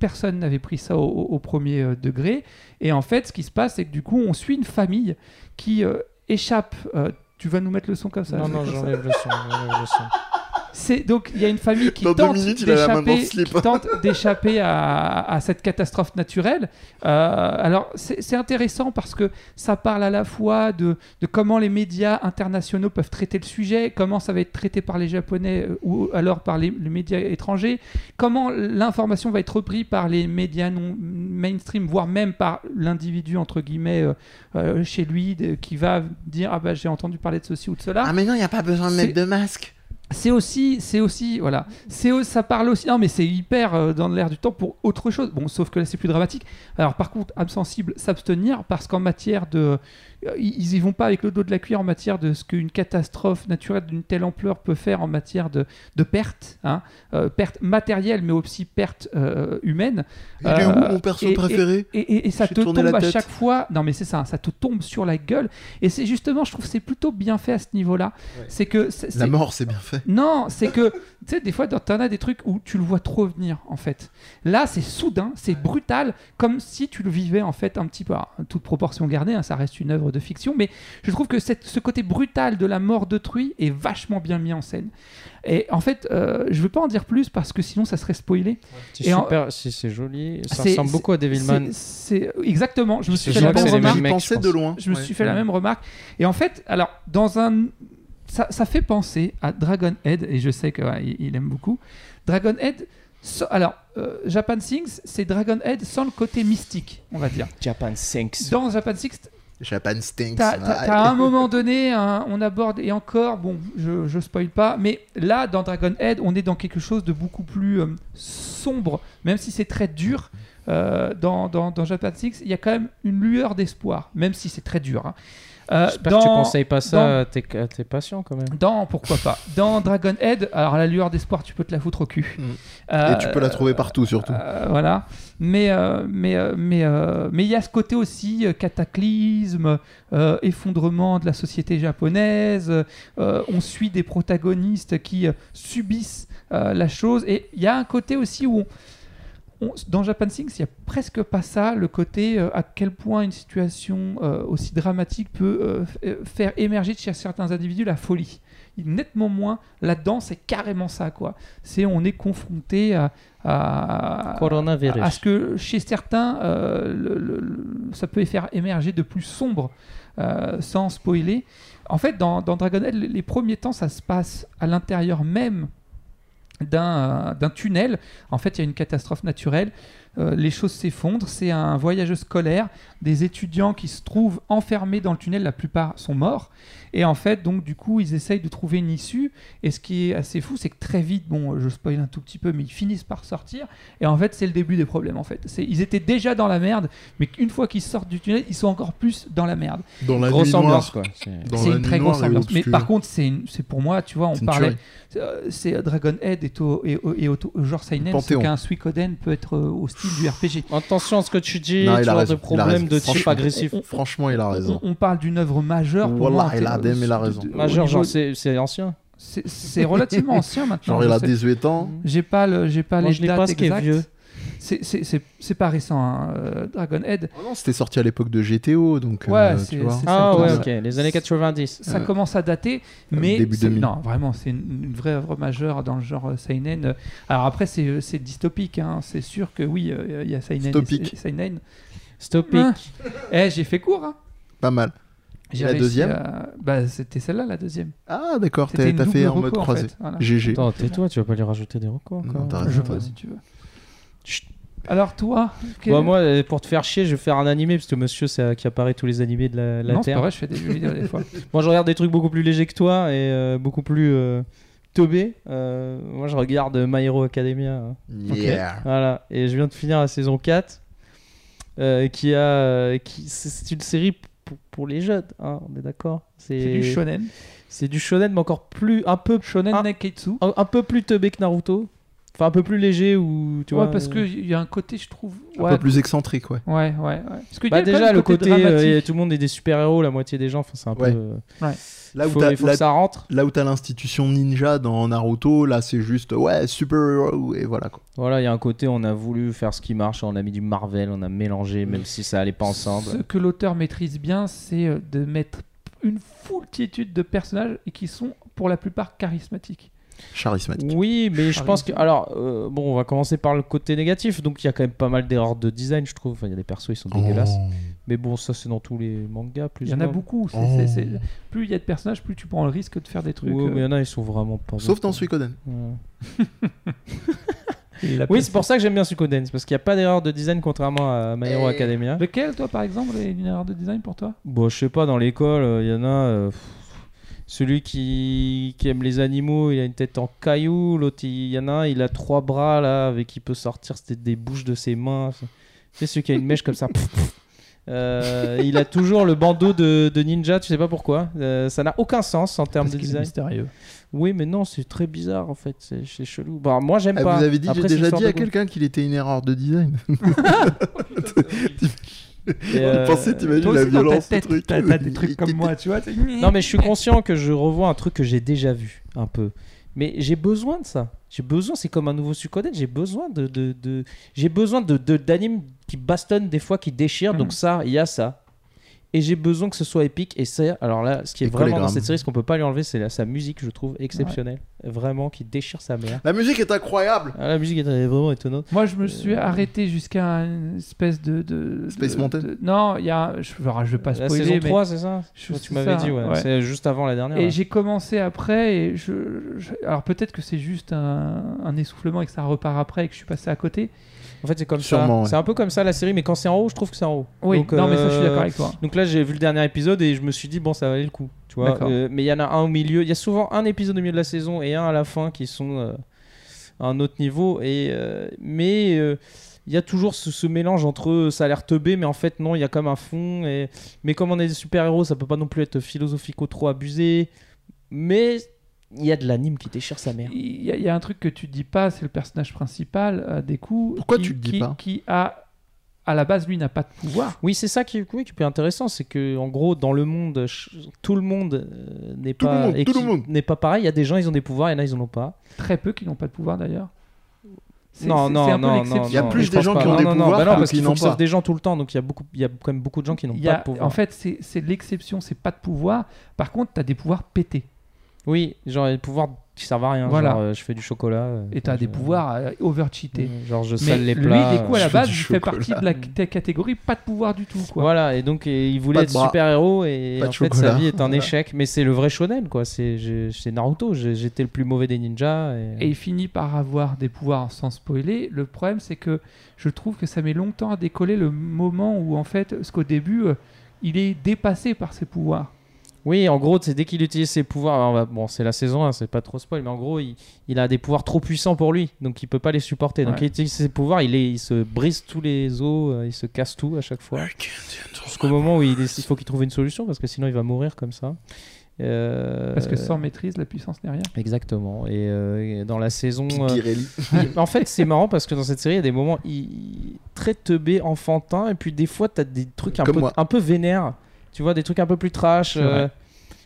Personne n'avait pris ça au, au- au premier euh, degré. Et en fait, ce qui se passe, c'est que du coup, on suit une famille qui euh, échappe. euh, tu vas nous mettre le son comme ça Non, non, comme ça. j'enlève le son. j'enlève le son. C'est donc il y a une famille qui Dans deux tente minutes, il a la main dans le d'échapper, slip. qui tente d'échapper à, à cette catastrophe naturelle. Euh, alors c'est c'est intéressant parce que ça parle à la fois de, de comment les médias internationaux peuvent traiter le sujet, comment ça va être traité par les Japonais euh, ou alors par les, les médias étrangers, comment l'information va être reprise par les médias non mainstream, voire même par l'individu entre guillemets euh, euh, chez lui de- qui va dire ah bah j'ai entendu parler de ceci ou de cela. Ah, mais non, il n'y a pas besoin de mettre de masque. C'est aussi, c'est aussi, voilà, c'est au- ça parle aussi. Non, mais c'est hyper euh, dans l'air du temps pour autre chose. Bon, sauf que là c'est plus dramatique. Alors par contre, âme sensible, s'abstenir parce qu'en matière de, euh, ils ils y vont pas avec le dos de la cuillère en matière de ce qu'une catastrophe naturelle d'une telle ampleur peut faire en matière de de pertes, hein, euh, pertes matérielles, mais aussi pertes euh, humaines. Il est où Euh, mon perso et- et- préféré Et, et- et ça J'ai te tombe tourné la à tête. chaque fois. Non, mais c'est ça, ça te tombe sur la gueule. Et c'est justement, je trouve, que c'est plutôt bien fait à ce niveau-là. C'est que c'est- La c'est- mort, c'est bien fait. non, c'est que, tu sais, des fois, dans- t'en as des trucs où tu le vois trop venir, en fait. Là, c'est soudain, c'est brutal, comme si tu le vivais, en fait, un petit peu. Alors, toute proportion gardée, hein, ça reste une œuvre de fiction, mais je trouve que cette- ce côté brutal de la mort d'autrui est vachement bien mis en scène. Et en fait, euh, je veux pas en dire plus parce que sinon, ça serait spoilé. C'est Et en- super, c'est c'est joli. Ça C'est- ressemble beaucoup à C'est Devilman. c'est- exactement, je me suis Je fait la vois même que c'est les remarque. J'y mêmes mecs, pensais je de pense. loin. Je me Ouais. suis fait la même remarque. Et en fait, alors, dans un. Ça, ça fait penser à Dragonhead, et je sais qu'il il aime beaucoup. Dragonhead. so- alors, euh, Japan Sings, c'est Dragonhead sans le côté mystique, on va dire. Japan Sinks. Dans Japan Sings, Japan stinks. T'as t'as- Ouais. [laughs] t'as à un moment donné, un- on aborde, et encore, bon, je, je spoil pas, mais là, dans Dragonhead, on est dans quelque chose de beaucoup plus euh, sombre, même si c'est très dur. Euh, dans, dans, dans Japan Six, il y a quand même une lueur d'espoir, même si c'est très dur. hein. Euh, J'espère que tu dans- conseilles pas dans- ça à tes, à tes patients quand même. dans, pourquoi pas. Dans Dragonhead, alors la lueur d'espoir, tu peux te la foutre au cul. Mm. Euh, Et tu peux la trouver partout, surtout. euh, voilà. Mais euh, mais euh, mais euh, mais il y a ce côté aussi euh, cataclysme, euh, effondrement de la société japonaise. euh, on suit des protagonistes qui euh, subissent euh, la chose et il y a un côté aussi où on- on- dans Japan Things, il y a presque pas ça, le côté euh, à quel point une situation euh, aussi dramatique peut euh, f- euh, faire émerger de chez certains individus la folie. Nettement moins, là-dedans, c'est carrément ça, quoi. C'est on est confronté à, à, Coronavirus. à ce que chez certains, euh, le- le- le- ça peut faire émerger de plus sombre, euh, sans spoiler. En fait, dans, dans Dragonhead, les, les premiers temps, ça se passe à l'intérieur même d'un euh, d'un tunnel. En fait, il y a une catastrophe naturelle. euh, les choses s'effondrent. C'est un voyageux scolaire, des étudiants qui se trouvent enfermés dans le tunnel. La plupart sont morts. Et en fait, donc du coup, ils essayent de trouver une issue. Et ce qui est assez fou, c'est que très vite, bon, je spoil un tout petit peu, mais ils finissent par sortir. Et en fait, c'est le début des problèmes. En fait, C'est- ils étaient déjà dans la merde, mais une fois qu'ils sortent du tunnel, ils sont encore plus dans la merde. Dans la nuit Grosse ambiance noire. quoi. C'est- Dans C'est la une très nuit noire grosse et ambiance. Mais obscure. par contre, c'est une- c'est pour moi, tu vois, on C'est une parlait. tuerie. c'est, euh, C'est Dragonhead et, au- et, au- et au- au genre Seinen, Panthéon. c'est qu'un Suikoden peut être euh, au style du RPG. Attention à ce que tu dis, Non, il tu a genre raison, il a raison. de problème de type Franchement. agressif. Franchement, il a raison. On, on parle d'une œuvre majeure pour Wallah, moi. il a euh, Adem, il a de- raison. de- au Majeur, niveau- genre c'est c'est ancien. c'est c'est relativement ancien maintenant. Genre, je il a sais. 18 ans. Ah J'ai pas le, j'ai pas Moi, les je n'ai dates pas ce qui est exactes. vieux. c'est- c'est c'est- c'est pas récent, hein, euh, Dragon Head. Oh non, c'était sorti à l'époque de GTO, donc Ouais, euh, c'est- tu vois. c'est- Ah ça, ouais, ça. ok, les années 90. Ça Euh, commence à dater, mais début c'est- 2000. non, vraiment, c'est une, une vraie œuvre majeure dans le genre euh, seinen. Alors après, c'est euh, c'est dystopique, hein. c'est sûr que oui, euh, il y a seinen. et- Dystopique. et seinen. Stopic. Hein Eh, j'ai fait court. hein. Pas mal. J'ai la réussi deuxième à- bah, c'était celle-là, la deuxième. Ah d'accord, C'était t'as une t'as fait double en mode reco, en croisé. fait, voilà. GG. Attends, tais-toi, tu vas pas lui rajouter des recours Non, encore. t'as Je raison, t'as peux raison. si tu veux. Chut. Alors toi, quel- Bah, non, moi, Moi, euh, pour te faire chier, je vais faire un animé parce que monsieur, c'est euh, qui apparaît tous les animés de la, la c'est Terre. pas vrai, je fais des jeux vidéo des [laughs] fois. Moi, je regarde des trucs beaucoup plus légers que toi et euh, beaucoup plus euh, teubés. Euh, moi, je regarde My Hero Academia. hein. Yeah. Voilà, et je viens de finir la saison 4, euh, qui a, euh, qui, c'est- c'est une série pour, pour les jeunes, hein, on est d'accord C'est du shonen, C'est du shonen, mais encore plus, un peu, shonen Ah. neketsu. un, un peu plus teubé que Naruto. Enfin, un peu plus léger ou tu ouais, vois. parce euh, que il y a un côté, je trouve. Un Ouais, peu plus excentrique, ouais. ouais, ouais, ouais. Parce que il y Bah a quand déjà même le côté, euh, dramatique. et tout le monde est des super héros, la moitié des gens, enfin c'est un Ouais. peu. euh, Là où faut, t'as il faut là- que ça rentre. là où t'as l'institution ninja dans Naruto, là c'est juste ouais super héros et voilà quoi. Voilà, il y a un côté, on a voulu faire ce qui marche, on a mis du Marvel, on a mélangé, même si ça allait pas Ce ensemble. que l'auteur maîtrise bien, c'est euh, de mettre une foultitude de personnages et qui sont pour la plupart charismatiques. Charismatique. Oui, mais je Charisme. pense que. Alors, euh, bon, on va commencer par le côté négatif. Donc, il y a quand même pas mal d'erreurs de design, je trouve. Enfin, il y a des persos, ils sont Oh. dégueulasses. Mais bon, ça, c'est dans tous les mangas, plus Il y ou en a moins. beaucoup. c'est- Oh. c'est- c'est- Plus il y a de personnages, plus tu prends le risque de faire des trucs. Ouais, euh, mais il y en a, ils sont vraiment pas. Sauf bons, dans quoi. Suikoden. Ouais. et la Oui, place- c'est pour ça que j'aime bien Suikoden. c'est parce qu'il n'y a pas d'erreur de design, contrairement à My Hero Et- Academia. Lequel, toi, par exemple, est une erreur de design pour toi Bon, je sais pas, dans l'école, euh, il y en a. euh, pff, celui qui, qui aime les animaux, il a une tête en caillou. L'autre, il y en a un, il a trois bras là, avec qui peut sortir c'était des bouches de ses mains. Tu sais, celui qui a une mèche comme ça. [laughs] pff, pff. Euh, il a toujours le bandeau de, de ninja, tu sais pas pourquoi. Euh, ça n'a aucun sens en termes Parce de qu'il est design. mystérieux. Oui, mais non, c'est très bizarre en fait. C'est c'est chelou. Bah, moi, j'aime Ah, pas. vous avez dit, Après, j'ai c'est une déjà sorte dit de à goût. quelqu'un qu'il était une erreur de [laughs] design. Et, euh, pensais, t'imagines Toi la aussi, dans ta violence, ce tête, truc. t'as t'as des trucs comme moi, tu vois. t'es- Non, mais je suis conscient que je revois un truc que j'ai déjà vu, un peu. Mais j'ai besoin de ça. J'ai besoin, c'est comme un nouveau Suikoden, j'ai besoin de, de, de- j'ai besoin de, de- d'animes qui bastonnent des fois, qui déchirent. Mhm. Donc ça, il y a ça. Et j'ai besoin que ce soit épique. Et c'est, alors là, ce qui est Et vraiment dans collégramme. cette série, ce qu'on peut pas lui enlever, c'est la- sa musique, je trouve exceptionnelle, vraiment qui déchire sa mère. La musique est incroyable. Ah, la musique est vraiment étonnante. Moi, je me suis arrêté jusqu'à une espèce de. de- Space de- Mountain de- Non, il y a. Je, alors, je vais pas la spoiler, saison mais. 3, c'est ça Je- Tu c'est m'avais ça, dit, ouais. ouais. C'est juste avant la dernière. Et Ah ouais. j'ai commencé après, et je, je- alors peut-être que c'est juste un, un essoufflement et que ça repart après et que je suis passé à côté. En fait, c'est comme Sûrement, ça. ouais. C'est un peu comme ça la série, mais quand c'est en haut, je trouve que c'est en haut. Oui, Donc, non, mais ça, je suis euh, d'accord avec toi. Donc là, j'ai vu le dernier épisode et je me suis dit, bon, ça valait le coup. Tu vois, D'accord. Euh, mais il y en a un au milieu. Il y a souvent un épisode au milieu de la saison et un à la fin qui sont euh, à un autre niveau. Et, euh, mais euh, il y a toujours ce, ce mélange entre euh, ça a l'air teubé, mais en fait, non, il y a comme un fond. Et... Mais comme on est des super-héros, ça peut pas non plus être philosophico trop abusé. Mais il y a de l'anime qui déchire sa mère. Il y, a- il y a un truc que tu dis pas, c'est le personnage principal euh, des coups. Pourquoi qui, tu le dis qui- pas Qui a, à la base, lui, n'a pas de pouvoir. Oui, c'est ça qui, oui, qui peut être intéressant, c'est que en gros dans le monde, ch- tout le monde euh, n'est Tout le pas monde, tout le équi- monde. n'est pas pareil. Il y a des gens, ils ont des pouvoirs, il y en a, ils en ont pas. Très peu qui n'ont pas de pouvoir d'ailleurs. C'est- Non, c'est- non, c'est un peu non, l'exception. non, Il y a non, plus je des pense gens pas. qui ont Non, des non, non, pouvoirs bah non, que parce qui qu'il faut n'ont qu'ils pas. sauvent des gens tout le temps, donc il y a beaucoup, il y a quand même beaucoup de gens qui n'ont Il y pas a- de pouvoir. en fait, c'est c'est l'exception, c'est pas de pouvoir. Par contre, tu as des pouvoirs pétés. oui, genre il y a des pouvoirs qui servent à rien. Voilà. Genre, euh, je fais du chocolat. euh, Et tu as je- des pouvoirs euh, overcheatés. euh, Genre je Mais sale les lui, plats. euh, des coups, à je la fais base, du il fait partie de la chocolat. c- catégorie pas de pouvoir du tout. Quoi. Voilà, et donc et il voulait Pas de être bras. super héros et Pas de en fait sa chocolat. vie est un Voilà. échec. Mais c'est le vrai shonen quoi. C'est je- c'est Naruto. je- J'étais le plus mauvais des ninjas. Et... Et il finit par avoir des pouvoirs sans spoiler. Le problème, c'est que je trouve que ça met longtemps à décoller le moment où, en fait, ce qu'au début, euh, il est dépassé par ses pouvoirs. Oui, en gros, c'est dès qu'il utilise ses pouvoirs. alors, on va- bon, c'est la saison 1, c'est pas trop spoil, mais en gros, il, il a des pouvoirs trop puissants pour lui, donc il peut pas les supporter. Donc Ouais. il utilise ses pouvoirs, il, est, il se brise tous les os, euh, il se casse tout à chaque fois. Jusqu'au moment où il, décide- il faut qu'il trouve une solution, parce que sinon il va mourir comme ça. Euh, Parce que sans maîtrise, la puissance n'est rien. Exactement. Et, euh, et dans la saison. euh, Pirelli. il- en fait, c'est marrant parce que dans cette série, il y a des moments i- i- très teubés, enfantins, et puis des fois, t'as des trucs un Comme peu, moi. un peu vénères. Tu vois, des trucs un peu plus trash. C'est vrai. euh,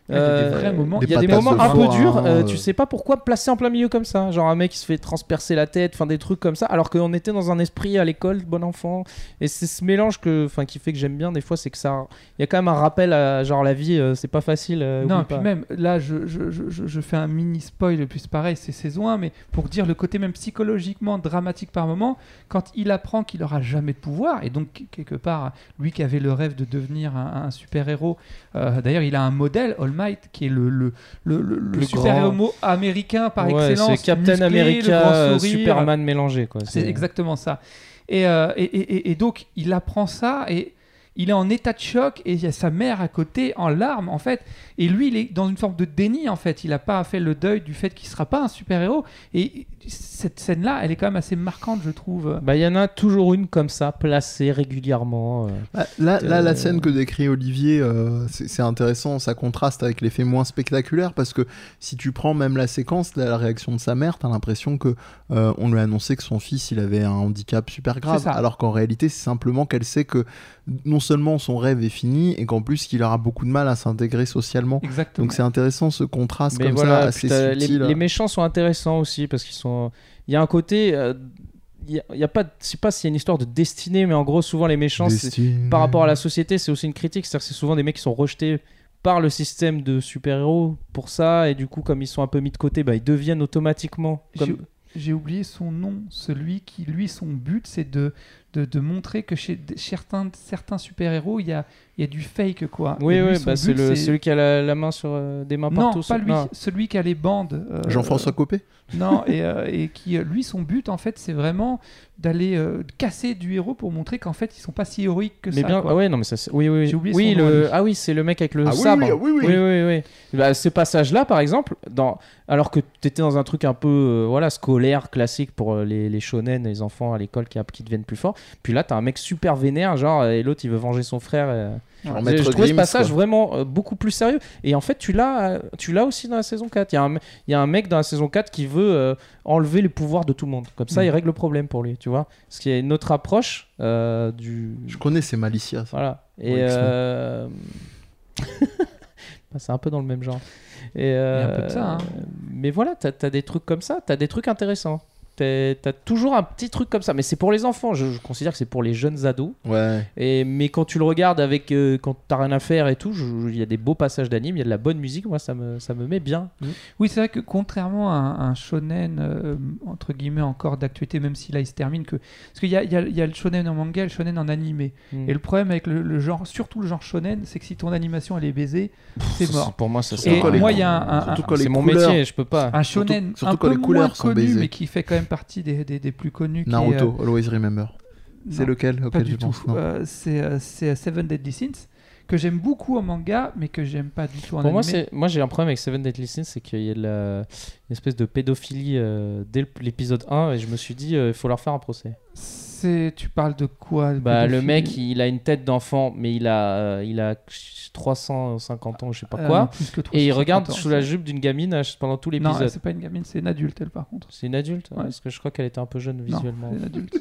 Il y a des Euh, vrais moments. des Il y a des patates moments de un peu four, durs, hein, euh, euh. tu sais pas pourquoi placer en plein milieu comme ça. hein. Genre un mec qui se fait transpercer la tête, enfin des trucs comme ça, alors qu'on était dans un esprit à l'école, bon enfant. Et c'est ce mélange que, enfin, qui fait que j'aime bien des fois, c'est que ça. Il y a quand même un rappel à genre la vie, euh, c'est pas facile. euh, Non, oublie et puis pas. même, là, je, je, je- je- je fais un mini spoil, puis c'est pareil, c'est saison 1, mais pour dire le côté même psychologiquement dramatique par moment, quand il apprend qu'il n'aura jamais de pouvoir, et donc, quelque part, lui qui avait le rêve de devenir un, un super-héros, euh, d'ailleurs, il a un modèle, All Might, qui est le, le, le, le- le Le super-héros américain par Ouais, excellence. C'est Captain musclé, le America, grand euh, sourire. Superman mélangé, quoi. C'est exactement ça. Et, euh, et, et- et- et donc, il apprend ça et il est en état de choc et il y a sa mère à côté en larmes, en fait. Et lui, il est dans une forme de déni, en fait. Il n'a pas fait le deuil du fait qu'il sera pas un super-héros. Et cette scène-là, elle est quand même assez marquante, je trouve. Bah, il y en a toujours une comme ça, placée régulièrement. euh. Bah, Là, là, Euh, la scène que décrit Olivier, euh, c'est c'est intéressant, ça contraste avec l'effet moins spectaculaire parce que si tu prends même la séquence, la, la réaction de sa mère, t'as l'impression que euh, on lui a annoncé que son fils il avait un handicap super grave, C'est ça. alors qu'en réalité c'est simplement qu'elle sait que non seulement son rêve est fini et qu'en plus qu'il aura beaucoup de mal à s'intégrer socialement. Exactement. Donc c'est intéressant ce contraste Mais comme voilà, ça, assez putain, les, subtil. euh, les méchants sont intéressants aussi parce qu'ils sont. Il y a un côté. euh, Il y a- il y a pas. de- Je sais pas s'il y a une histoire de destinée, mais en gros, souvent les méchants, c'est- Destinée. par rapport à la société, c'est aussi une critique. C'est-à-dire que c'est souvent des mecs qui sont rejetés par le système de super-héros pour ça, et du coup, comme ils sont un peu mis de côté, bah, ils deviennent automatiquement. J'ai- Comme... J'ai oublié son nom, celui qui, lui, son but, c'est de, de, de montrer que chez chez certains, certains super-héros, il y a, il y a du fake, quoi. Oui, Et lui, oui, son bah, c'est but, le- celui qui a la, la main sur euh, des mains Non, partout. pas sur- lui, non. celui qui a les bandes. euh, Jean-François Copé Non, et, euh, et qui, euh, lui, son but, en fait, c'est vraiment d'aller euh, casser du héros pour montrer qu'en fait, ils sont pas si héroïques que Mais ça. bien, quoi. ah ouais, non, mais ça, c'est- oui, oui, J'ai oublié oui, son nom, le, lui. ah oui, c'est le mec avec le Ah oui, sabre. oui, oui, oui. oui, oui. Bah, ce passage-là, par exemple, dans, alors que t'étais dans un truc un peu, euh, voilà, scolaire, classique pour euh, les, les shonen, les enfants à l'école qui, qui deviennent plus forts. Puis là, t'as un mec super vénère, genre, et l'autre, il veut venger son frère. euh. Genre Ouais. Je- Maître je trouvais ce Grimm, passage quoi. vraiment euh, beaucoup plus sérieux. Et en fait, tu l'as, euh, tu l'as aussi dans la saison 4. Il y, a un, me- il y a un mec dans la saison 4 qui veut euh, enlever les pouvoirs de tout le monde. Comme ça, Mm. il règle le problème pour lui, tu vois. Parce qu'il y a une autre approche euh, du. Je connais ces Malicia. ça. Voilà. Oui, Et X-Men. euh, [laughs] bah, c'est un peu dans le même genre. Et a un peu de euh, ça, hein. Mais voilà, t'as as des trucs comme ça, t'as des trucs intéressants. T'es- T'as toujours un petit truc comme ça, mais c'est pour les enfants. Je, je considère que c'est pour les jeunes ados. Ouais. Et mais quand tu le regardes avec, euh, quand t'as rien à faire et tout, je- je- il y a des beaux passages d'anime, il y a de la bonne musique. Moi, ça me, ça me met bien. Oui, c'est vrai que contrairement à un, un shonen, euh, entre guillemets, encore d'actualité, même si là, il se termine, que... parce qu'il y a, il y a- il y a le shonen en manga et le shonen en animé. Hmm. Mm. Et le problème avec le, le genre, surtout le genre shonen, c'est que si ton animation, elle est baisée, c'est Ça, mort. Pour moi, ça. Et sert à rien. moi, il y a un- un- Surtout quand les C'est mon couleurs- métier, je peux pas. Un Ah, Surtout- shonen surtout un quand peu les couleurs moins sont connu, baisées. mais qui fait quand même partie des, des- des plus connus. qui est, Naruto, Always Remember. euh, C'est non. lequel Pas auquel du je tout. pense non. Euh, c'est euh, c'est, euh, Seven Deadly Sins que j'aime beaucoup en manga, mais que j'aime pas du tout en Pour moi, animé. c'est moi j'ai un problème avec Seven Deadly Sins, c'est qu'il y a de la- une espèce de pédophilie euh, dès le- l'épisode 1 et je me suis dit euh, il faut leur faire un procès. c'est tu parles de quoi de Euh, Bah le pédophilie mec il a une tête d'enfant mais il a euh, il a 350 ans je sais pas Euh, quoi non, plus que toi, et c'est il regarde 50 ans, sous la ça. jupe d'une gamine euh, pendant tout Non, l'épisode. elle, c'est pas une gamine, c'est une adulte elle par contre. C'est une adulte hein, Ouais. parce que je crois qu'elle était un peu jeune Non, [laughs] visuellement. c'est une [laughs] adulte.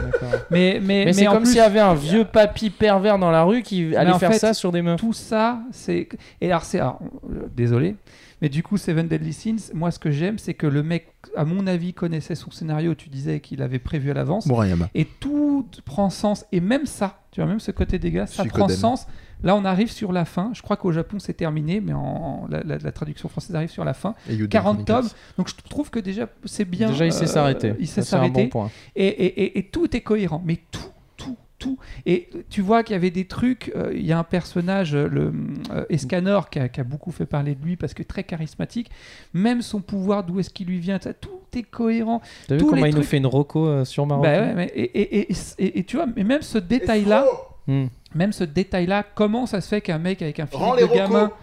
D'accord. mais mais Mais, c'est en comme plus, s'il y avait un vieux papy pervers dans la rue qui allait en faire fait, ça sur des meufs. tout ça, c'est et alors c'est alors, euh, désolé, mais du coup Seven Deadly Sins, moi ce que j'aime c'est que le mec à mon avis connaissait son scénario, tu disais qu'il avait prévu à l'avance. Murayama. et tout prend sens. Et même ça, tu vois, même ce côté dégueulasse, ça Suikoden. prend sens. Là, on arrive sur la fin. Je crois qu'au Japon, c'est terminé, mais en, en- la, la- la traduction française arrive sur la fin. Et Yuden 40 Chronicles. tomes. Donc, je trouve que déjà, c'est bien. Déjà il sait euh, s'arrêter. Il Ça, sait c'est un bon s'arrêter. point. et, et- et- et tout est cohérent. Mais tout, tout, tout. Et tu vois qu'il y avait des trucs. euh, Il y a un personnage, euh, le euh, Escanor, qui a, qui a beaucoup fait parler de lui parce que très charismatique. Même son pouvoir, d'où est-ce qu'il lui vient, ça, tout est cohérent. T'as vu tous comment les il nous trucs- fait une roco euh, sur Maroc Bah ouais, mais- et, et- et- et- et tu vois, mais même ce détail-là. Hmm. même ce détail-là, comment ça se fait qu'un mec avec un Rends physique les de gamin recos.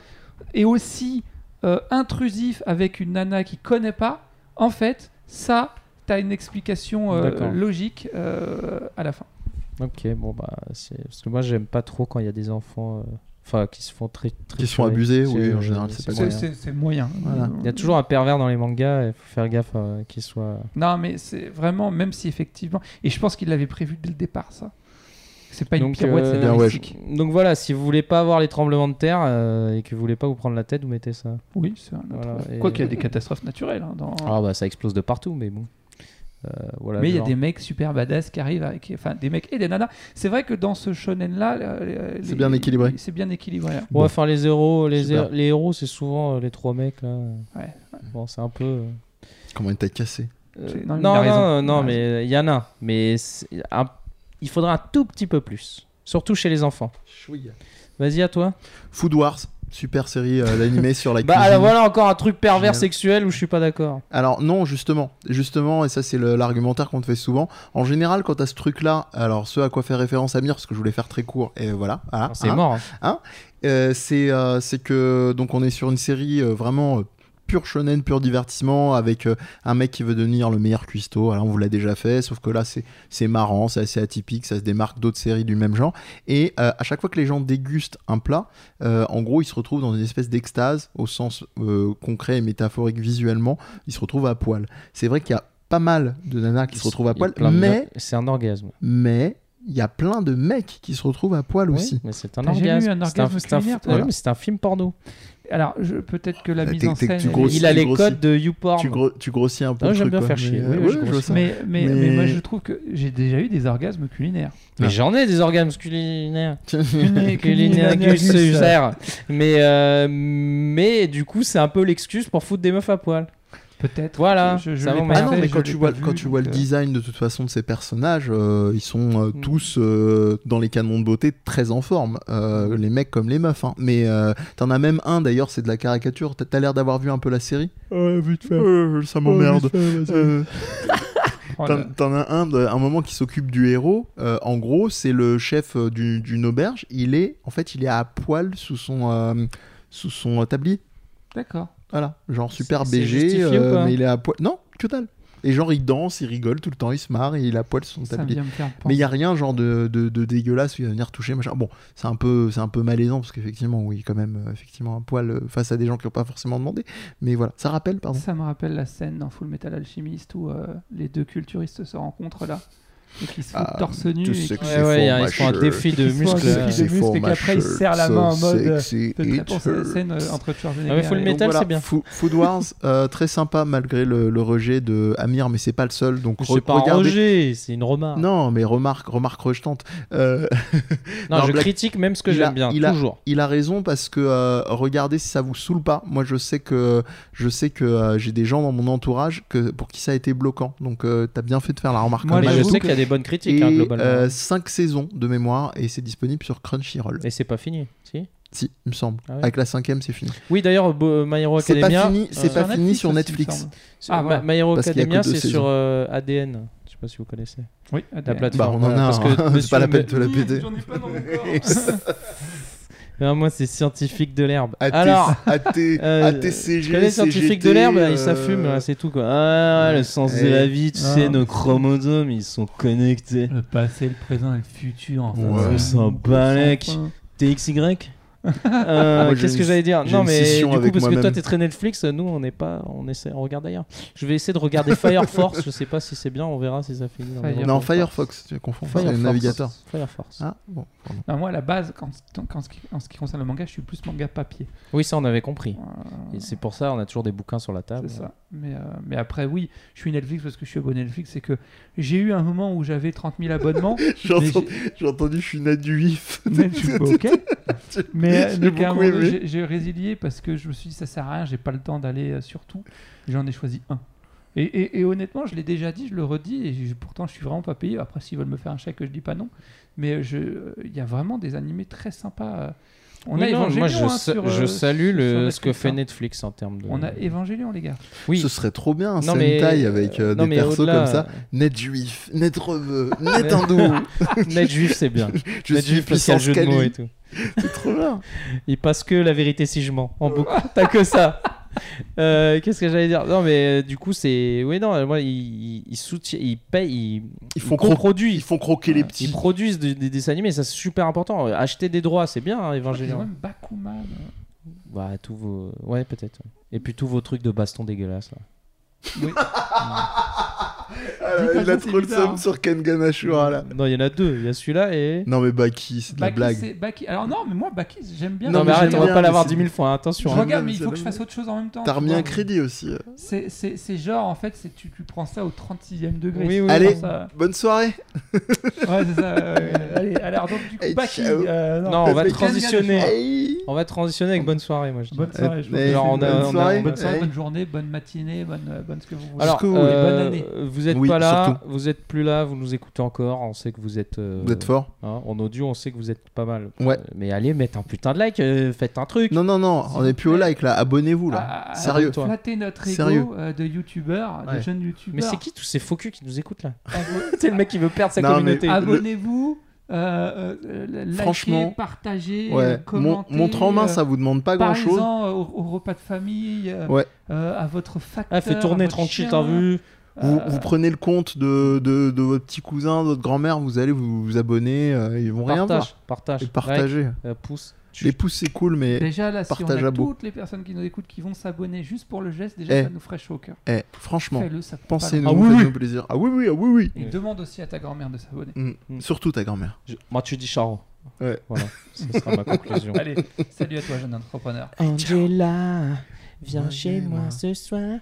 est aussi euh, intrusif avec une nana qui connaît pas, en fait, ça, t'as une explication euh, D'accord. logique euh, à la fin. Ok, bon bah c'est parce que moi j'aime pas trop quand il y a des enfants, euh, enfin qui se font très, très Qui se font abuser, oui, en général, c'est Mmh. pas bien. bien. moyen. Voilà. Il y a toujours un pervers dans les mangas, il faut faire gaffe à qu'il soit. Non, mais c'est vraiment, même si effectivement, et je pense qu'il l'avait prévu dès le départ, ça. C'est pas une Donc, pirouette, euh, c'est bien, ouais, narcissique. Donc voilà, si vous voulez pas avoir les tremblements de terre euh, et que vous voulez pas vous prendre la tête, vous mettez ça. Oui, c'est un autre- Voilà, et- Quoi qu'il y a des catastrophes naturelles. hein, dans- Ah bah ça explose de partout, mais bon. Euh, voilà, Mais il y a genre- des mecs super badass qui arrivent avec. Enfin, des mecs et des nanas. C'est vrai que dans ce shonen-là. euh, C'est les- bien équilibré. C'est bien équilibré. hein. Ouais, enfin les héros, les, Super. hé- les héros, c'est souvent euh, les trois mecs là. Ouais. Bon, c'est un peu. euh, Comment il t'a cassé euh, C'est- non, Non, il non, a raison. euh, non, Il a mais euh, il y en a. Mais c'est un- il faudra un tout petit peu plus, surtout chez les enfants. Vas-y à toi. Food Wars, super série euh, d'animé sur [laughs] la Bah cuisine. alors voilà encore un truc pervers Génial. sexuel où je suis pas d'accord. Alors non, justement, justement, et ça c'est le- l'argumentaire qu'on te fait souvent. En général, quand t'as ce truc-là, alors ce à quoi fait référence Amir, parce que je voulais faire très court, et voilà. voilà, Alors, C'est hein. mort. hein. Euh, c'est euh, c'est que donc on est sur une série euh, vraiment euh, pur shonen, pur divertissement, avec euh, un mec qui veut devenir le meilleur cuistot. Alors on vous l'a déjà fait, sauf que là c'est c'est marrant, c'est assez atypique, ça se démarque d'autres séries du même genre. Et euh, à chaque fois que les gens dégustent un plat, euh, en gros ils se retrouvent dans une espèce d'extase au sens euh, concret et métaphorique visuellement. Ils se retrouvent à poil. C'est vrai qu'il y a pas mal de nanas qui se retrouvent à Il y a poil, plein de- mais c'est un orgasme. mais il y a plein de mecs qui se retrouvent à poil Oui, aussi. mais c'est un T'as jamais orgasme. eu Ah, un C'est un- orgasme c'est un, culinaire, oui, toi mais c'est un film porno. Alors, je- peut-être que la T'es- mise en t'es- scène. tu elle est- grossis, il a tu les grossis. codes de YouPorn. Tu, gro- tu grossis un peu Ah, le truc. j'aime bien quoi. faire chier. Mais, Oui, euh, oui, je ouais, je grossis. vois ça. Mais, mais, mais Mais- moi, je trouve que j'ai déjà eu des [laughs] orgasmes culinaires. Mais Ah. j'en ai des orgasmes culinaires. Culinaires, Culinaires, culinaires, culinaires. culinaires. Mais euh, mais du coup, c'est un peu l'excuse pour foutre des meufs à poil. Peut-être. Voilà, Je, je ça l'ai Ah pas va, [laughs] Parfait, non, fait, mais je quand l'ai tu pas vois, vu, quand tu donc, vois le euh, design de toute façon de ces personnages, euh, ils sont euh, Mm. tous euh, dans les canons de beauté très en forme, Mm. euh, les mecs comme les meufs. hein. Mais euh, t'en as même un d'ailleurs, c'est de la caricature. T'as- T'as l'air d'avoir vu un peu la série Euh, Ça m'emmerde. Euh, oh là. T'en t'en as un, de- un moment qui s'occupe du héros. Euh, en gros, c'est le chef euh, du- d'une auberge. Il est, en fait, il est à poil sous son, euh, sous son euh, tablier. D'accord. Voilà, genre super C'est- c'est BG, justifié ou euh, pas mais il est à poil. Non, que dalle. Et genre il danse, il rigole tout le temps, il se marre, et il est à poil sur son Ça tablier. vient me faire Mais il penser. y a rien genre de, de, de dégueulasse où il va venir toucher machin. Bon, c'est un peu c'est un peu malaisant parce qu'effectivement oui quand même euh, effectivement un poil euh, face à des gens qui n'ont pas forcément demandé. Mais voilà, ça rappelle pardon. Ça me rappelle la scène dans Full Metal Alchemist où euh, les deux culturistes se rencontrent là. Et qui se foutent Ah, torse nu. tout et ce qui- que- Ouais, C'est ouais, fort, il y a- ma ils se font un chérie. défi de Ils se font un muscles. défi de euh, muscles. et qu'après, il serre la main en mode, euh, sexy Peut-être it penser à la hurts. scène euh, entre Schwarzenegger Ah ouais, Full et- Metal. Donc voilà, c'est bien. Fo- Food Wars, euh, très sympa malgré le, le rejet de Amir, mais c'est pas le seul. Donc re- C'est pas un hein. regardez. rejet, c'est une remarque. Non, Non, mais remarque, remarque rejetante. Euh, non, je Black- critique même ce que il a- j'aime bien, il a- toujours. il a raison parce que euh, regardez si ça vous saoule pas. Moi, je sais que je sais que euh, j'ai des gens dans mon entourage que pour qui ça a été bloquant. Donc, euh, t'as bien fait de faire la remarque. quand Moi, Mais même. je j'avoue sais que- qu'il y a des bonnes critiques, hein, Et globalement. euh, cinq saisons de mémoire et c'est disponible sur Crunchyroll. Et c'est pas fini, si Si, il me semble. Ah ouais. Avec la cinquième, c'est fini. Oui, d'ailleurs, Bo- euh, My Hero C'est Academia. pas fini. C'est euh, pas Sur fini sur aussi, il me Netflix. semble. sur- Ah, Ma- voilà. My Hero Parce qu'il y a que Academia, deux c'est saisons. sur euh, ADN. Je sais pas si vous connaissez. Oui, La ADN. Bah, plateforme. on en voilà, a. parce un, que hein. [laughs] C'est monsieur pas la me- peine de la Mmh, péter. J'en ai pas dans mon corps. Ah, moi, c'est scientifique de l'herbe. AT, Alors, AT, [laughs] euh, ATCG, je connais scientifique de CGT, l'herbe, et ça euh, fume, c'est tout quoi. Ah, le sens de Eh. la vie, tu Ah. sais, nos chromosomes, ils sont connectés. Le passé, le présent et le futur. Enfin, Ouais. c'est Ça un balèque. gros T'es XY [laughs] Euh, moi, j'ai Qu'est-ce une- que j'allais dire j'ai Non une mais du scission coup avec parce que moi-même. toi t'es très Netflix, nous on n'est pas, on essaie, on regarde ailleurs. Je vais essayer de [laughs] regarder Fire Force, je sais pas si c'est bien, on verra si ça finit. dans les Fire- bons Non, temps. Firefox, tu confonds. Firefox. C'est le navigateur. Fire Force. Ah, bon. pardon. Non, moi, à la base, quand, quand- quand- en ce qui- en ce qui concerne le manga, je suis plus manga papier. Oui ça on avait compris. Ah. Euh, Et c'est pour ça on a toujours des bouquins sur la table. c'est ça. Mais, euh, mais après, oui, je suis Netflix parce que je suis abonné Netflix. C'est que j'ai eu un moment où j'avais 30 000 abonnements. J'ai mais entendu- j'ai entendu, je suis nat du if. [laughs] mais je suis pas OK. Mais euh, J'ai donc, à un beaucoup moment, aimé. j'ai j'ai résilié parce que je me suis dit, ça sert à rien, j'ai pas le temps d'aller euh, sur tout. J'en ai choisi un. Et, et- et honnêtement, je l'ai déjà dit, je le redis, et je- pourtant je suis vraiment pas payé. Après, s'ils veulent me faire un chèque, je dis pas non. Mais euh, je- il y a vraiment des animés très sympas. euh. On Oui, a non, Evangelion. moi je, hein, sa- sur, je euh, salue sur- le- sur ce que Netflix, fait hein. Netflix en termes de. On a Evangelion, les gars. Oui. Ce serait trop bien, un Non, Sentai mais- avec euh, non, des mais persos au-delà, euh, comme ça. Net juif, net [laughs] reveux, net hindou. Net juif c'est bien. [laughs] Je Net suis juif parce qu'il y a puissance le jeu de mots Kali. et tout. C'est trop bien. Il passe que la vérité si je mens. En boucle. [laughs] T'as que ça. Euh, Qu'est-ce que j'allais dire Non, mais euh, du coup, c'est. Oui, non, euh, moi, ils, ils soutiennent, ils payent, ils, Ils font, cro- ils coproduisent. font croquer les Ils petits. produisent des, des dessins animés, ça c'est super important. Acheter des droits, c'est bien, hein, J'ai Evangelion. même Bakuman. Bah, tous vos. Ouais, peut-être. Et puis tous vos trucs de baston dégueulasses. là. Oui. Ah, pas il a ça, c'est trop le bizarre, seum hein. sur Kengan Ashura là. Non, il y en a deux. Il y a celui-là et. Non mais Baki, c'est de la Baki, blague. c'est- Baki- Alors non, mais moi, Baki, j'aime bien. Non, mais mais arrête, j'aime on va bien, pas mais l'avoir c'est- 10 000 fois, hein, Je attention. j'aime bien, regarde, mais mais il ça faut que donne- je fasse autre chose en même temps. T'as tu remis un vois. crédit aussi. euh. C'est- C'est c'est genre, en fait, c'est- tu, tu prends ça au 36e degré. Oui, oui, Tu Allez. prends ça- Bonne soirée. Ouais, c'est ça. [laughs] ouais, ouais. Allez, alors donc, du coup, Et Baki. ciao. euh, non. Non, on va Kengan transitionner. Hey. On va transitionner avec bonne soirée, moi je dis. Bonne soirée. je vous Eh, dis. Genre, on a- bonne on a- soirée. Bonne soirée, Hey. bonne journée, bonne matinée, bonne, euh, bonne ce que vous voulez. Alors, Jusqu'où, oui. euh, Bonne année. vous êtes Oui, pas là, surtout. vous êtes plus là, vous nous écoutez encore, on sait que vous êtes. euh, Vous êtes fort. hein, en audio, on sait que vous êtes pas mal. Ouais. Euh, mais allez, mettez un putain de like, euh, faites un truc. Non non non, on est plus au like là. Abonnez-vous là. Ah, ah, Sérieux. ah, Flatter notre Sérieux. ego euh, de youtubeur, de Ouais. jeune youtubeur. Mais c'est qui tous ces faux culs qui nous écoutent là [laughs] C'est le mec qui veut perdre sa Non, mais- communauté. Ah, Abonnez-vous, euh, euh, euh, likez, Franchement, Ah, partagez, euh, Ouais. Mon- commentez. Montre en main, euh, ça vous demande pas grand chose. Parlez-en euh, au, au repas de famille, euh, Ouais. euh, à votre facteur. Ah, fais à tourner votre tranquille, chien, t'as vu Vous, euh, vous prenez le compte de, de, de votre petit cousin, de votre grand-mère, vous allez vous, vous abonner, euh, ils vont rien voir. Partage, partage. Et partagez. like, euh, pouce. Les pouces, c'est cool, mais Déjà là, si on Partage a à bout. toutes les personnes qui nous écoutent qui vont s'abonner juste pour le geste, déjà Eh. ça nous ferait chaud au cœur. eh, franchement, Fais-le, ça prend pas pensez-nous, Ah oui, faites-nous oui. plaisir. Ah oui, oui, ah oui, longtemps. Et demande aussi à ta grand-mère de s'abonner. oui. Mm. Mm. Surtout ta grand-mère. Je- Moi, tu dis Charo. Ouais. Voilà, ce sera ma conclusion. [laughs] Allez, salut à toi jeune entrepreneur. Angela, viens Viens chez chez moi ce soir.